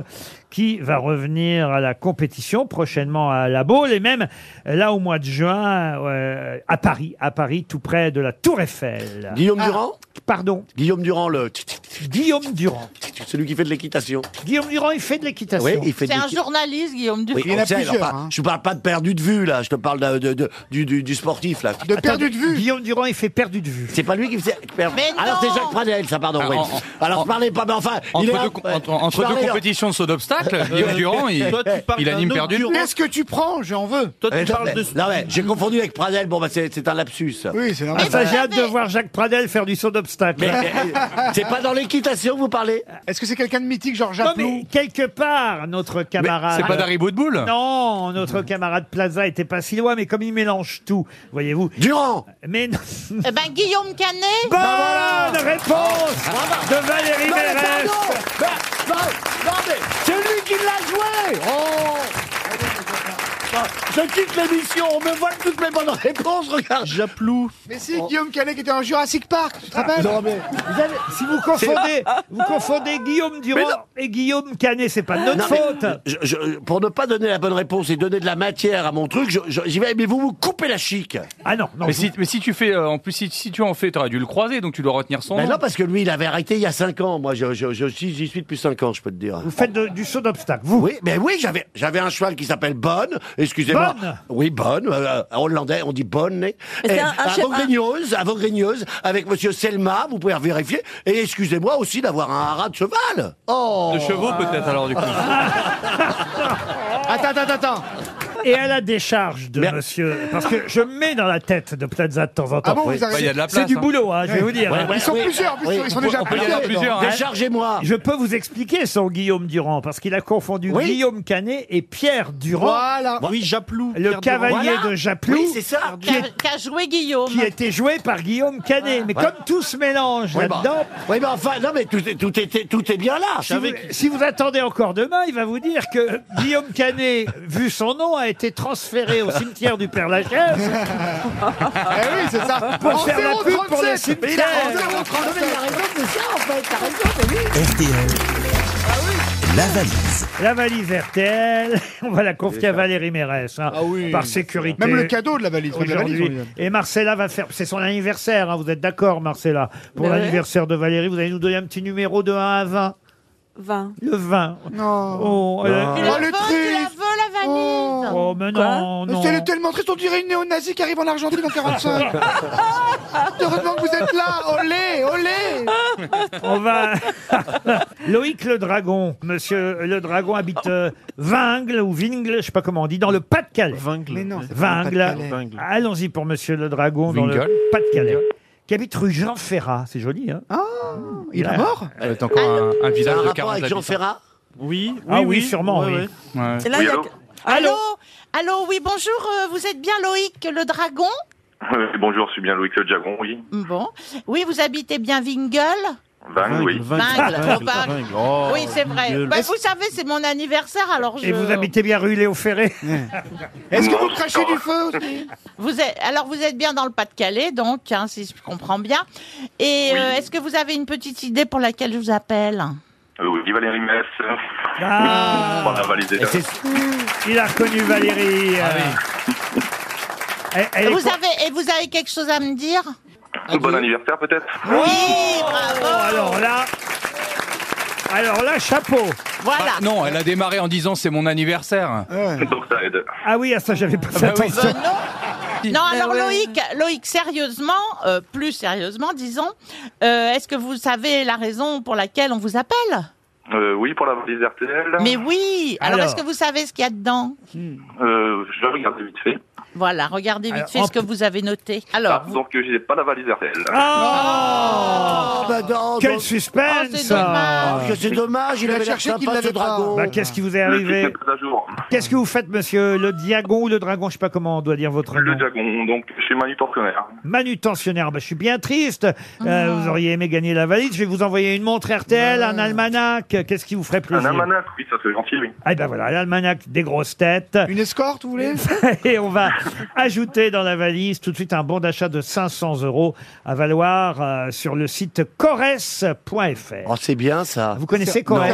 qui va revenir à la compétition prochainement à La Baule et même euh, là au mois de juin euh, à Paris, à Paris, tout près de la Tour Eiffel.
Guillaume Durand
Pardon
Guillaume Durand, le...
Guillaume Durand.
Celui qui fait de l'équitation.
Guillaume Durand, il fait de l'équitation.
Oui, il fait de
C'est un
l'équitation.
journaliste, Guillaume Dufy.
Oui, on sait, alors,
hein.
pas- Je ne parle pas de perdu de vue, là. Je te parle de- de- de- du, du- du sportif, là.
De perdu de vue Guillaume Durand, il fait perdu de vue.
C'est pas lui qui faisait... perdre-
Mais
alors, c'est
non
Jacques Pradel, ça, pardon.
Ah,
oui.
en- en-
alors, je parlais pas... Mais enfin, il
Entre
est là-
deux, co- entre- entre
je
deux
parlais-
compétitions de saut d'obstacle, Guillaume Durand, il,
Toi, tu parles
il
d'un
anime
autre
perdu.
Durand.
Qu'est-ce que tu prends J'en veux.
Eh, non, mais- Non, mais j'ai confondu avec Pradel. Bon, bah, c'est c'est un lapsus.
Oui, c'est normal.
Ah, ça, j'ai hâte de voir Jacques Pradel faire du saut d'obstacle.
Mais, mais, c'est pas dans l'équitation, vous parlez
Euh, Est-ce que c'est quelqu'un de mythique, genre
Non,
Japlou
mais quelque part, notre camarade.
c'est pas Dari Boudboul
Non, notre camarade Plaza était pas si loin, mais comme il mélange tout, voyez-vous.
Durand
Mais non.
Eh ben, Guillaume Canet
Bonne
Bah
réponse
Ah,
de Valérie
Non, mais
Mérès.
pardon Bah, bah, Non, mais c'est lui qui l'a joué Oh Bah, Je quitte l'émission, on me vole toutes mes bonnes réponses, regarde Oh.
Japlou
Mais si,
Oh.
Guillaume Canet qui était en Jurassic Park, tu te rappelles
Non, mais...
Vous avez- si vous confondez, vous confondez Guillaume
Mais non.
Durand et Guillaume Canet, c'est pas de
Non,
notre
mais
faute.
je- je- pour ne pas donner la bonne réponse et donner de la matière à mon truc, je- je- j'y vais, mais vous vous coupez la chic
Ah non, non. vous-
mais, si, mais si tu fais, euh, en plus, si, si tu en fais, t'aurais dû le croiser, donc tu dois retenir son
Mais
nom.
Ben non, parce que lui, il avait arrêté il y a 5 ans. Moi, je- je- je- j'y j'y suis depuis 5 ans, je peux te dire.
vous faites de- du saut d'obstacle, vous.
Oui, mais oui, j'avais j'avais un cheval qui s'appelle Bonne, excusez-moi.
Bonne
Oui, Bonne, euh, en hollandais, on dit Bonne. hein. Et
c'est un- un cheval-
Avogreigneuse, Avogreigneuse, avec monsieur Selma, vous pouvez vérifier. Et excusez-moi aussi d'avoir un haras de cheval. Oh
De chevaux, peut-être, alors, du coup.
Attends, attends, attends.
Et à la décharge de
Merde.
monsieur, parce que je me mets dans la tête de Plaza de temps en temps.
Ah bon,
oui.
vous
Bah, il y a
arrivez
de la place.
C'est du
hein.
boulot, hein, je vais vous dire.
Ouais, ouais,
Ils sont
oui.
plusieurs, en plus,
Oui.
ils sont
On peut-
déjà
on peut y aller
plusieurs.
à plusieurs. hein.
Déchargez-moi.
Je peux vous expliquer son Guillaume Durand, parce qu'il a confondu
Oui.
Guillaume Canet et Pierre Durand,
Voilà.
Oui,
le
Japlou. Pierre Durand.
cavalier
Voilà.
de Japlou,
Oui, c'est ça.
qui,
Qu'a
est-
qu'a joué Guillaume
qui était joué par Guillaume Canet. Mais
Voilà.
comme tout se mélange
Oui, bah,
là-dedans,
oui, bah, enfin, non, mais tout, est- tout, était- tout est bien là.
si, vous, si vous attendez encore demain, il va vous dire que Guillaume Canet, vu son nom, a été transféré au cimetière du Père Lachaise
Eh oui, c'est ça.
pour
En
faire la pub pour les
0,37.
Mais il a-
cimetières.
Non, mais il a raison, c'est ça, en fait, t'as raison, mais oui.
RTL.
Ah
La valise.
La valise RTL, on va la confier à Valérie Mérès, hein, par sécurité.
Même le cadeau de la valise. même la valise, on lui
aujourd'hui.
donne.
Et Marcella va faire, c'est son anniversaire, hein, vous êtes d'accord Marcella Pour
Mais ouais.
l'anniversaire de Valérie, vous allez nous donner un petit numéro de 1 à 20.
20.
Le 20.
Non.
Oh, elle-
Tu
Oh,
la
le
veux, tu la
triste.
veux, la valise
oh, mais
Quoi
non, non.
C'est tellement triste, on dirait une néo-nazie qui arrive en Argentine en 45. Heureusement que vous êtes là. Olé, olé.
On va... Loïc le Dragon, monsieur le Dragon habite euh, Vingle ou Vingle, je sais pas comment on dit, dans le Pas-de-Calais.
Vingle.
Mais non, c'est pas le
Vingle.
Pas-de-Calais.
Vingle.
Allons-y pour monsieur le Dragon dans
Vingle.
le Pas-de-Calais. Qui habite rue Jean Ferrat, c'est joli, hein
Ah, Il
Ah.
est mort
C'est encore un, un
C'est un
village de
rapport
40
avec Jean
habitants.
Ferrat
Oui, oui,
Ah oui,
oui,
sûrement,
ouais,
oui.
ouais.
Ouais.
Et là,
Oui,
il y a-
allô
Allô Allô, oui, bonjour, euh, vous êtes bien Loïc le Dragon
Euh, Bonjour, je suis bien Loïc Le Dragon, oui.
Bon. Oui, vous habitez bien Wingle
Vang, oui.
Vingle,
Vingle,
Vingle.
Vingle. Oh,
Ah, Oui, c'est vrai.
gueule.
Bah, vous savez, c'est mon anniversaire, alors je...
Et vous habitez bien rue Léo Ferré
Est-ce que
Non,
vous crachez
non.
du feu aussi
Vous êtes, alors vous êtes bien dans le Pas-de-Calais, donc, hein, si je comprends bien. Et
Oui.
euh, est-ce que vous avez une petite idée pour laquelle je vous appelle
Euh, oui, Valérie Mess.
Ah.
Voilà, valise
Et
déjà.
c'est-
Il a reconnu Valérie.
Ah
euh, elle- elle est
vous
con-
avez, Et vous avez quelque chose à me dire
Bon anniversaire, peut-être
Ah
Oui,
Oh,
bravo
alors là, alors là, chapeau.
Voilà.
Ah, non, elle a démarré en disant c'est mon anniversaire.
Donc ça aide.
Ah oui, à ça j'avais pas fait
Bah oui,
attention.
Non,
Mais
alors
ouais.
Loïc, Loïc, sérieusement, euh, plus sérieusement, disons, euh, est-ce que vous savez la raison pour laquelle on vous appelle
Euh, oui, pour la valise RTL.
Mais oui. Alors,
Alors.
est-ce que vous savez ce qu'il y a dedans
Euh, je vais regarder vite fait.
Voilà, regardez vite
Alors,
fait
en
ce que vous avez noté. Alors,
Ah, donc je n'ai pas la valise RTL.
Ah,
Oh
bah non,
Quel
donc-
suspense
Oh, c'est dommage. Que c'est dommage, il
a
avait l'air
cherché
sympa,
qu'il l'avait
ce dragon.
Bah, Qu'est-ce qui vous est
Le
arrivé
système pas à jour.
Qu'est-ce que vous faites, monsieur Le diagon ou le dragon Je sais pas comment on doit dire votre
Le
nom.
Dragon, donc chez hein. Manutentionnaire.
Manutentionnaire, bah, je suis bien triste. Euh,
Oh.
vous auriez aimé gagner la valise. Je vais vous envoyer une montre RTL,
Bah,
un almanach. Qu'est-ce qui vous ferait plaisir
Un almanach, oui, ça c'est gentil, oui.
Ah ben voilà, l'almanach des grosses têtes. Une escorte, vous voulez Et on va ajouter dans la valise tout de suite un bon d'achat de 500 euros à valoir euh, sur le site corres.fr.
Oh, c'est bien ça.
Vous connaissez Corrèze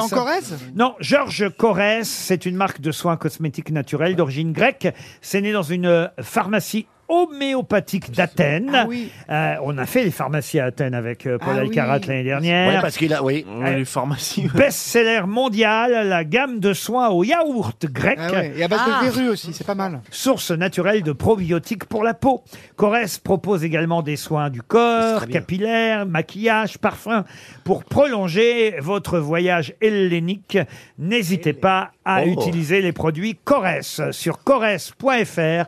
Non.
Non, Georges Corrèze, c'est une marque de soins cosmétiques naturels d'origine grecque. C'est né dans une euh, pharmacie homéopathique d'Athènes. Euh, on a fait les pharmacies à Athènes avec euh, Paul
Ah oui.
Alcarat l'année dernière. Euh,
Ouais, parce qu'il a, oui.
les
pharmacies.
Best-seller mondial, la gamme de soins au yaourt grec.
Ah ouais, Et à base de verrues aussi, c'est pas mal.
Source naturelle de probiotiques pour la peau. Corrèze propose également des soins du corps, capillaires, maquillage, parfum. Pour prolonger votre voyage hellénique, n'hésitez pas à
Oh.
utiliser les produits Corrèze sur corrèze.fr.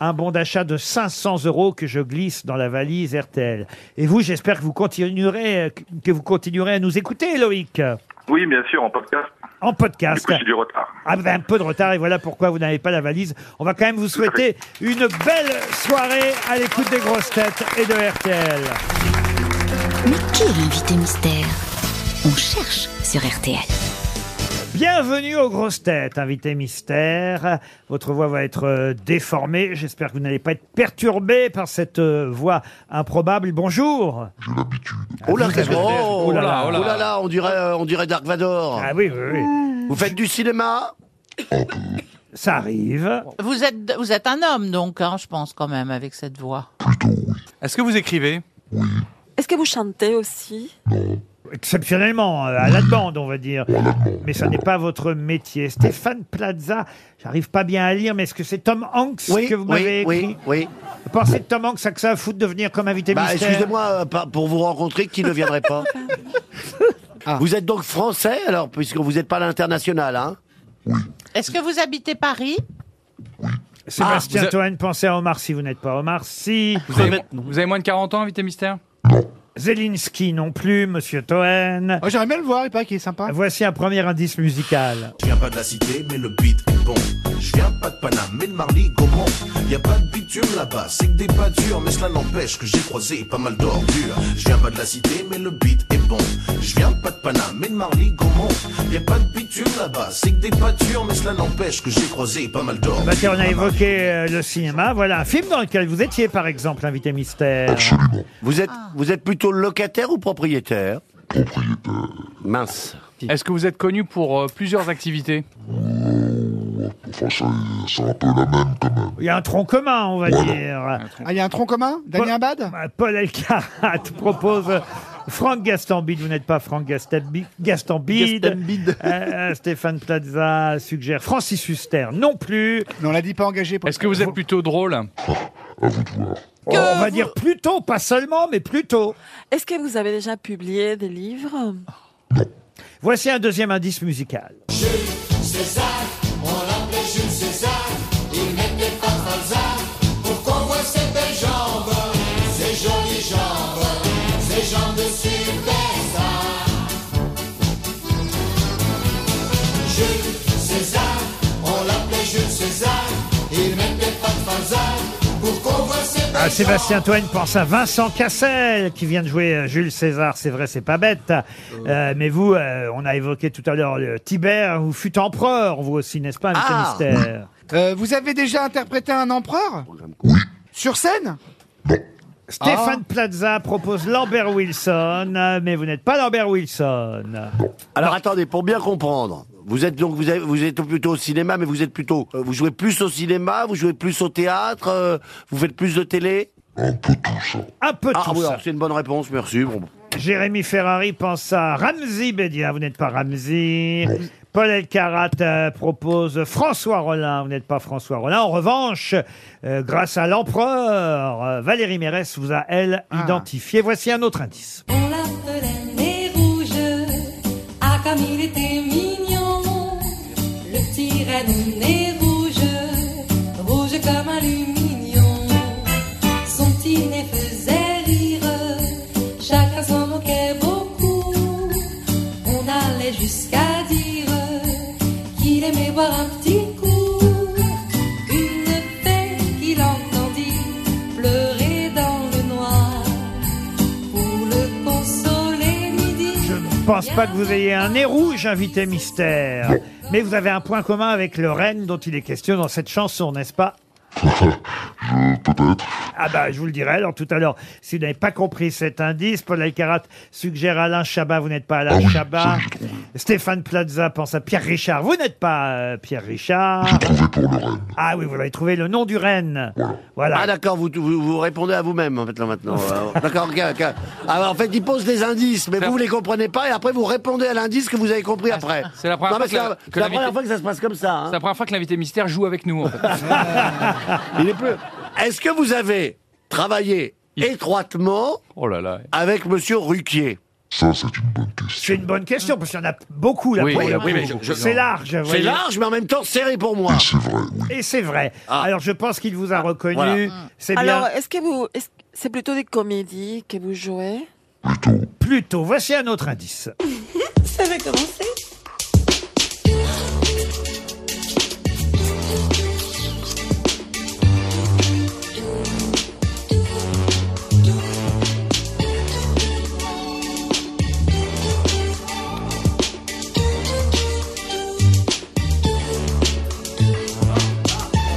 Un bon d'achat de 500 euros que je glisse dans la valise RTL. Et vous, j'espère que vous continuerez, que vous continuerez à nous écouter, Loïc,
Oui, bien sûr, en podcast.
en
Du
podcast.
coup, j'ai du retard.
Ah, vous avez un peu de retard et voilà pourquoi vous n'avez pas la valise. On va quand même vous souhaiter une belle soirée à l'écoute des grosses têtes et de RTL.
Mais qui est l'invité mystère On cherche sur RTL.
Bienvenue aux grosses têtes, invité mystère. Votre voix va être euh, déformée. J'espère que vous n'allez pas être perturbé par cette euh, voix improbable. Bonjour. J'ai l'habitude.
Oh là, qu'est-ce que- oh,
Oh
là
là
là,
là, oh là.
oh là là, on dirait, euh, on dirait Dark Vador.
Ah oui, oui, oui.
Vous faites du cinéma
Ça arrive.
vous êtes, vous êtes un homme, donc, hein, je pense, quand même, avec cette voix.
Est-ce que vous écrivez
Est-ce que vous chantez aussi
Exceptionnellement, euh, à la demande, on va dire. Mais ça n'est pas votre métier. Stéphane Plaza, j'arrive pas bien à lire, mais est-ce que c'est Tom Hanks
Oui,
que vous
oui,
m'avez
oui,
écrit Oui, Vous pensez de Tom Hanks à que ça fout de venir comme invité
Bah,
mystère
excusez-moi euh, pas- pour vous rencontrer, qui ne viendrait pas
Ah.
Vous êtes donc français alors, puisque vous n'êtes pas à l'international, hein
Est-ce que vous habitez Paris
Sébastien
Ah, vous a-
Toen, pensez à Omar Sy, vous n'êtes pas Omar Sy.
vous avez, vous avez moins de 40 ans, invité mystère
Zelinski non plus, monsieur Toen.
Oh, J'aimerais bien le voir, il paraît qu'il est sympa.
Voici un premier indice musical.
Je viens pas de la cité, mais le beat est bon. Je viens pas de Paname, mais de Marly, Gaumont. Y a pas de bitume là-bas, c'est que des pâtures, mais cela n'empêche que j'ai croisé pas mal d'ordures. Je viens pas de la cité, mais le beat est bon. Je viens pas de Paname, mais de Marly, Gaumont. Y a pas de bitume là-bas, c'est que des pâtures, mais cela n'empêche que j'ai croisé pas mal d'ordures.
Bah, tiens, on a évoqué euh, le cinéma. Voilà un film dans lequel vous étiez, par exemple, invité mystère.
Vous êtes, vous êtes plutôt locataire ou propriétaire Propriétaire. Mince.
Est-ce que vous êtes connu pour euh, plusieurs activités
Enfin, c'est- c'est un peu la même quand même.
Il y a un tronc commun, on va dire.
Ah, il y a un tronc commun Damien Abad
Paul Elkarat propose euh, Franck Gastambide. Vous n'êtes pas Franck Gastambi- Gastambide.
Gastambide.
Euh, euh, Stéphane Plaza suggère Francis Huster. Non plus.
Non, on l'a dit pas engagé.
Est-ce que vous êtes plutôt drôle
Oh, on va dire plutôt, pas seulement, mais plutôt.
Est-ce que vous avez déjà publié des livres
Voici un deuxième indice musical.
Jules César, on l'appelait Jules César, il n'était pas Balzac. Pourquoi voir ces belles jambes, ces jolies jambes, ces jambes de superstar Jules César, on l'appelait Jules César, il n'était pas Balzac. Pourquoi voir ces
Ah,
belles
Sébastien Toine pense à Vincent Cassel qui vient de jouer euh, Jules César. C'est vrai, c'est pas bête. Euh, mais vous, euh, on a évoqué tout à l'heure le Tibère. hein, Vous fûtes empereur, vous aussi, n'est-ce pas, Monsieur
Ah.
Mystère
Euh, vous avez déjà interprété un empereur Sur scène
Stéphane Plaza propose Lambert Wilson, euh, mais vous n'êtes pas Lambert Wilson.
Alors attendez, pour bien comprendre, vous êtes donc vous, avez- vous êtes plutôt au cinéma, mais vous êtes plutôt euh, vous jouez plus au cinéma, vous jouez plus au théâtre, euh, vous faites plus de télé.
Un peu
ah,
tout
oui,
ça.
alors, C'est une bonne réponse, merci. Bon.
Jérémy Ferrari pense à Ramzi Bedia, vous n'êtes pas Ramzi. Paul Elkarat euh, propose François Rollin, vous n'êtes pas François Rollin. En revanche, euh, grâce à l'empereur, euh, Valérie Mérès vous a, elle, identifié. Voici un autre indice.
On l'appelait Nez Rouge, ah comme il était mignon. Le petit reine au nez rouge, rouge comme un lumignon.
pense pas que vous ayez un nez rouge, invité mystère. Mais vous avez un point commun avec le renne dont il est question dans cette chanson, n'est-ce pas Ah bah, je vous le dirai alors tout à l'heure. Si vous n'avez pas compris cet indice, Paul Alcarat suggère Alain Chabat, vous n'êtes pas Alain Chabat. Stéphane Plaza pense à Pierre Richard, vous n'êtes pas euh, Pierre Richard. Ah oui, vous avez trouvé le nom du renne. Voilà.
Ah d'accord, vous, vous, vous répondez à vous-même en fait là maintenant. Euh, d'accord, ok, ok. Alors en fait, il pose des indices, mais vous les comprenez pas et après vous répondez à l'indice que vous avez compris
Ah,
après.
C'est la première
Non, mais
fois que
c'est la-
la- que
c'est la
l'invité-
première fois que ça se passe comme
Ah.
ça. hein.
C'est la première fois que l'invité mystère joue avec nous. En fait.
Il est plus. Est-ce que vous avez travaillé étroitement
Oh là là.
avec Monsieur Ruquier
Ça, c'est une bonne.
C'est une bonne question parce qu'il y en a beaucoup là.
Oui,
pour
il y
le
a
coup.
beaucoup, mais je- je-
c'est large.
C'est large, mais en même temps serré pour moi. Ah.
Et c'est vrai. Alors je pense qu'il vous a reconnu.
Voilà.
C'est bien.
Alors, est-ce que vous. est-ce- C'est plutôt des comédies que vous jouez
Plutôt. Voici un autre indice.
Ça va commencer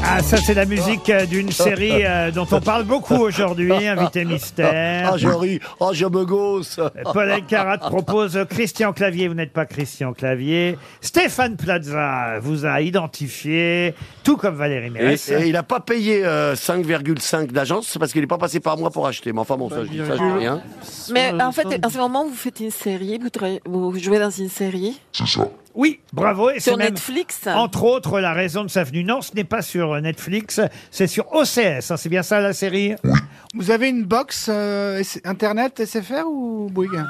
Ah, ça, c'est la musique euh, d'une série euh, dont on parle beaucoup aujourd'hui, Invité Mystère.
Ah, je ris. Oh, je me gosse.
Paul Elkarat propose Christian Clavier. Vous n'êtes pas Christian Clavier. Stéphane Plaza vous a identifié, tout comme Valérie
Et,
Mérès.
et il n'a pas payé euh, 5,5 d'agence, c'est parce qu'il n'est pas passé par moi pour acheter. Mais enfin bon, ça, je dis ça, je dis rien.
Mais en fait, en ce moment, vous faites une série, vous, tra- vous jouez dans une série.
Oui, bravo. Et
Sur
c'est même,
Netflix
Entre autres, la raison de sa venue. Non, ce n'est pas sur euh, Netflix, c'est sur OCS. hein, c'est bien ça la série
Vous avez une box euh, S- internet SFR ou Bouygues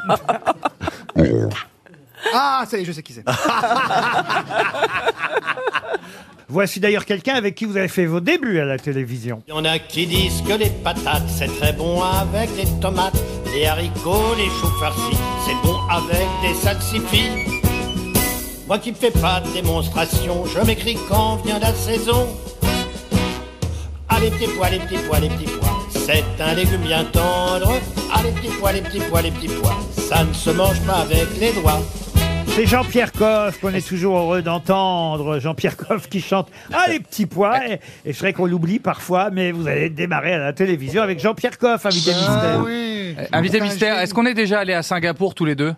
Ah, ça y est, je sais qui c'est.
Voici d'ailleurs quelqu'un avec qui vous avez fait vos débuts à la télévision.
Il y en a qui disent que les patates, c'est très bon avec les tomates, les haricots, les choux farcis, c'est bon avec des salsifis. Moi qui ne fais pas de démonstration, je m'écris quand vient la saison. Ah les petits pois, les petits pois, les petits pois, c'est un légume bien tendre. Ah les petits pois, les petits pois, les petits pois, ça ne se mange pas avec les doigts.
C'est Jean-Pierre Coff qu'on est toujours heureux d'entendre. Jean-Pierre Coff qui chante Ah les petits pois. Et, et c'est vrai qu'on l'oublie parfois, mais vous allez démarrer à la télévision avec Jean-Pierre Coff, invité
Ah
mystère.
Eh, Invité mystère, est-ce qu'on est déjà allé à Singapour tous les deux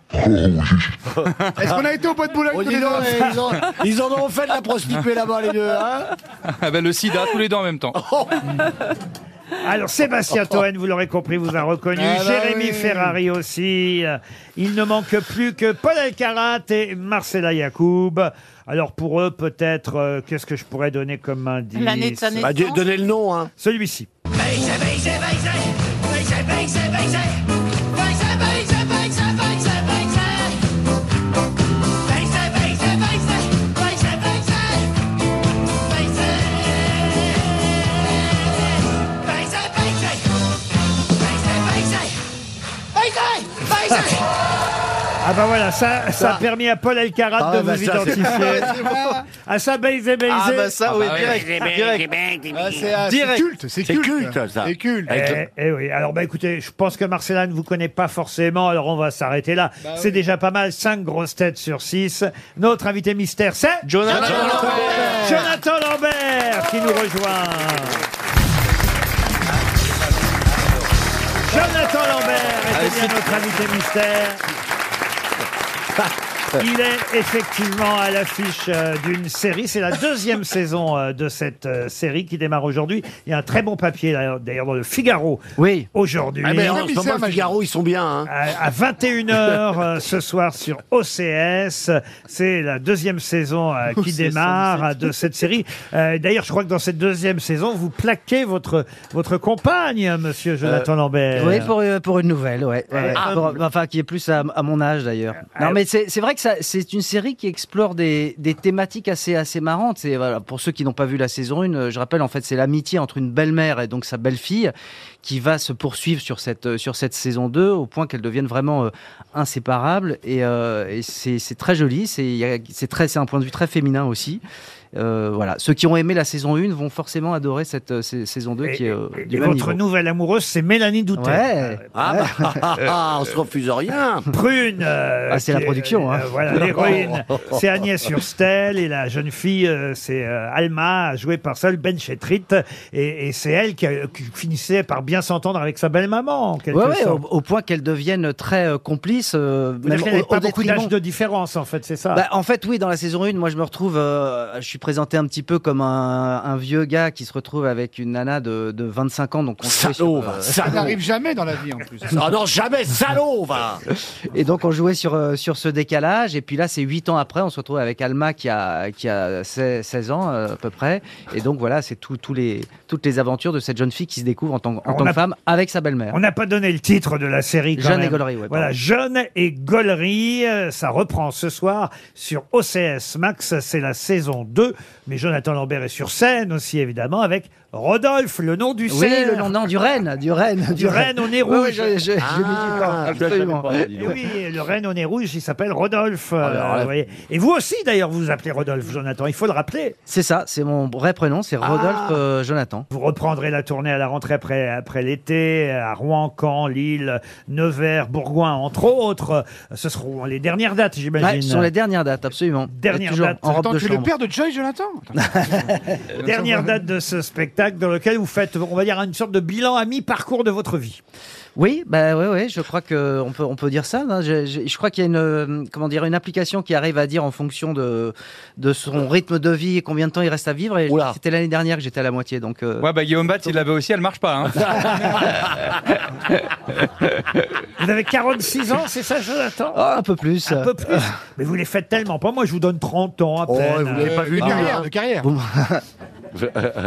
Oh, Est-ce qu'on a été au pot de Boulogne
Oh,
tous
dis
les
donc,
deux
eh, Oh, ils, ont, ils en ont fait de la prostituée là-bas, les deux. Hein
Ah ben, Le sida tous les deux en même temps.
Oh,
Alors Sébastien Toen, vous l'aurez compris, vous a reconnu.
Ah bah
Jérémy
oui.
Ferrari aussi. Euh, Il ne manque plus que Paul Alcarat et Marcella Yacoub. Alors pour eux, peut-être, euh, qu'est-ce que je pourrais donner comme indice
L'année de sa Bah, naissance
donnez le nom. Hein.
Celui-ci. Ah bah voilà, ça, ça
Ça.
a permis à Paul Alcarat
Ah
de
bah
vous
ça, c'est-
identifier.
Ah ouais, c'est vrai.
ah ça, baisez, baisez.
Ah bah ça, oui,
C'est culte. Eh, eh oui. Alors, bah, écoutez, je pense que Marcella ne vous connaît pas forcément, alors on va s'arrêter là.
Bah
c'est
oui.
déjà pas mal. 5 grosses têtes sur 6. Notre invité mystère, c'est
Jonathan Jonathan Lambert. Lambert.
Jonathan Lambert qui nous rejoint. Jonathan
Ah,
Lambert était bien notre invité mystère. Il est effectivement à l'affiche euh, d'une série. C'est la deuxième saison euh, de cette euh, série qui démarre aujourd'hui. Il y a un très bon papier là, d'ailleurs dans le Figaro. Oui. Aujourd'hui.
Ah, mais en ce moment, le Figaro, ils sont bien. Hein.
À, à 21h euh, ce soir sur OCS. C'est la deuxième saison euh, qui
OCS,
démarre euh, de cette série. Euh, D'ailleurs, je crois que dans cette deuxième saison, vous plaquez votre, votre compagne, monsieur Jonathan Lambert.
Euh, Oui, pour, euh, pour une nouvelle, ouais. ouais, ouais.
Ah. Euh,
Pour- enfin, qui est plus à, à mon âge d'ailleurs. Non, mais c'est c'est vrai que ça- c'est une série qui explore des, des thématiques assez, assez marrantes. C'est, Voilà, pour ceux qui n'ont pas vu la saison 1, euh, je rappelle, en fait, c'est l'amitié entre une belle-mère et donc sa belle-fille qui va se poursuivre sur cette, euh, sur cette saison 2 au point qu'elles deviennent vraiment euh, inséparables. Et, euh, et c'est c'est très joli, c'est il y a- c'est très- c'est un point de vue très féminin aussi. euh, voilà, ceux qui ont aimé la saison 1 vont forcément adorer cette euh, sa- saison 2 qui est euh,
Et
du même
votre
niveau.
nouvelle amoureuse, c'est Mélanie Doutet.
Ouais.
Ah,
Ouais.
bah, ah, ah, on se refuse rien.
Prune. euh,
Ah, c'est la
qui est, euh,
production, hein.
voilà, l'héroïne, c'est Agnès Hurstel et la jeune fille, euh, c'est euh, Alma, jouée par seule Ben Chetrit. Et, et c'est elle qui, a- qui finissait par bien s'entendre avec sa belle-maman, en quelque
Ouais, ouais, au,
sorte.
au point qu'elles deviennent très euh, complices. euh,
Vous n'avez
même au- au
pas beaucoup d'âge
détriment-
de différence, en fait, c'est ça
Bah, en fait, oui, dans la saison 1, moi, je me retrouve. euh, je suis présenté un petit peu comme un, un vieux gars qui se retrouve avec une nana de, de 25 ans. Donc, on jouait sur,
Salaud,
euh,
va,
Ça
salaud.
n'arrive jamais dans la vie en plus.
Ah non, jamais, salaud, va.
Et donc, on jouait sur, euh, sur ce décalage. Et puis là, c'est 8 ans après, on se retrouve avec Alma qui a, qui a 16, 16 ans euh, à peu près. Et donc, voilà, c'est tout, tous les, toutes les aventures de cette jeune fille qui se découvre en tant, en tant
Alors, on
que
a-
femme avec sa belle-mère.
On n'a pas donné le titre de la série. Quand
Jeune
même.
et Gollery, ouais,
Voilà,
pardon.
Jeune et Gollery, euh, ça reprend ce soir sur OCS Max, c'est la saison 2. Mais Jonathan Lambert est sur scène aussi, évidemment, avec Rodolphe, le nom du
Oui,
cerf.
le nom non, du Rennes, du Rennes,
Du Rennes au nez
Ouais, ouais,
rouge.
je- je- je l'ai dit,
Ah,
non, absolument.
Eh oui, le Rennes au nez rouge, il s'appelle Rodolphe. euh,
Ah, Alors là-
vous voyez. Et vous aussi, d'ailleurs, vous vous appelez Rodolphe, Jonathan. Il faut le rappeler. Ah.
C'est ça, c'est mon vrai prénom, c'est Rodolphe euh, Jonathan.
Vous reprendrez la tournée à la rentrée après, après l'été, à Rouen, Caen, Lille, Nevers, Bourgoin, entre autres. Ce seront les dernières dates, j'imagine.
Ouais, ce sont les dernières dates, absolument.
Dernière
Et toujours
date.
en robe
Attends,
de
tu le
chambre.
perds
de Joy Jonathan
Dernière date de ce spectacle dans lequel vous faites, on va dire, une sorte de bilan à mi-parcours de votre vie.
Oui, bah ouais, ouais, je crois que on peut on peut dire ça. hein. Je, je- je crois qu'il y a une euh, comment dire une application qui arrive à dire en fonction de de son rythme de vie et combien de temps il reste à vivre. Et c'était l'année dernière que j'étais à la moitié, donc. euh,
Ouais, bah Guillaume Bat, il l'avait aussi, elle marche pas. hein.
Vous avez 46 ans, c'est ça, Jonathan
Ah, un peu plus.
Un peu plus. Mais vous les faites tellement pas. Moi, je vous donne 30 ans à
Oh,
peine.
vous l'avez pas
Ah.
vu, De lui, carrière, hein. de carrière. Vous-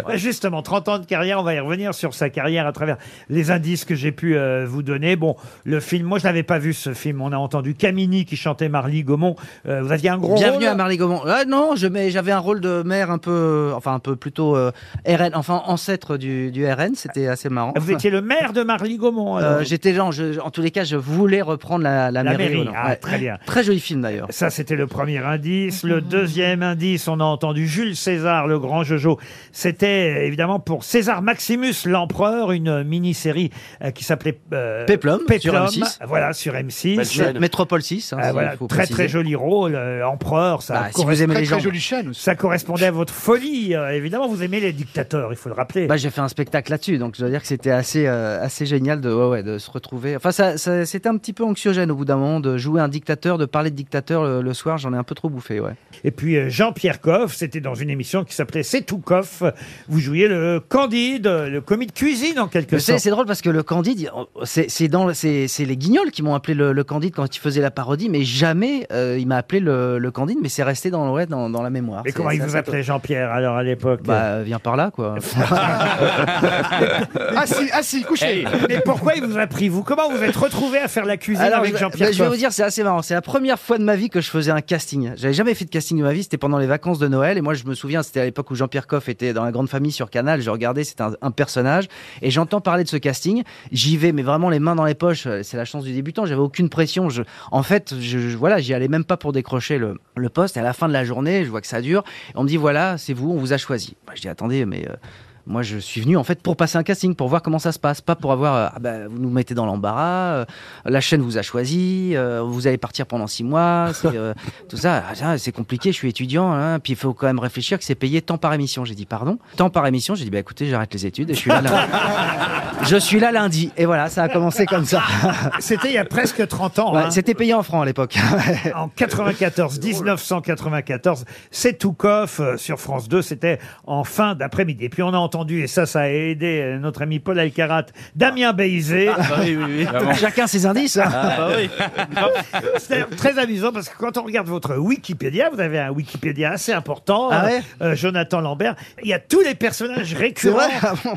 Ouais, Justement, 30 ans de carrière, on va y revenir sur sa carrière à travers les indices que j'ai pu euh, vous donner. Bon, le film, moi je l'avais pas vu ce film. On a entendu Camini qui chantait Marly Gaumont. Euh, vous aviez un gros
Bienvenue
rôle
à Marly Gaumont. Ah non, je- mais j'avais un rôle de maire un peu, enfin un peu plutôt euh, RN, enfin ancêtre du, du RN, c'était assez marrant.
Vous étiez le maire de Marly Gaumont. alors.
Euh, J'étais genre, je- en tous les cas, je voulais reprendre la, la,
La
mairie.
mairie,
non.
ah,
Ouais.
très bien.
Très joli film d'ailleurs. Mhm.
Ça, c'était le premier indice. Le deuxième indice, on a entendu Jules César, le grand Jojo. C'était évidemment pour César Maximus, l'empereur, une mini-série euh, qui s'appelait euh,
Peplum, sur
Peplum.
M6.
Voilà, sur M6.
Belle chaîne. Métropole 6, hein,
Ah,
s'il
voilà,
faut
très très
préciser.
joli rôle, euh, empereur. Ça
Bah, si
correspond-
vous aimez Très, les très gens.
jolie chaîne aussi.
Ça correspondait à votre folie. euh, évidemment, vous aimez les dictateurs, il faut le rappeler.
Bah, j'ai fait un spectacle là-dessus, donc je dois dire que c'était assez, euh, assez génial de, ouais, ouais, de se retrouver. Enfin, ça, ça- c'était un petit peu anxiogène au bout d'un moment de jouer un dictateur, de parler de dictateur le, le soir, j'en ai un peu trop bouffé, ouais.
Et puis euh, Jean-Pierre Coff, c'était dans une émission qui s'appelait C'est tout Coff. Vous jouiez le Candide, le commis de cuisine en quelque
Mais C'est
sorte.
c'est drôle parce que le Candide, oh, c'est c'est dans le- c'est c'est les Guignols qui m'ont appelé le, le Candide quand il faisait la parodie, mais jamais euh, il m'a appelé le, le Candide, mais c'est resté dans, ouais, dans, dans la mémoire.
Et
C'est-
comment il
c'est
vous
assez
appelait Jean-Pierre alors à l'époque
Bah, viens par là, quoi.
Assis, assis, couché. Mais pourquoi il vous a pris vous Comment vous êtes retrouvé à faire la cuisine
Alors,
avec
je-
Jean-Pierre
ben, Je vais vous
Coff
dire, c'est assez marrant. C'est la première fois de ma vie que je faisais un casting. J'avais jamais fait de casting de ma vie. C'était pendant les vacances de Noël. Et moi, je me souviens, c'était à l'époque où Jean-Pierre Coff était dans la grande famille sur Canal. Je regardais, c'était un, un personnage. Et j'entends parler de ce casting. J'y vais, mais vraiment les mains dans les poches. Euh, C'est la chance du débutant. J'avais aucune pression. Je, en fait, je, je- voilà, j'y allais même pas pour décrocher le, le poste. Et à la fin de la journée, je vois que ça dure. Et on me dit, voilà, c'est vous, on vous a choisi. Bah, je dis, attendez, mais. euh, moi, je suis venu en fait pour passer un casting, pour voir comment ça se passe, pas pour avoir. euh, ah bah, vous nous mettez dans l'embarras. euh, la chaîne vous a choisi. euh, vous allez partir pendant six mois. c'est, euh, tout ça, ah, ça, c'est compliqué. Je suis étudiant. hein, puis il faut quand même réfléchir que c'est payé tant par émission. J'ai dit pardon. Tant par émission. J'ai dit bah écoutez, j'arrête les études et je suis là. lundi. je suis là lundi. Et voilà, ça a commencé comme ça.
C'était il y a presque 30 ans.
Ouais,
hein.
C'était payé en francs à l'époque.
En 94, 1994, c'est Toukoff euh, sur France 2, c'était en fin d'après-midi. Et puis on a entendu, et ça, ça a aidé euh, notre ami Paul Alcarat, Damien Béizé.
Chacun ses indices. hein.
Ah,
Ah, bah
bah C'est très amusant parce que quand on regarde votre Wikipédia, vous avez un Wikipédia assez important,
Ah ouais
euh, Jonathan Lambert. Il y a tous les personnages récurrents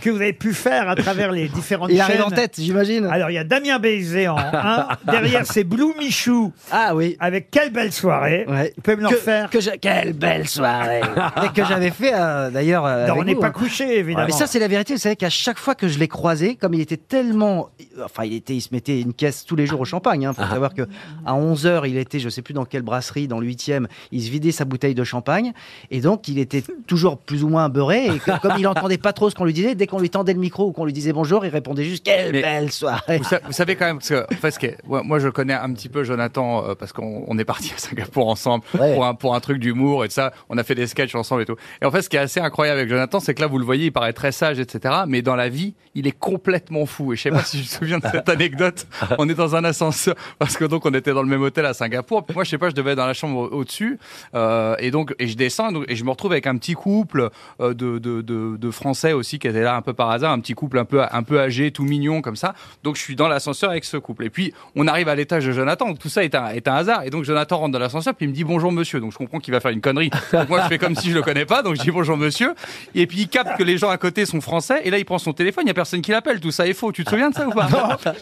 que vous avez pu faire à travers les différentes
ah Il
chaînes.
arrive en tête, j'imagine.
Alors il y a Damien Béizé en 1. Derrière, c'est Blue Michou.
Ah oui.
Avec quelle belle soirée.
Ouais.
Vous pouvez me l'en
Que-
faire
que je- Quelle belle soirée Et que j'avais fait euh, d'ailleurs. euh,
Non,
avec
on n'est
vous,
pas
hein.
couché, évidemment.
Mais ça, c'est la vérité. Vous savez qu'à chaque fois que je l'ai croisé, comme il était tellement. Enfin, il, était, il se mettait une caisse tous les jours au champagne. Il faut
Ah.
savoir qu'à 11h, il était, je ne sais plus dans quelle brasserie, dans le 8e, il se vidait sa bouteille de champagne. Et donc, il était toujours plus ou moins beurré. Et que- comme il n'entendait pas trop ce qu'on lui disait, dès qu'on lui tendait le micro ou qu'on lui disait bonjour, il répondait juste Quelle
Mais-
belle soirée
Vous, sa- vous savez quand même, parce que, enfin, ce qui est- moi, moi, je connais un petit peu Jonathan euh, parce qu'on on est parti à Singapour ensemble pour, un, pour un truc d'humour et de ça. On a fait des sketchs ensemble et tout. Et en fait, ce qui est assez incroyable avec Jonathan, c'est que là, vous le voyez, il paraît très sage, etc. Mais dans la vie, il est complètement fou. Et je sais pas si je me souviens de cette anecdote. On est dans un ascenseur parce que donc on était dans le même hôtel à Singapour. Puis moi, je sais pas, je devais être dans la chambre au- au-dessus. Euh, et donc, et je descends donc- et je me retrouve avec un petit couple euh, de, de, de, de Français aussi qui étaient là un peu par hasard, un petit couple un peu, un peu âgé, tout mignon comme ça. Donc je suis dans l'ascenseur avec ce couple. Et puis on arrive à l'étage de Jonathan. Tout ça est un, est un hasard. Et donc Jonathan rentre dans l'ascenseur puis il me dit bonjour monsieur. Donc je comprends qu'il va faire une connerie. Donc moi je fais comme si je le connais pas. Donc je dis bonjour monsieur. Et puis il capte que les gens à côté sont français. Et là il prend son téléphone. Il y a personne qui l'appelle. Tout ça est faux. Tu te souviens de ça ou pas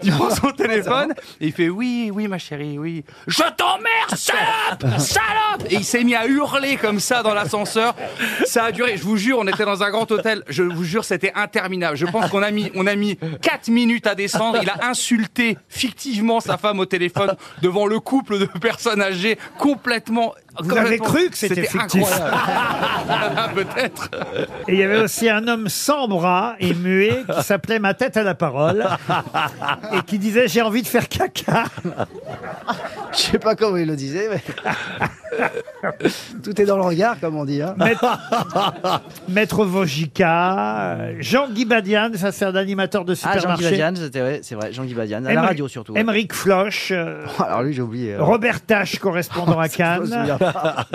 Il prend son téléphone et il fait oui oui ma chérie oui. Je t'emmerde salope salope. Et il s'est mis à hurler comme ça dans l'ascenseur. Ça a duré. Je vous jure on était dans un grand hôtel. Je vous jure c'était interminable. Je pense qu'on a mis on a mis 4 minutes à descendre. Il a insulté fictivement sa femme au téléphone devant le couple de personnes âgées complètement.
Vous avez
complètement-
cru que c'était fictif.
incroyable. Peut-être.
Et il y avait aussi un homme sans bras et muet qui s'appelait Ma tête à la parole et qui disait J'ai envie de faire caca.
Je sais pas comment il le disait, mais. Tout est dans le regard, comme on dit. hein.
Maître, Maître Vogica, euh, Jean-Guy Badian, ça c'est un animateur de
Ah, Jean-Guy
supermarché.
Badian, c'était- ouais, c'est vrai, Jean-Guy Badian, à la
Émeric-
radio surtout. ouais.
Émeric Floch. euh,
Alors lui, j'ai oublié. euh.
Robert Tache, correspondant à
Je me
Cannes.
souviens pas.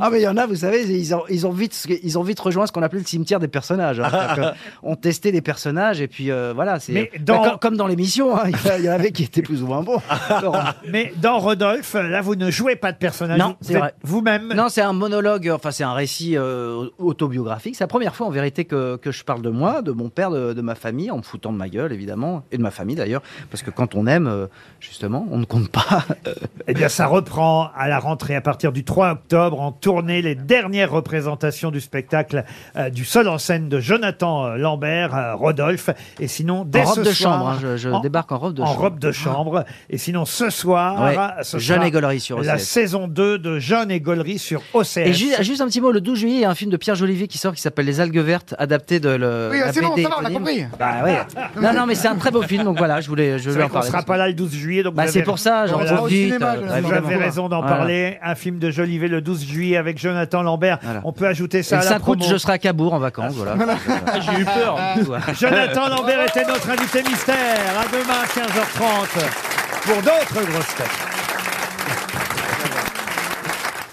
ah mais il y en a, vous savez, ils ont, ils ont vite, ce que- ils ont vite rejoint ce qu'on appelait le cimetière des personnages. hein. C'est-à-dire que on testait des personnages et puis euh, voilà, c'est
Mais
bah,
dans-
comme, comme dans l'émission, hein, il y a- il y en avait qui étaient plus ou moins bons.
Mais dans Rodolphe, là, vous ne jouez pas de personnage.
Non,
Vous
c'est
êtes
vrai.
Vous-même.
Non, c'est un monologue, enfin c'est un récit euh, autobiographique. C'est la première fois en vérité que, que je parle de moi, de mon père, de, de ma famille, en me foutant de ma gueule évidemment, et de ma famille d'ailleurs, parce que quand on aime, euh, justement, on ne compte pas. euh,
Eh bien, ça reprend à la rentrée à partir du 3 octobre en tournée les dernières représentations du spectacle euh, du seul en scène de Jonathan euh, Lambert, euh, Rodolphe. Et sinon, dès
En robe
ce
de
soir-
chambre, hein, je- je débarque en robe de chambre. Ah.
robe de chambre. Et sinon, ce soir, euh,
Ouais,
ce
Jeune
sera
et Gollery sur
la
OCS.
saison 2 de Jeune et Gollery sur OCS.
Et ju- ah, juste, un petit mot, le 12 juillet, il y a un film de Pierre Jolivet qui sort qui s'appelle Les algues vertes, adapté de le.
Oui,
la
c'est bon,
BD
ça va, on a
éponyme.
compris.
Bah ouais. Non, non, mais c'est un très beau film, donc voilà, je voulais, je
C'est
voulais
vrai
en
qu'on
parler.
sera pas là le 12 juillet, donc
Bah,
vous
c'est
avez-
pour ça, j'en
Voilà.
profite. euh,
Vous
évidemment.
avez raison d'en
Voilà.
parler. Un film de Jolivet le 12 juillet avec Jonathan Lambert. On peut ajouter
Et
ça
le
à la
5 août,
promo.
je serai à Cabourg en vacances, voilà.
Ah, J'ai eu peur. Jonathan Lambert était notre invité mystère. À demain, 15h30, pour d'autres grosses têtes.